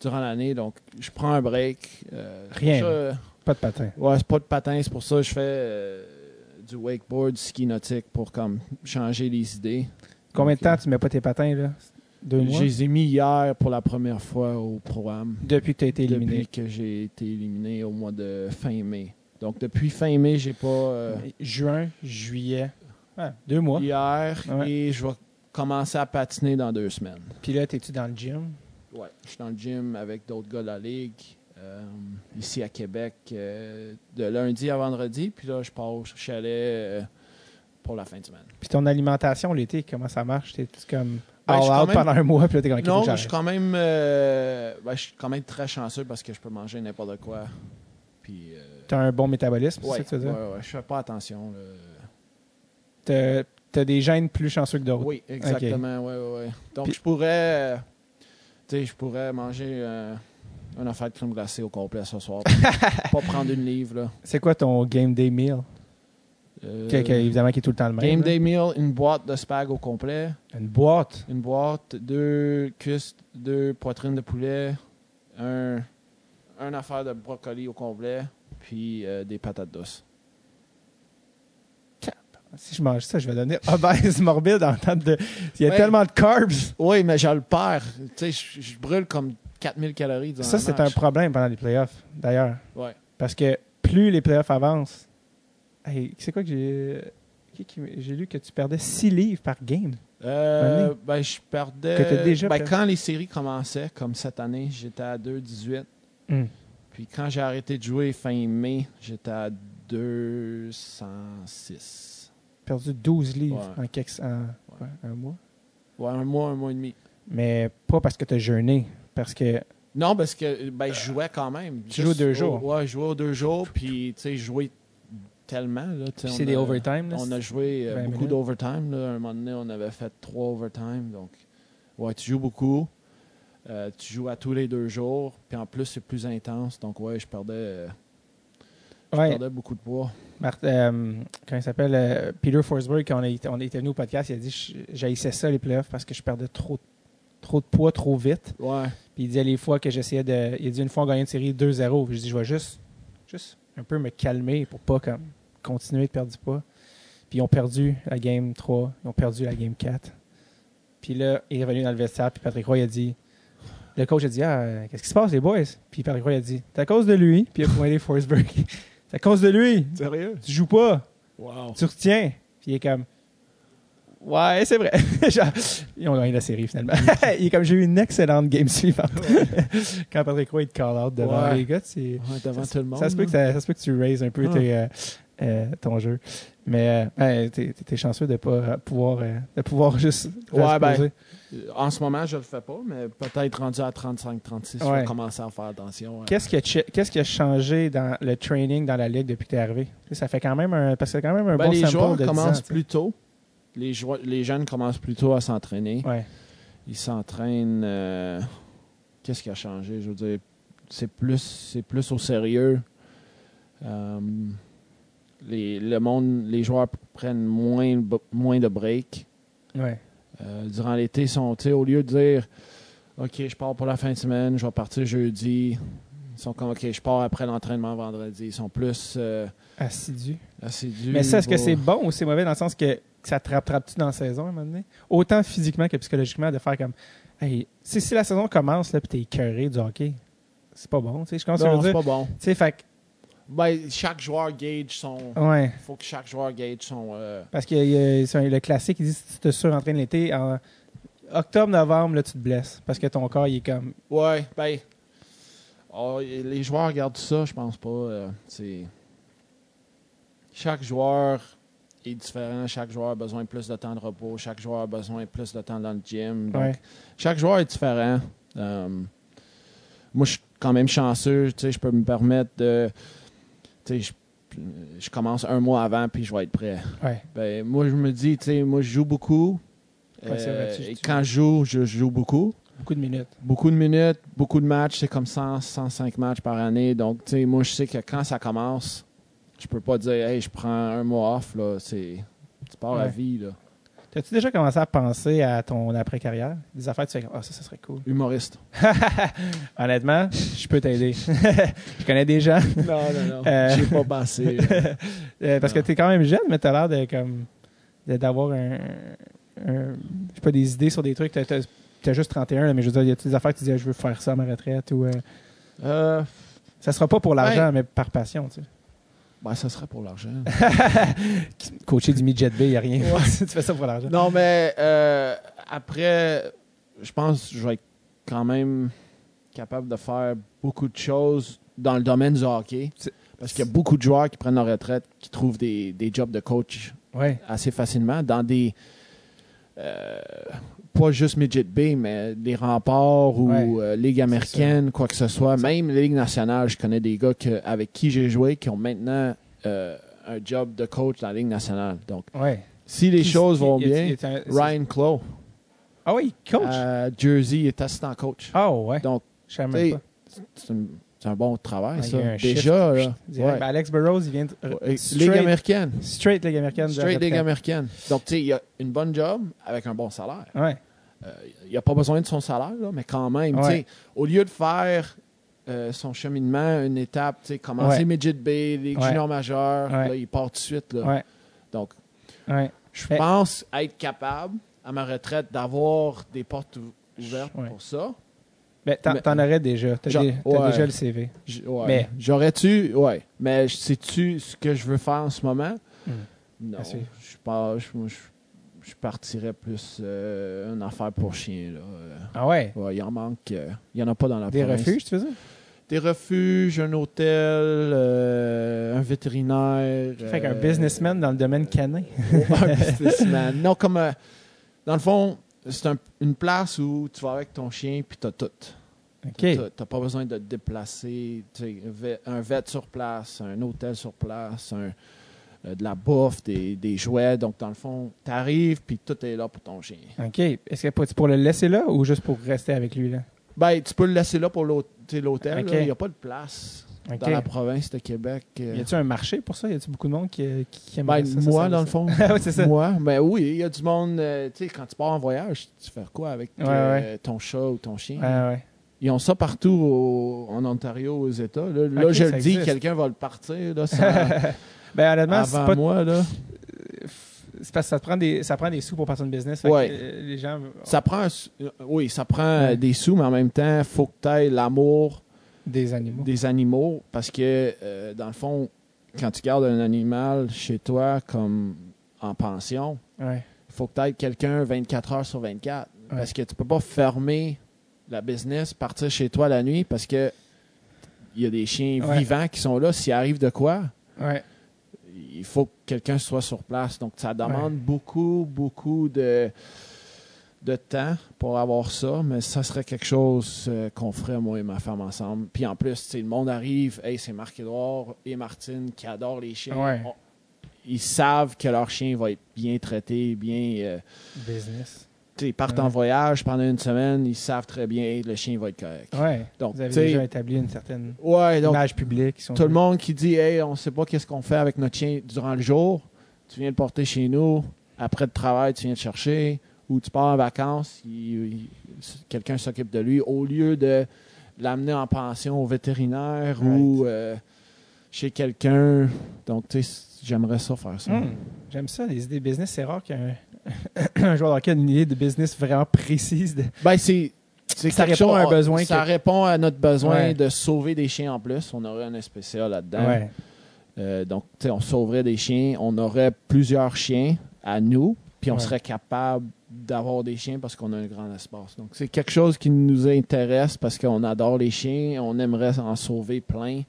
durant l'année, donc je prends un break. euh, c'est pour Rien. ça, euh, Pas de patin. ouais, c'est pas de patin, c'est pour ça que je fais euh, du wakeboard, du ski nautique pour comme changer les idées. Combien de Donc, temps tu mets pas tes patins, là? Deux euh, mois? Je les ai mis hier pour la première fois au programme. Depuis que tu as été éliminé. Depuis que j'ai été éliminé au mois de fin mai. Donc depuis fin mai, j'ai pas euh, Juin, juillet. Ah, deux mois. hier Ah Ouais. et je vais commencer à patiner dans deux semaines. Puis là, t'es-tu dans le gym? Ouais. Je suis dans le gym avec d'autres gars de la ligue euh, ici à Québec euh, de lundi à vendredi. Puis là, je pars au chalet euh, pour la fin de semaine. Puis ton alimentation l'été, comment ça marche? T'es-tu comme Ben, je suis all quand out même- pendant un mois, puis là, t'es comme, OK, faut non, que je j'arrête. suis quand même, euh, ben, je suis quand même très chanceux parce que je peux manger n'importe quoi. Puis euh, T'as un bon métabolisme, c'est Ouais, ça que tu veux dire? ouais, ouais, je fais pas attention. là. T'as- T'as des gènes plus chanceux que d'autres. Oui, exactement. ouais, ouais, ouais. Donc, Puis- je pourrais. euh, Tu sais, je pourrais manger euh, une affaire de crème glacée au complet ce soir. pas prendre une livre, là. C'est quoi ton game day meal? Euh, Que- que, évidemment, qui est tout le temps le même. game là. day meal, une boîte de spag au complet, Une boîte. une boîte, deux cuisses, deux poitrines de poulet, un, une affaire de brocoli au complet, puis euh, des patates douces. Si je mange ça, je vais devenir obèse morbide en temps de. Il y a Ouais. tellement de carbs. Oui, mais je le perds. Tu sais, je je brûle comme 4000 calories. durant Ça, la c'est un marche. problème pendant les playoffs, d'ailleurs. Ouais. Parce que plus les playoffs avancent. Hey, c'est quoi que j'ai. qui- qui- J'ai lu que tu perdais 6 livres par game. Euh, Année? ben, je perdais. Que t'as déjà ben, perdu. quand les séries commençaient, comme cette année, j'étais à 2,18. Hmm. Puis quand j'ai arrêté de jouer fin mai, j'étais à 206. Perdu 12 livres Ouais. en, quelques, en quoi, un mois. Ouais, un mois, un mois et demi. Mais pas parce que tu as jeûné. Parce que. Non, parce que ben, je jouais quand même. Tu joues deux au- jours. ouais, je jouais aux deux jours. Puis, tu sais, je jouais tellement. là, tu sais, C'est on des a- overtime. là, On a c'est- joué euh, 20 beaucoup minutes. d'overtime. là. À un moment donné, on avait fait trois overtime. Donc, ouais, tu joues beaucoup. Euh, tu joues à tous les deux jours. Puis en plus, c'est plus intense. Donc, ouais, je perdais, euh, je Ouais. perdais beaucoup de poids. Mar- euh, quand il s'appelle euh, Peter Forsberg, quand on, est- on était venu au podcast, il a dit je- j'haïssais ça les playoffs parce que je perdais trop, trop de poids trop vite. Ouais. Puis il disait les fois que j'essayais de. Il a dit une fois on gagnait une série 2-0. Puis je dis je vais juste, juste un peu me calmer pour pas comme, continuer de perdre du poids. Puis ils ont perdu la game 3, ils ont perdu la game 4. Puis là, il est revenu dans le vestiaire, puis Patrick Roy il a dit. Le coach a dit Ah, euh, qu'est-ce qui se passe, les boys Puis Patrick Roy il a dit C'est à cause de lui. Puis il a pointé Forsberg. C'est à cause de lui. Sérieux? Tu joues pas Wow. tu retiens. Puis il est comme, ouais, c'est vrai. Genre, ils ont gagné la série finalement. il est comme, j'ai eu une excellente game suivante. Quand Patrick Roy il te call out devant Ouais. les gars, c'est. devant ça, tout le monde. Ça se peut que, là. ça- ça se peut que tu raises un peu Ah. tes, euh, euh, ton jeu. Mais euh, ben, t'es t'es- t'es chanceux de pas euh, pouvoir, euh, de pouvoir juste. Ouais, juste ben, poser. Euh, En ce moment, je le fais pas, mais peut-être rendu à 35-36, je Ouais. vais commencer à faire attention. ouais. Qu'est-ce qui, a ch- qu'est-ce qui a changé dans le training dans la ligue depuis que t'es arrivé? Tu sais, Ça fait quand même un, parce que c'est quand même un Ben, bon les sample joueurs de 10 ans, commencent tu sais. plus tôt. Les, joueurs- les jeunes commencent plus tôt à s'entraîner. Ouais. Ils s'entraînent. euh, Qu'est-ce qui a changé? Je veux dire, c'est plus, c'est plus au sérieux. Euh, les, le monde, les joueurs prennent moins, moins de breaks. Ouais. Euh, durant l'été, ils sont, tu sais, au lieu de dire OK, je pars pour la fin de semaine, je vais partir jeudi. Ils sont comme OK, je pars après l'entraînement vendredi. Ils sont plus euh, Assidu. assidus. Mais ça, est-ce que pour- c'est bon ou c'est mauvais dans le sens que, que ça te rattrape-tu dans la saison à un moment donné? Autant physiquement que psychologiquement, de faire comme. Hey, si, si la saison commence, là, puis t'es écœuré du hockey, c'est pas bon. Tu sais, je commence à Non, dire. c'est pas bon. Tu sais, fait que- Ben, chaque joueur gauge son. Ouais. faut que chaque joueur gauge son. euh, Parce que euh, c'est un- le classique, il dit si tu te surentraînes l'été, en octobre, novembre, là, tu te blesses. Parce que ton corps, il est comme. Ouais, ben. oh, et les joueurs regardent ça, je pense pas. euh, c'est- chaque joueur est différent. Chaque joueur a besoin de plus de temps de repos. Chaque joueur a besoin de plus de temps dans le gym. Donc, Ouais. Chaque joueur est différent. Euh, moi, je suis quand même chanceux. Tu sais, je peux me permettre de. Tu sais, je, je commence un mois avant, puis je vais être prêt. Ouais. Ben, moi, je me dis, tu sais, moi, je joue beaucoup. Euh, Ouais, c'est vrai, tu- et tu- quand je joue, je je joue beaucoup. Beaucoup de minutes. Beaucoup de minutes, beaucoup de matchs, c'est comme 100, 105 matchs par année. Donc, tu sais, moi, je sais que quand ça commence, je peux pas dire, hey, je prends un mois off, là. C'est. Tu pars à Ouais. vie, là. T'as-tu déjà commencé à penser à ton après-carrière? Des affaires, tu fais comme. Ah, ça, ça serait cool. Humoriste. Honnêtement, je peux t'aider. je connais des gens. Non, non, non. Euh. J'ai pas passé. euh, Euh, parce que Non. t'es quand même jeune, mais t'as l'air de comme de- d'avoir un, un- je sais pas des idées sur des trucs. T'as, t'as- t'as juste 31, là, mais je veux dire, y a-tu des affaires que tu dis ah, je veux faire ça à ma retraite ou euh, euh, ça sera pas pour l'argent, mais par passion, tu sais. ben, ça serait pour l'argent. Coacher du midget B, y a rien. tu fais ça pour l'argent. non, mais euh, après, je pense que je vais être quand même capable de faire beaucoup de choses dans le domaine du hockey. C'est- Parce qu'il y a beaucoup de joueurs qui prennent leur retraite, qui trouvent des, des jobs de coach Ouais. assez facilement dans des. euh, pas juste Midget Bay, mais des remparts ou Ouais. euh, Ligue américaine, quoi que ce soit. Même Ligue nationale, je connais des gars que- avec qui j'ai joué qui ont maintenant euh, un job de coach dans la Ligue nationale. Donc, Ouais. si les Qui- choses qui- vont y a- y bien, a- c'est un- c'est- Ryan Clough, Ah oui, coach. à Jersey, est assistant coach. Ah ouais. Donc, Je savais tu même sais, pas. c'est un, c'est un bon travail, Ah, il y ça. a eu un shift. Déjà, là, Direct. ouais. Ben, Alex Burrows, il vient de re- Et Ligue straight, américaine. straight Ligue américaine. de la Straight Ligue retraite. américaine. Donc, tu sais, il a une bonne job avec un bon salaire. Ouais. Euh, il n'a pas besoin de son salaire, là, mais quand même, tu sais, Ouais. au lieu de faire euh, son cheminement, une étape, tu sais, commencer Ouais. midget B, les Ouais. junior majeur, Ouais. là, il part tout de suite. Là. Ouais. Donc, Ouais. je Eh. pense être capable, à ma retraite, d'avoir des portes ou- ouvertes Ouais. pour ça. Ben, t'en, Mais- t'en aurais déjà. T'as, Genre, dé- t'as ouais. déjà le CV. J- ouais. Mais- J'aurais-tu, ouais. Mais je- sais-tu ce que je veux faire en ce moment? Hmm. Non. Ah, c'est- Je, pars- je, moi, je- je partirais plus euh, une affaire pour chien. Là. Euh, Ah ouais. ouais, il en manque. euh, il n'y en a pas dans la Des province. refuges, tu veux dire? Des refuges, un hôtel, euh, un vétérinaire. Fait qu'un euh, businessman dans le domaine canin. un businessman. Non, comme. euh, dans le fond, c'est un- une place où tu vas avec ton chien puis t'as tout. OK. T'as t'as pas besoin de te déplacer. tu sais, un vet- Un vet sur place, un hôtel sur place, un, euh, de la bouffe, des, des jouets. Donc, dans le fond, t'arrives puis tout est là pour ton chien. OK. Est-ce que pour- c'est pour le laisser là ou juste pour rester avec lui là? Ben, tu peux le laisser là pour l'hô- tu sais, l'hôtel. Ok. là. Il n'y a pas de place OK. dans la province de Québec. euh. Y a-tu un marché pour ça? Y a-tu beaucoup de monde qui, qui, qui aimerait Ben, ça? ça, moi, ça, dans ça? le fond. Ah oui, c'est ça. Moi, ben oui, il y a du monde. euh, tu sais, quand tu pars en voyage, tu fais quoi avec Ouais, euh, ton chat ou ton chien? Ah ouais. Ils ont ça partout au- en Ontario, aux États. Là, Là, Ok, ça je le dis, existe. quelqu'un va le partir là, sans- Ben, honnêtement, c'est avant pas Euh, moi. Là. C'est parce que ça, te prend des, ça prend des sous pour passer une business. Fait que, Ouais. euh, les gens. Ça prend, un sou- euh, oui, ça prend Ouais. euh, des sous, mais en même temps, faut que tu aies l'amour Des animaux. des animaux parce que, euh, dans le fond, quand tu gardes un animal chez toi comme en pension, Ouais. faut que tu aies quelqu'un 24 heures sur 24. Ouais. Parce que tu peux pas fermer la business, partir chez toi la nuit parce que il y a des chiens Ouais. vivants qui sont là. S'il arrive de quoi, Ouais. il faut que quelqu'un soit sur place. Donc, ça demande beaucoup, beaucoup de, de temps pour avoir ça. Mais ça serait quelque chose euh, qu'on ferait, moi et ma femme, ensemble. Puis en plus, tu sais, le monde arrive. Hey, c'est Marc-Édouard et Martine qui adorent les chiens. Ouais. On- ils savent que leur chien va être bien traité, bien. euh, Business. tu sais, ils partent Ouais. en voyage pendant une semaine, ils savent très bien le chien va être correct. Ouais. Donc, Vous avez tu sais- déjà établi une certaine Ouais, donc image publique. si on tout le veut. monde qui dit Hey, on sait pas qu'est-ce qu'on fait avec notre chien durant le jour, tu viens le porter chez nous, après le travail, tu viens le chercher, ou tu pars en vacances, il- il- quelqu'un s'occupe de lui, au lieu de l'amener en pension au vétérinaire ou euh, chez quelqu'un. Donc, tu sais, j'aimerais ça faire ça. Hum, J'aime ça, les idées business. C'est rare qu'un un joueur d'hockey ait une idée de business vraiment précise. de- Ben, c'est. c'est Ça quelque répond chose- à un besoin Ça que- répond à notre besoin Ouais. de sauver des chiens en plus. On aurait un SPCA là-dedans. Euh, donc, tu sais, on sauverait des chiens. On aurait plusieurs chiens à nous. Puis on Ouais. serait capable d'avoir des chiens parce qu'on a un grand espace. Donc, c'est quelque chose qui nous intéresse parce qu'on adore les chiens. On aimerait en sauver plein.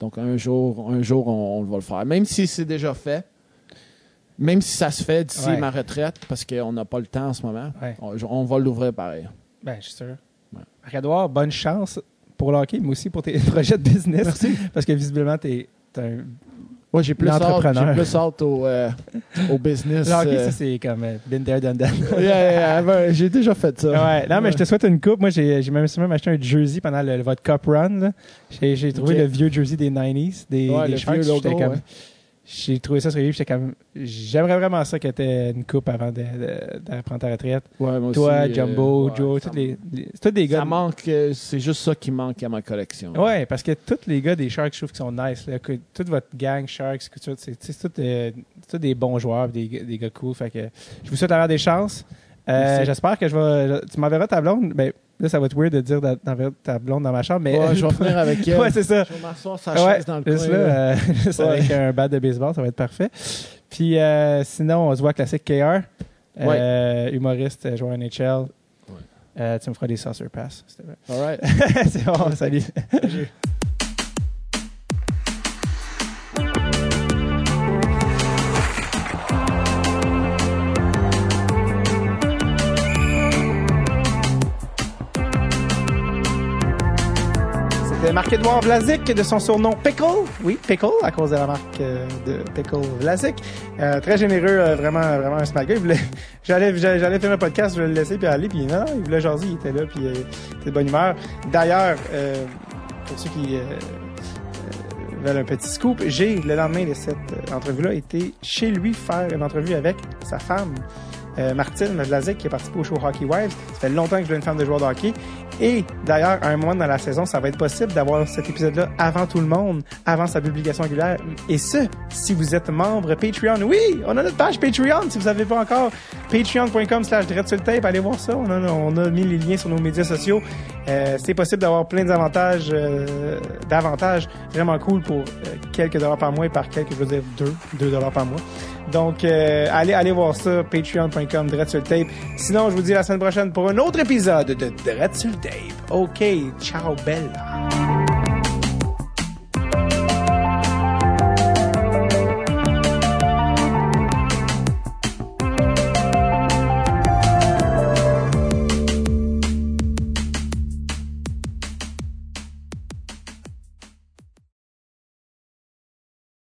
Donc, un jour, un jour on, on va le faire. Même si c'est déjà fait. Même si ça se fait d'ici Ouais. ma retraite, parce qu'on n'a pas le temps en ce moment, Ouais. on, on va l'ouvrir pareil. Ben, je suis sûr. Ouais. Marc-Edouard, bonne chance pour le hockey, mais aussi pour tes projets de business. Merci. Parce que visiblement, t'es t'es un. Moi, j'ai plus hâte, L'entrepreneur. j'ai plus hâte au, euh, au business. Le hockey, euh. ça, c'est comme euh, been there, done that. Yeah, yeah, yeah, ben, j'ai déjà fait ça. Ouais, non, mais je te souhaite une coupe. Moi, j'ai j'ai même, j'ai même acheté un jersey pendant le, votre Cup Run. là. J'ai j'ai trouvé Ok. le vieux jersey des 90s, des, Ouais, des le Sharks. vieux J'étais logo, comme- ouais. J'ai trouvé ça sur YouTube. J'étais comme, j'aimerais vraiment ça que t'aies une coupe avant de, de- de prendre ta retraite. Ouais, moi Toi, aussi, euh, Jumbo, ouais, Joe, ça tous les, les- c'est tous des me- gars. Ça manque, euh, c'est juste ça qui manque à ma collection. Ouais, parce que tous les gars des Sharks, je trouve qu'ils sont nice. là, que toute votre gang Sharks, que tout, c'est tu sais, c'est tous euh, c'est tous des bons joueurs, des, gars- des gars cool. Fait que je vous souhaite d'avoir des chances. Euh, Merci. J'espère que je vais. je- Tu m'enverras ta blonde. Ben, là, ça va être weird de dire d'a- d'enverrer ta blonde dans ma chambre, mais. Ouais, je vais venir avec elle. Ouais, c'est ça. Je vais m'asseoir sa Ouais, chaise dans le juste coin. là, là. euh, juste Ouais. avec un bat de baseball, ça va être parfait. Puis euh, sinon, on se voit classique KR, euh, humoriste, euh, joueur NHL. Ouais. Euh, tu me feras des saucer pass, s'il te plaît. All right. C'est bon, salut. C'était Marc-Edouard Vlasic, de son surnom Pickle. Oui, Pickle, à cause de la marque euh, de Pickle Vlasic. Euh, très généreux, euh, vraiment, vraiment un smack. Il voulait- J'allais, j'allais, j'allais faire un podcast, je vais le laisser puis aller, puis non, il voulait jaser, il était là, puis euh, il était de bonne humeur. D'ailleurs, euh, pour ceux qui euh, euh, veulent un petit scoop, j'ai, le lendemain de cette euh, entrevue-là, été chez lui faire une entrevue avec sa femme. Euh, Martine Vlasic qui est participé au show Hockey Wives. Ça fait longtemps que je veux une femme de joueur de hockey. Et d'ailleurs, à un moment dans la saison, ça va être possible d'avoir cet épisode-là avant tout le monde, avant sa publication angulaire. Et ce, si vous êtes membre Patreon. Oui, on a notre page Patreon. Si vous n'avez pas encore, patreon.com slash tape. Allez voir ça. On a, on a mis les liens sur nos médias sociaux. Euh, C'est possible d'avoir plein d'avantages, euh, d'avantages vraiment cool pour euh, quelques dollars par mois et par quelques, je veux dire, deux, deux dollars par mois. Donc, euh, allez, allez voir ça, patreon.com, Dread sur le tape. Sinon, je vous dis à la semaine prochaine pour un autre épisode de Dread sur le tape. OK, ciao, bella.